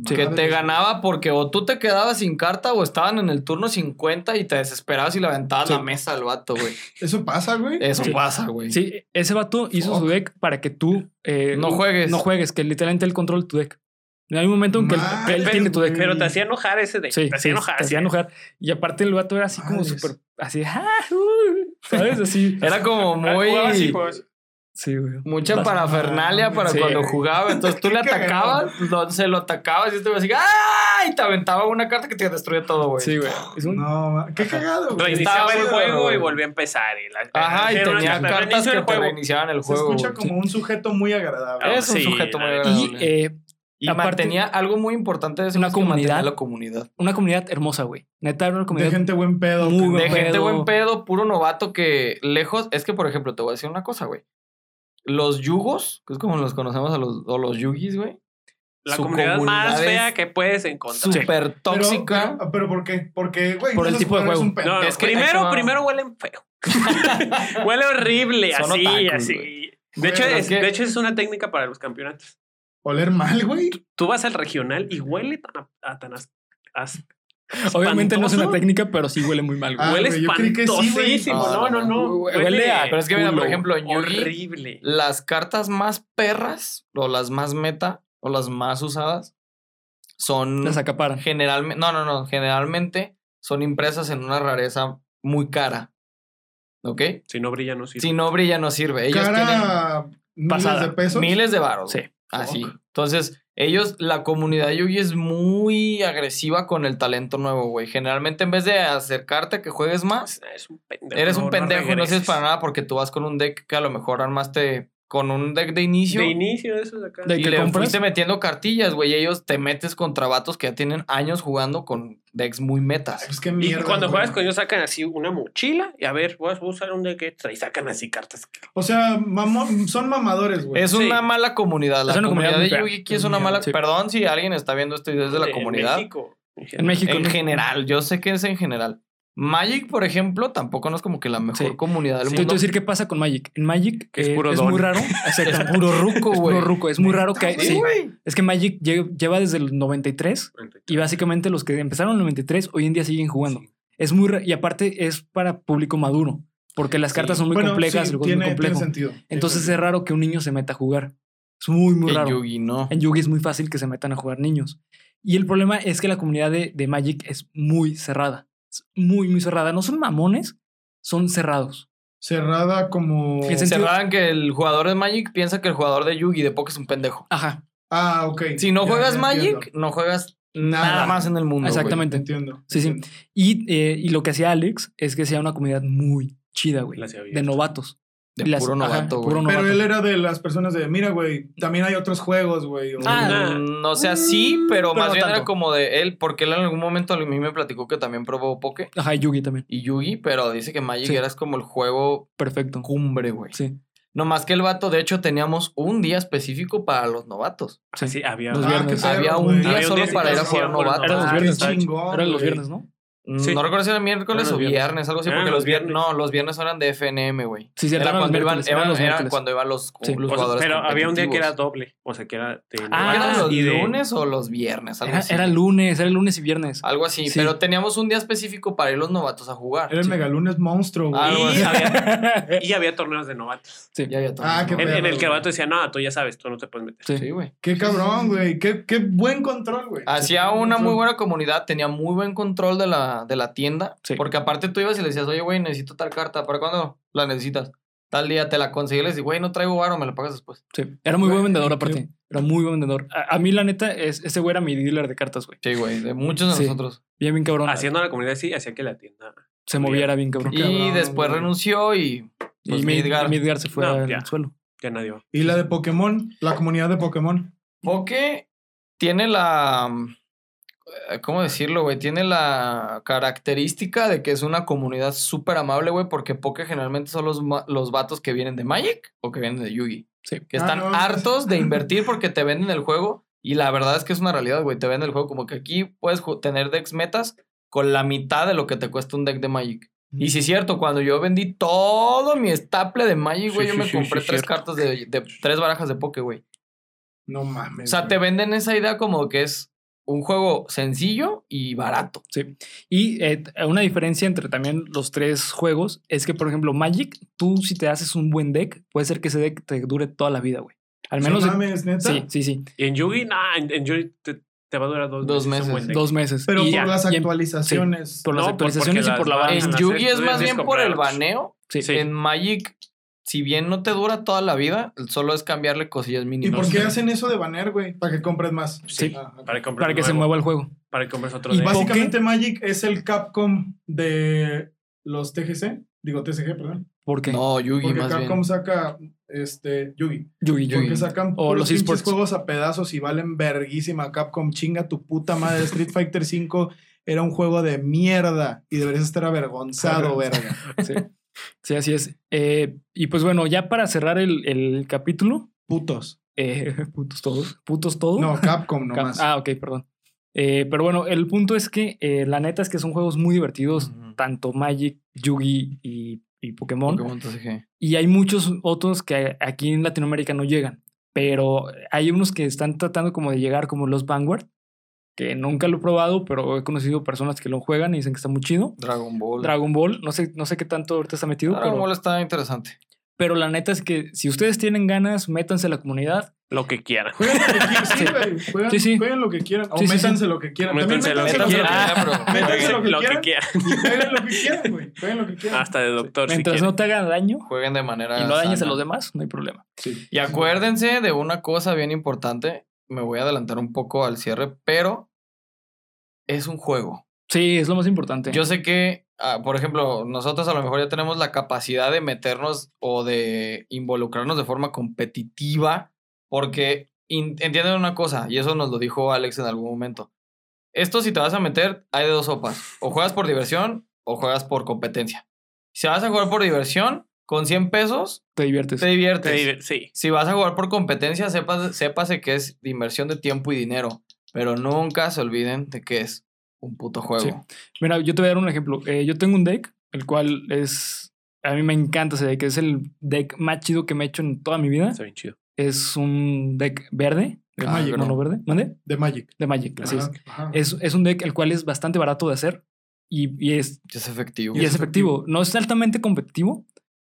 A: Sí.
D: Que
B: Madre
D: te
B: de-
D: ganaba porque o tú te quedabas sin carta o estaban en el turno 50 y te desesperabas y le aventabas
B: Sí.
D: la mesa al vato,
A: <laughs>
D: güey.
B: Eso pasa, güey.
D: Eso
A: Sí.
D: pasa, güey.
A: Sí, ese vato hizo su
D: Fuck.
A: deck para que tú eh,
D: No juegues.
A: No juegues, que literalmente él controla tu deck. En algún momento en que él,
B: Madre,
A: que él tiene tu deck.
B: güey.
C: Pero te hacía enojar ese de.
A: Sí,
C: te
A: sí,
C: hacía enojar.
A: te hacía
C: sí.
A: enojar. Y aparte el vato era así como
B: Madres.
A: súper, así, ah, uh, ¿sabes?
D: <laughs>
A: Así.
D: Era como
C: Ah, jugaba así,
D: muy...
C: jugaba así.
A: Sí, güey.
D: Mucha
A: Vas- Ah,
D: parafernalia para
A: Sí.
D: cuando jugaba. Entonces
A: <laughs>
D: tú le
B: Qué cagado.
D: atacabas, lo- se lo atacabas y este güey así, ¡ay! Y te aventaba una carta que te destruía todo, güey.
A: Sí, güey. Es un-
B: No, ma- qué cagado, güey.
C: Reiniciaba
D: Estaba
C: el
D: bueno,
C: juego
D: güey.
C: y volvía a empezar. Y la-
D: Ajá, y
C: era una
D: tenía
C: carta,
D: cartas
C: reinicio
D: que
C: del
D: te
C: juego.
D: reiniciaban el
B: Se
D: juego.
B: escucha
D: güey.
B: como un sujeto muy agradable.
C: Ah,
D: Es un
C: sí,
D: sujeto muy
C: la-
A: Y
D: agradable.
A: eh,
D: Y
A: aparte-
D: mantenía algo muy importante de eso.
A: Una
D: es que mantenía
A: comunidad.
D: La comunidad.
A: una comunidad hermosa, güey. Neta, era una
B: de
A: comunidad.
B: gente buen pedo.
A: Muy
B: que-
A: buen
D: De
A: pedo.
D: gente buen pedo, puro novato que lejos. Es que, por ejemplo, te voy a decir una cosa, güey. Los yugos, que es como los conocemos a los, o los yugis, güey.
C: La
D: Su
C: comunidad más
D: comunidad
C: fea
D: es
C: que puedes encontrar.
D: Súper
B: Pero-
D: tóxica.
B: Pero, pero ¿por qué? Porque, güey,
A: Por el
B: esos
A: tipo de
B: jugadores
A: juego.
B: un pendejo.
C: No, no,
D: Es que ahí te
C: primero,
D: va.
C: primero huelen feo.
D: <laughs>
C: Huele horrible,
D: Son
C: así,
D: otakus,
C: así. De
B: Güey,
C: hecho,
D: pero
C: es,
D: es que-
C: de hecho, es una técnica para los campeonatos.
B: Oler mal, güey.
C: Tú vas al regional y huele tan, a- a- tan as- as-
A: Obviamente no es una
C: espantoso.
A: técnica, pero sí huele muy mal, güey.
B: Ah,
C: huele
B: güey, yo creí que sí, güey.
C: espantosísimo. no,
D: Ah,
C: no, no.
A: Huele- huele a-
D: Pero es que, mira, por
A: culo,
D: ejemplo, en Yugi,
C: horrible.
D: las cartas más perras, o las más meta, o las más usadas,
B: Ah.
D: son.
A: Las acaparan.
D: generalmente, no, no, no, generalmente son impresas en una rareza muy cara. ¿Ok?
C: Si no brilla, no sirve.
D: Si no brilla, no sirve. Ellos
B: Cara miles
A: pasada,
B: de pesos.
D: tienen miles de varos.
A: Sí.
D: güey, Así.
B: Fuck.
D: Entonces, ellos, la comunidad Yugi es muy agresiva con el talento nuevo, güey. Generalmente, en vez de acercarte a que juegues más,
C: Eres un pendejo.
D: eres
C: no-
D: un pendejo y no sirves
C: regreses.
D: para nada porque tú vas con un deck que a lo mejor armaste con un deck de inicio.
C: De inicio, eso de acá.
A: De-
D: y
A: que
D: le
A: compras.
D: fuiste metiendo cartillas, güey. Y ellos te metes contra vatos que ya tienen años jugando con decks muy metas.
B: Pues qué
C: Y
B: mierda.
C: cuando
B: güey.
C: juegas con ellos sacan así una mochila y a ver, voy a voy a usar un deck extra y sacan así cartas.
B: O sea, mamón- son mamadores, güey.
D: Es
C: Sí.
D: una mala comunidad. La
A: Es una
D: comunidad,
A: comunidad muy
D: de
A: fea.
D: Yugiki es una mala.
A: Sí.
D: Perdón si alguien está viendo esto y es de la
C: En
D: comunidad.
C: México.
A: En México.
D: En
A: ¿no?
D: general, yo sé que es en general. Magic, por ejemplo, tampoco no es como que la mejor
A: Sí.
D: comunidad del
A: Te voy a
D: mundo.
A: decir qué pasa con Magic. En Magic
C: Que es
A: eh,
C: puro
A: es
C: don.
A: muy
D: <laughs>
A: raro.
D: Es
A: Exactamente.
D: puro ruco,
A: Es puro
D: güey.
A: ruco. Es muy raro que.
D: Sí,
A: Sí.
D: güey.
A: Es que Magic lle- lleva desde el 93 y básicamente los que empezaron en el 93 hoy en día siguen jugando.
C: Sí.
A: Es muy ra- y aparte es para público maduro, porque las cartas son muy
B: Bueno,
A: complejas,
B: sí,
A: el juego es
B: tiene,
A: muy
B: tiene
A: complejo.
B: sentido.
A: Entonces es
B: Tiene
A: raro que un niño se meta a jugar. Es muy muy
D: En
A: raro.
D: Yugi, no.
A: En Yugi es muy fácil que se metan a jugar niños. Y el problema es que la comunidad de, de Magic es muy cerrada. Es muy, muy cerrada. No son mamones, son cerrados.
B: sentido. Cerrada como.
A: En
D: Se
A: sentido-
D: radan que el jugador de Magic piensa que el jugador de Yugi de Poké es un pendejo.
A: Ajá,
B: Ah, ok.
D: Si no
B: Ya,
D: juegas
B: ya
D: Magic,
B: entiendo.
D: no juegas
B: Nada.
D: nada, más en el mundo. güey.
A: exactamente.
B: Entiendo.
A: Sí, sí.
B: entiendo.
A: Y, eh, y lo que hacía Alex es que sea una comunidad muy chida, güey.
C: La hacía
A: De
C: abierta.
A: novatos.
D: De
A: Y las-
D: puro
A: ajá,
D: novato, güey.
A: puro novato.
B: Pero él era de las personas de, mira, güey, también hay otros juegos, güey. o-
A: Ah,
D: Mm, No sé, sí, pero,
A: pero
D: más
A: no
D: bien era
A: tanto.
D: como de él, porque él en algún momento a mí me platicó que también probó Poké
A: Ajá, y Yugi también.
D: y Yugi, pero dice que Magic
A: Sí.
D: era como el juego
A: Perfecto.
D: cumbre, güey.
A: Sí.
D: No más que el vato, de hecho, teníamos un día específico para los novatos.
A: sí.
C: Sí, había
A: Los
B: Ah,
A: viernes.
B: qué perro,
D: Había un
B: güey.
D: día
C: Había un
D: solo
C: día
D: para ir a
C: específico,
D: jugar
C: bueno,
D: novatos.
A: Eran los
C: Ah,
A: viernes.
B: qué
A: ¿no?
B: chingón,
A: Eran los
B: güey.
A: viernes, ¿no?
D: Mm,
C: Sí.
D: No recuerdo si era miércoles
C: Eran los
D: o viernes,
C: viernes.
D: algo así,
C: Eran
D: porque
C: los
D: los viernes,
C: viernes.
D: no, los viernes eran de FNM, güey.
A: Sí, sí,
D: Era
A: eran los
D: cuando iban,
A: miércoles.
D: eran-
A: eran los
D: era
A: miércoles.
D: cuando iban los,
A: Sí.
D: los
C: O sea,
D: jugadores
C: pero había un día que era
D: competitivos.
C: doble. O sea, que era de
A: Ah,
D: ¿Eran
C: novatos
D: los
C: y de-
D: lunes o los viernes? Algo
A: Era,
D: así. Ah,
A: era lunes, era lunes y viernes.
D: Algo así,
A: Sí.
D: pero teníamos un día específico para ir los novatos a jugar.
B: Era el megalunes monstruo, güey.
D: Ah, algo
C: y, había,
D: así. <laughs>
C: y había torneos de novatos.
A: Sí.
D: Ya había todo.
B: Ah, qué
C: En, en el que el
B: Perro,
C: vato decía, no, tú ya sabes, tú no te puedes meter.
A: Sí.
D: Sí, güey.
B: Qué cabrón, güey. Qué, qué buen control, güey.
D: Hacía una muy
B: Control.
D: buena comunidad, tenía muy buen control de la, de la tienda.
A: Sí.
D: Porque aparte tú ibas y le decías, oye, güey, necesito tal carta. ¿Para cuándo la necesitas? Tal día te la conseguí. Le decía, güey, no traigo varo, me la pagas después.
A: Sí. Era muy buen
B: Güey,
A: vendedor,
B: qué-
A: aparte. Era muy buen vendedor. A, a mí, la neta, es, ese güey era mi dealer de cartas, güey.
D: Sí, güey, de muchos de
A: Sí.
D: nosotros.
A: Bien, bien cabrón.
C: Haciendo la comunidad así, hacía que la tienda.
A: se moviera bien cabrón.
D: Y
B: Oh, cabrón,
D: después
B: güey.
D: renunció y. pues,
A: y Mid-
D: Midgar.
A: Midgar. se fue
C: No,
A: al
C: ya.
A: suelo.
C: Ya nadie va.
B: Y la de Pokémon, la comunidad de Pokémon.
D: Poké tiene la. eh, ¿cómo decirlo, güey? Tiene la característica de que es una comunidad súper amable, güey, porque Poké generalmente son los, ma- los vatos que vienen de Magic o que vienen de Yugi.
A: Sí.
D: Que
B: Ah,
D: están
B: no, pues.
D: hartos de invertir porque te venden el juego y la verdad es que es una realidad, güey. Te venden el juego como que aquí puedes ju- tener decks metas con la mitad de lo que te cuesta un deck de Magic. Y sí es cierto, cuando yo vendí todo mi estaple de Magic,
C: Sí,
D: güey, yo
C: sí,
D: me
C: sí,
D: compré
C: sí,
D: tres
C: cierto.
D: cartas de, de- tres barajas de Poké, güey.
B: No
D: O
B: mames.
D: sea, te
B: güey.
D: venden esa idea como que es un juego sencillo y barato.
A: Sí. Y eh, una diferencia entre también los tres juegos es que, por ejemplo, Magic, tú si te haces un buen deck, puede ser que ese deck te dure toda la vida, güey. Al menos...
B: No
A: de-
B: mames, neta.
A: sí, sí, sí.
C: Y en Yugi, no, en, en Yugi te, te va a durar dos,
D: Dos
C: un
D: meses.
C: buen deck.
A: Dos meses.
B: Pero
A: Y
B: por
A: ya,
B: las
A: y en-
B: actualizaciones.
A: por las
C: No, por-
A: actualizaciones
C: porque
A: y por la
C: las
A: banda.
C: bajan.
D: En
C: las
D: Yugi
C: series
D: es más
C: debes
D: bien por el
C: comprarlos.
D: baneo.
A: Sí.
C: Sí.
D: En Magic, si bien no te dura toda la vida, solo es cambiarle cosillas
B: ¿Y
D: mínimas.
B: por qué hacen eso de banear, güey? Para que compres más.
A: Sí.
B: Ah, ok.
C: Para que, compres
A: Para que se
C: nuevo,
A: mueva el juego.
C: Para que compres otro
B: Y
C: de
B: básicamente Magic es el Capcom de los TGC. Digo, TCG, perdón.
A: Porque
D: No, Yugi
B: Porque
D: más
B: Capcom
D: bien.
B: saca este Yugi.
A: Yugi, Yugi.
B: Porque sacan
A: O
B: puros
A: los
B: pinches
A: esports.
B: juegos a pedazos y valen verguísima. Capcom, chinga tu
A: <laughs>
B: puta madre. Street Fighter V era un juego de mierda y deberías estar avergonzado, verga.
A: Sí. Sí, así es. Eh, y pues bueno, ya para cerrar el, el capítulo,
B: Putos.
A: eh, <laughs> putos todos, putos todos.
B: No, Capcom
A: Ca-
B: nomás.
A: Ah, ok, perdón. Eh, pero bueno, el punto es que eh, la neta es que son juegos muy divertidos,
D: Ujú.
A: tanto Magic, Yugi y, y Pokémon.
D: Pokémon TCG.
A: Y hay muchos otros que a- aquí en Latinoamérica no llegan, pero hay unos que están tratando como de llegar, como los Vanguard, que nunca lo he probado, pero he conocido personas que lo juegan y dicen que está muy chido.
D: Dragon Ball.
A: Dragon Ball, no sé, no sé qué tanto ahorita está metido,
D: Dragon
A: pero,
D: Ball está interesante.
A: pero la neta es que si ustedes tienen ganas, métanse a la comunidad.
C: Lo
A: <laughs>
C: que quieran.
B: Jueguen lo que quieran, sí, güey. Juegan,
A: Sí, sí.
B: jueguen lo que quieran. O
A: Sí, sí, sí.
B: métanse lo que quieran. También
C: Métanse lo que
B: métanse
C: quieran.
A: <laughs>
B: Métanse
C: Jueguen
B: lo que quieran.
C: quieran.
B: Y jueguen lo que quieran, güey. Jueguen lo que quieran.
C: Hasta de doctor si
A: Mientras
C: quieren.
A: no te hagan daño
D: Jueguen de manera.
A: y no dañes a
D: sana.
A: los demás, no hay problema.
B: Sí.
D: Y acuérdense de una cosa bien importante. Me voy a adelantar un poco al cierre, pero es un juego.
A: Sí, es lo más importante.
D: Yo sé que, ah, por ejemplo, nosotros a lo mejor ya tenemos la capacidad de meternos o de involucrarnos de forma competitiva, porque in- entienden una cosa, y eso nos lo dijo Alex en algún momento. Esto si te vas a meter, hay de dos sopas. O juegas por diversión o juegas por competencia. Si vas a jugar por diversión, con 100 pesos,
A: te diviertes.
D: te diviertes.
C: Sí, sí.
D: Si vas a jugar por competencia, sepas, sépase que es inversión de tiempo y dinero. Pero nunca se olviden de que es un puto juego.
A: Sí. Mira, yo te voy a dar un ejemplo. Eh, yo tengo un deck, el cual es. A mí me encanta ese deck. Es el deck más chido que me he hecho en toda mi vida.
C: Está bien chido.
A: Es un deck verde, de
D: Ah,
A: Magic,
D: pero-
A: mono verde. ¿Mande?
B: De Magic.
A: De Magic, así es.
B: Ajá, ajá.
A: es. Es un deck el cual es bastante barato de hacer y, y es,
D: Es efectivo.
A: y es efectivo. No es altamente competitivo.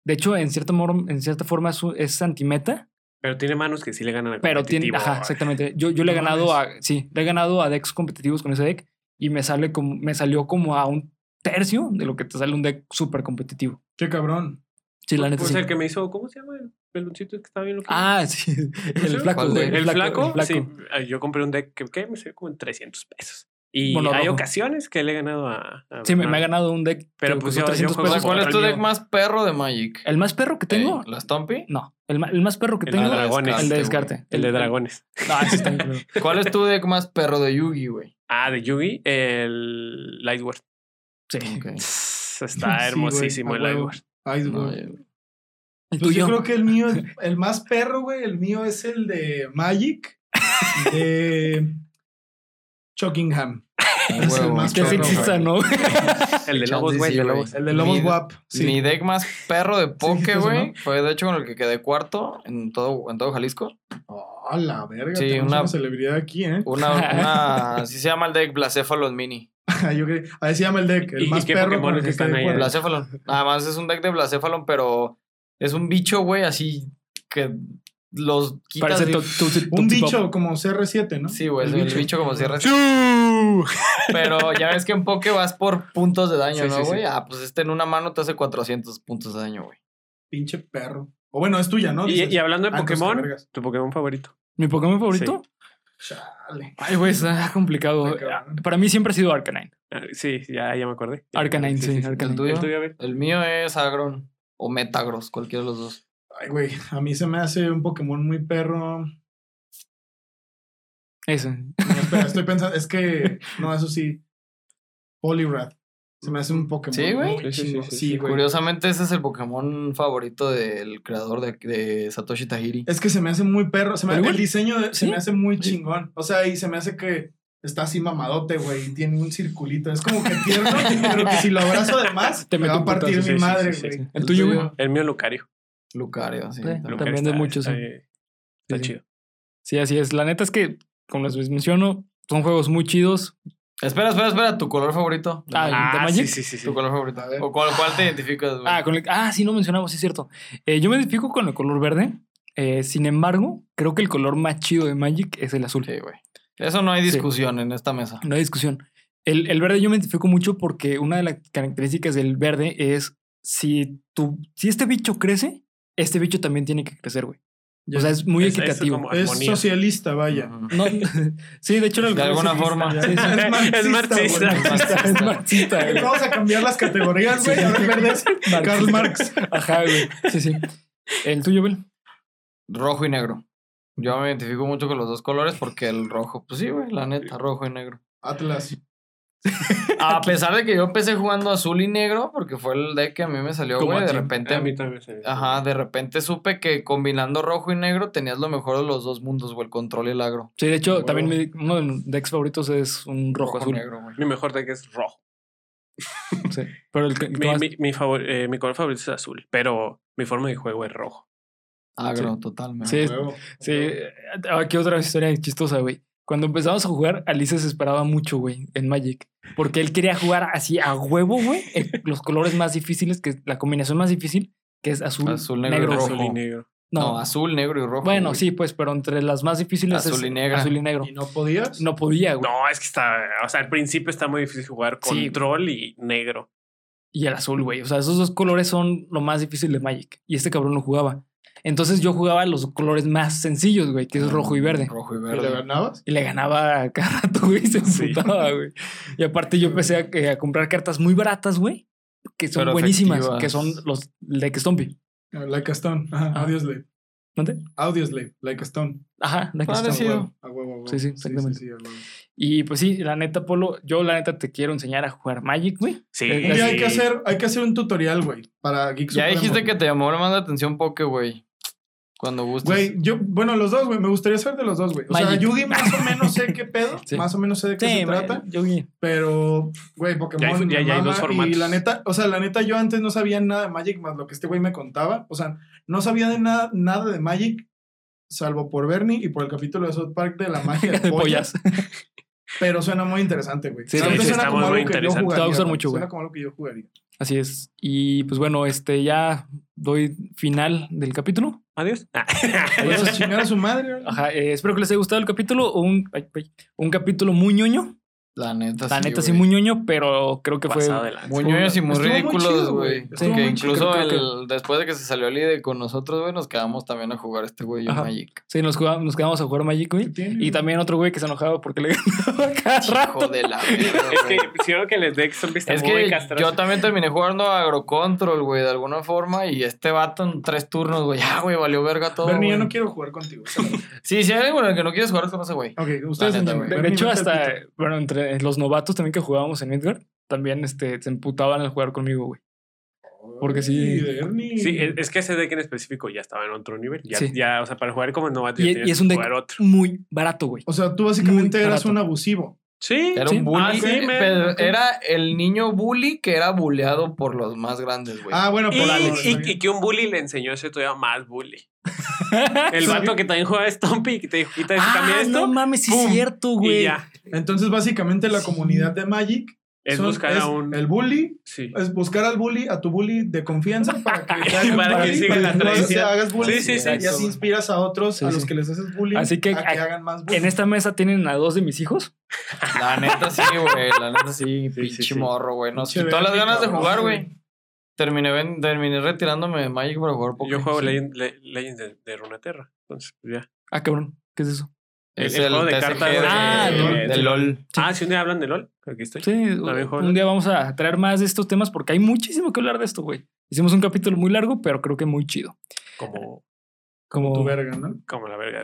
A: De hecho, en cierta, mor- en cierta forma es, un- es antimeta,
C: Pero tiene manos que sí le ganan al
A: pero tiene.
C: competitivo.
A: Ajá, exactamente. Yo, yo le he
B: No
A: ganado a. Sí, le he ganado a decks competitivos con ese deck y me, sale como, me salió como a un tercio de lo que te sale un deck súper competitivo.
B: Qué cabrón.
A: Sí, la neta.
C: Pues
A: sí.
C: el que me hizo, ¿cómo se llama? El peluchito que estaba bien loco.
A: Ah, <laughs> sí. El
C: ¿Ese?
A: flaco.
D: ¿Cuál, güey?
A: Pues, el
C: el, flaco,
A: el flaco.
C: sí. ah, Yo compré un deck que, que me salió como en 300 pesos. Y
A: Mono
C: hay
A: rojo.
C: ocasiones que le he ganado a. a
A: Sí, me,
C: Bernardo.
A: me ha ganado un deck.
C: Pero
A: que
C: pues
A: costó
C: yo- yo
A: 300
C: juego
A: pesos.
D: Pues, ¿Cuál es tu
C: el
D: deck
C: mío.
D: más perro de Magic?
A: El más perro que tengo.
D: Ey, ¿La Stompy?
A: No, el, ma- el más perro que
C: El de
A: tengo.
C: dragones.
A: El de
D: este, güey.
A: descarte.
C: El de dragones.
A: No, ese está bien culero.
D: <laughs> ¿Cuál es tu deck más perro de Yugi, güey?
C: Ah, de Yugi, el Lightward.
A: <laughs> Sí.
D: Ok.
C: Está
B: Sí,
C: hermosísimo
B: güey, a
C: el
B: huevo.
C: Lightward.
B: Ay,
D: No,
B: güey.
D: yo-
A: El
B: Pues yo
A: tuyo.
B: creo que el mío, es- el más perro, güey, el mío es el de Magic, de Chockingham.
D: un
B: Es el
D: huevo,
B: más
A: Que
B: perro,
A: sí
D: chorro,
A: exista,
D: güey.
A: ¿no?
C: El de
D: Chance
C: Lobos, güey.
D: sí,
C: el de
D: güey.
C: Lobos.
B: El de Lobos
D: Mi-
B: WAP, sí.
D: Mi deck más perro de
B: Sí,
D: Poke,
B: eso,
D: güey,
B: ¿no?
D: fue de hecho con el que quedé cuarto en todo, en todo Jalisco.
B: Oh, la verga,
D: Sí,
B: tenemos
D: una-
B: una... celebridad aquí, ¿eh?
D: Una, una, así se llama el deck Blacephalon Mini.
B: <laughs> Yo creo- ahí se llama el deck, el
C: ¿Y- y
B: más
C: qué
B: perro
C: Pokémones
B: con el que
C: están
B: quedé
C: ahí?
D: eh.
B: cuarto.
D: Blacephalon. Nada más es un deck de Blacephalon, pero es un bicho, güey, así que los quitas.
A: Parece
D: de-
A: to- tu- tu-
B: Un
A: tipo-
B: dicho como CR7, ¿no?
D: Sí, güey,
B: El
D: el,
B: bicho.
D: bicho como cierra. Pero ya ves que en Poké vas por puntos de daño,
B: Sí, sí,
D: ¿no,
B: sí.
D: güey? Ah, pues este en una mano te hace 400 puntos de daño, güey.
B: <laughs> Pinche perro. O bueno, es tuya, ¿no?
C: Y,
B: Dices,
C: y hablando de
B: ah, entonces,
C: Pokémon,
B: vergas.
C: tu Pokémon favorito.
A: ¿Mi Pokémon favorito?
B: Chale.
A: Ay, güey, está complicado.
B: Está cabrón.
A: Para mí siempre ha sido Arcanine.
C: Ah, Sí, ya, ya me acordé.
A: Arcanine, sí,
D: ¿El
A: Arcanine.
D: tuyo?
C: El tuyo, a ver.
D: El mío es Agron o Metagros, cualquiera de los dos.
B: Ay, güey, a mí se me hace un Pokémon muy perro.
A: Eso.
B: No, espera, estoy pensando. Es que. No, eso sí. Poliwrath. Se me hace un Pokémon.
D: Sí, güey.
C: Sí,
B: muy
C: sí,
B: chingón.
C: sí, sí,
B: Sí,
C: sí,
B: güey.
D: Curiosamente, ese es el Pokémon favorito del creador de, de Satoshi Tajiri.
B: Es que se me hace muy perro. Se me,
A: Pero igual-
B: el diseño de- se
A: sí.
B: me hace muy chingón. O sea, y se me hace que está así mamadote, güey. Y tiene un circulito. Es como que
D: <laughs>
B: tierno, pero que si lo abrazo de más,
A: Te
B: me
A: meto
B: va a
A: un putazo,
B: partir
C: sí,
B: mi
C: sí,
B: madre,
C: sí, sí,
B: güey.
A: sí. El tuyo, güey.
C: El mío Lucario.
D: Lucario, sí.
A: Sí.
D: también.
C: Lucario
A: También de
C: está-
A: muchos,
C: Está,
A: sí. Sí,
C: está
A: sí.
C: chido.
A: Sí, así es. La neta es que, como les menciono, son juegos muy chidos.
D: Espera, espera, espera. ¿Tu color favorito?
A: Ah, ¿de Magic?
C: sí, sí, sí, sí.
D: ¿Tu color favorito?
B: A ver.
D: ¿O cuál, cuál te identificas, güey?
A: Ah, con el- ah, sí, no mencionamos, sí es cierto. Eh, yo me identifico con el color verde. Eh, sin embargo, creo que el color más chido de Magic es el azul.
D: Sí, güey. Eso no hay
A: Sí.
D: discusión en esta mesa.
A: No hay discusión. El, el verde yo me identifico mucho porque una de las características del verde es si, tu, si este bicho crece, este bicho también tiene que crecer, güey. O sea, es muy
C: Es- es
A: equitativo.
C: como-
B: Es
C: Armonía.
B: socialista, vaya.
D: Ujú.
A: No, sí, de hecho,
D: De
A: el-
D: alguna forma.
B: Ya.
A: Sí, sí.
C: <laughs>
B: Es marxista.
C: Es marxista.
B: güey.
A: es marxista, güey.
B: Vamos a cambiar las categorías, güey. A ver, verdes. Karl Marx.
A: Ajá, güey. Sí, sí. El tuyo, Bel.
D: Rojo y negro. Yo me identifico mucho con los dos colores porque el rojo, pues sí, güey, la neta, rojo y negro.
B: Atlas.
D: A pesar de que yo empecé jugando azul y negro porque fue el deck que a mí me salió,
A: Como
D: güey,
A: a
D: de
A: ti.
D: repente...
C: A mí también se me hizo.
D: Ajá, de repente supe que combinando rojo y negro tenías lo mejor de los dos mundos, güey, el control y el agro.
A: Sí, de hecho,
B: Huevo.
A: también mi- uno de mis decks favoritos es un rojo, azul.
D: negro, güey.
C: Mi mejor deck es rojo.
A: Sí. Pero el que el que
C: Mi,
A: más-
C: mi- mi favor- eh, mi color favorito es azul, pero mi forma de juego es rojo.
D: Agro, totalmente.
A: Sí,
B: Huevo.
A: Sí, eh, aquí otra historia chistosa, güey. Cuando empezamos a jugar, Alice se esperaba mucho, güey, en Magic. Porque él quería jugar así a huevo, güey. el- Los colores más difíciles, que la combinación más difícil, que es azul,
D: Azul, negro
A: negro,
D: y rojo.
C: Azul y negro.
A: No,
D: No, azul, negro y rojo.
A: bueno,
D: güey.
A: sí, pues, pero entre las más difíciles
D: Azul
A: es
D: y negra.
A: azul y negro.
B: ¿Y no podías?
A: No podía, güey.
C: No, es que está. O sea, al principio está muy difícil jugar
A: Sí.
C: control y negro.
A: y el azul, güey. O sea, esos dos colores son lo más difícil de Magic. Y este cabrón lo jugaba. Entonces yo jugaba los colores más sencillos, güey,
B: Ah,
A: que es rojo y verde.
D: Rojo y
B: ¿Y le
D: verde.
B: ganabas?
A: Y le ganaba a cada rato, güey, y se
C: Sí.
A: emputaba, güey. Y aparte yo empecé a, que- a comprar cartas muy baratas, güey, que son
D: Pero
A: buenísimas,
D: efectivas.
A: que son los Like a Stompy.
B: Like a Stone. Ajá,
A: Ah.
B: Audio Slave.
A: ¿Dónde?
B: Audio Slave. Like a Stone.
A: Ajá, Like
B: Ah,
A: a Stompy.
D: Parecido.
B: A huevo, a huevo, a huevo.
A: Sí, sí, exactamente.
B: sí, a huevo.
A: Y pues sí, la neta, Polo, yo la neta te quiero enseñar a jugar Magic, güey.
C: Sí.
A: Un
B: Un día Eh, hay
C: sí.
B: que hacer, hay que hacer un tutorial, güey, para Geek
D: Ya
B: Supremo.
D: dijiste que te llamó más la atención Poke, güey. Cuando gustes.
B: Güey, yo, bueno, los dos, güey, me gustaría saber de los dos, güey. O sea,
A: Magic.
B: Yugi más o menos sé qué pedo,
A: <laughs> Sí.
B: más o menos sé de qué se
A: ma-
B: trata,
A: yo güey. <laughs>
B: pero, güey, Pokémon.
C: Ya hay- ya-
B: me
C: ya hay dos
B: mama,
C: formatos.
B: Y la neta, o sea, la neta, yo antes no sabía nada de Magic más lo que este güey me contaba. O sea, no sabía de nada, nada de Magic, salvo por Bernie y por el capítulo de South Park de la magia de
A: de
B: pollas.
A: pollas.
B: Pero suena muy interesante, güey.
A: Sí,
B: La
A: sí,
B: neta
A: sí,
B: suena
C: está
B: como
C: muy, muy
B: algo que yo
C: interesante. Te va a
B: jugaría,
A: gustar
B: güey.
A: mucho, güey.
B: Suena como algo que yo jugaría.
A: Así es. Y pues bueno, este ya doy final del capítulo.
C: Adiós. <laughs> Ah.
B: Pues a chingar a su madre. güey.
A: Ajá, eh, espero que les haya gustado el capítulo. Un, ay, güey, un capítulo muy ñoño.
D: La neta
A: La neta sí,
D: güey.
A: muy ñoño, pero creo que
C: Pasado
A: fue.
C: de lanza.
D: Muy ñoños y muy
B: Estuvo muy
D: ridículos,
B: chido,
D: güey.
B: güey. Estuvo
D: Que
B: muy
D: incluso
A: chido, creo
D: el- después de que se salió el ID con nosotros, güey, nos quedamos también a jugar este güey en
A: Ajá.
D: Magic.
A: Sí, nos, jugamos- nos quedamos a jugar Magic, güey.
B: ¿Qué tiene,
A: Y
B: güey?
A: también otro güey que se enojaba porque le <laughs> ganaba cada
D: Mm. Hijo
A: <laughs> rato.
D: de la verga,
C: <laughs> Es que
D: güey.
C: creo que les decks son
D: Es que yo también terminé jugando agrocontrol, güey, de alguna forma. Y este vato en tres turnos, güey. Ah, güey, valió verga todo.
B: Bernie, yo
D: güey.
B: no quiero jugar contigo.
D: Sí, si hay alguno que no quieres jugar con ese güey.
B: ok, ustedes
D: La neta,
B: enseñen.
D: güey.
A: De
B: Bernie,
A: hecho,
B: vete al
A: hasta,
B: pito.
A: bueno, entre los novatos también que jugábamos en Midgard, también este, se emputaban al jugar conmigo, güey. porque sí.
B: Ay, Bernie.
C: Sí, es es que ese deck en específico ya estaba en otro nivel. Ya,
A: Sí.
C: ya o sea, para jugar como novato
A: Y-
C: ya
A: y
C: tienes
A: es un
C: que
A: deck-
C: jugar otro.
A: Muy barato, güey.
B: O sea, tú básicamente
A: Muy
B: eras
A: barato.
B: un abusivo.
C: Sí.
D: Era
A: Sí.
D: un bully.
C: Ah, sí,
D: güey,
C: me-
D: pero
C: ok.
D: era el niño bully que era buleado por los más grandes, güey.
B: Ah,
C: Y,
B: bueno, <laughs> por algo.
C: y-
B: está
C: y
B: bien.
C: que un bully le enseñó eso todavía más bully. El vato que también juega Stompy y que te dijo, quita esto, cambia esto.
A: Ah, no mames, sí es
C: ¡pum!
A: cierto,
C: y
A: güey.
C: ya.
B: Entonces, básicamente, la comunidad de Magic
C: Es
B: son-
C: buscar
B: es
C: a un.
B: El bully. <laughs>
C: Sí. <laughs>
B: Es buscar al bully, a tu bully de
D: <laughs>
B: confianza para que, te hagan
C: Para que
B: bully,
C: siga la
B: no
C: tradición.
B: se hagas bully.
C: Sí, sí, sí.
B: Y así inspiras a otros,
A: Sí,
B: a los
A: sí.
B: que les haces bullying,
A: Así que
B: a que
A: a-
B: hagan más bullying.
D: este
A: En esta mesa tienen a dos de mis hijos.
D: La neta sí, güey. La neta sí, pinche
C: sí.
D: morro, güey. Nos
B: Pinche
D: quitó las
B: Bernie,
D: ganas de
B: cabrón,
D: jugar,
B: güey.
D: güey. Terminé, ven- terminé retirándome de Magic para jugar Pokémon.
C: Yo juego Legend- Le- Legends de, de Runeterra. Entonces, pues ya.
A: Ah, cabrón, ¿qué es eso?
D: Es
C: el
D: el,
C: juego de
D: TCG
C: cartas
D: de,
C: de-
A: Ah,
D: de
C: de-
D: LOL.
C: Ah, si un día hablan de LOL, aquí estoy.
A: Sí,
C: También juego.
A: un día vamos a traer más de estos temas porque hay muchísimo que hablar de esto, güey. Hicimos un capítulo muy largo, pero creo que muy chido.
C: Como
A: Como
B: Tu verga, ¿no? <laughs>
C: Como la verga.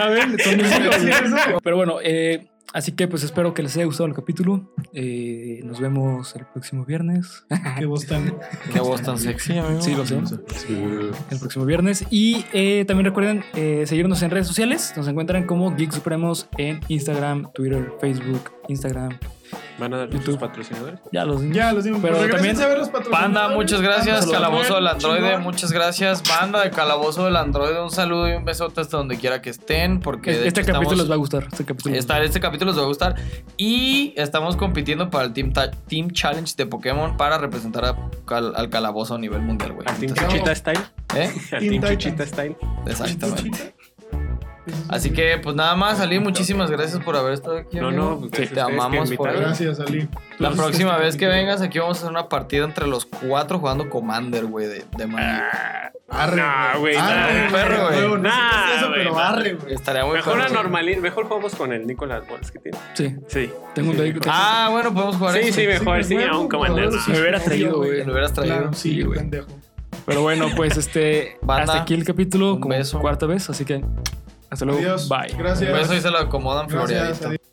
B: A ver,
D: <laughs>
B: entonces,
A: <laughs> Pero bueno, eh, así que pues espero que les haya gustado el capítulo. Eh, nos vemos el próximo viernes.
B: que vos
D: <laughs>
B: tan.
D: Qué voz tan sexy, amigo.
A: Sí, lo sé. El próximo viernes. Y eh, también recuerden eh, seguirnos en redes sociales. Nos encuentran como Geek Supremos en Instagram, Twitter, Facebook, Instagram.
C: Van a dar tus patrocinadores.
A: Ya los niños.
B: Ya, los dimos.
A: Pero
B: Pues regresen
A: también-
B: a ver los patrocinadores.
D: Panda, muchas
B: Vamos
D: gracias.
B: a los
D: Calabozo del
B: ver,
D: Androide,
B: chingón.
D: muchas gracias. Banda de Calabozo del Androide, un saludo y un besote hasta donde quiera que estén. Porque de
A: Este
D: hecho
A: capítulo
D: estamos-
A: les va a gustar. Este capítulo. les va a
D: Está, este capítulo les va a gustar. Y estamos compitiendo para el Team, Ta- Team Challenge de Pokémon para representar a cal- al calabozo a nivel mundial, güey.
C: Al Team
D: Entonces,
C: Chuchita Style.
D: ¿eh?
C: Al
B: Teen
C: Team
B: Titans.
C: Chuchita Style.
D: Exactamente. Así que, pues nada más, Ali, muchísimas gracias por haber estado aquí.
C: No, no.
D: amigo.
C: gracias a
D: te
C: ustedes que
D: amamos por-
C: invitaron. <laughs>
B: Gracias, Ali.
D: La
B: Tú-
D: próxima
B: este
D: vez que
B: capítulo.
D: vengas, aquí vamos a hacer una partida entre los cuatro jugando Commander, güey, de, de Magic.
C: Ah.
B: Arre,
C: Nah, güey,
B: Arre,
D: nah, perro, güey.
B: No sé
C: Nah,
B: qué es eso,
C: güey,
B: pero
C: nah.
B: arre, güey.
D: Estaría muy
C: Mejor
D: padre.
C: la normalidad. Mejor jugamos con el Nicolas Bols que tiene.
A: gustar. Sí.
C: Sí.
A: Tengo un
C: Sí,
A: dedico-
D: Ah, bueno, podemos jugar
C: Sí,
D: eso.
C: sí, mejor. Sí,
B: güey,
C: a un
B: güey,
C: commander.
B: güey,
C: no.
B: sí,
A: Me hubiera
B: obvio,
A: traído, güey.
D: Lo hubieras traído.
B: Claro, sí,
A: Sí, güey.
B: pendejo.
A: Pero bueno, pues este.
D: Banda,
A: hasta aquí el capítulo,
D: un
A: como
D: beso.
A: cuarta vez. Así que hasta luego.
B: Adiós.
A: Bye.
D: Por
B: Gracias.
D: eso ahí se lo acomodan
B: Gracias.
D: floreadito.
B: adiós.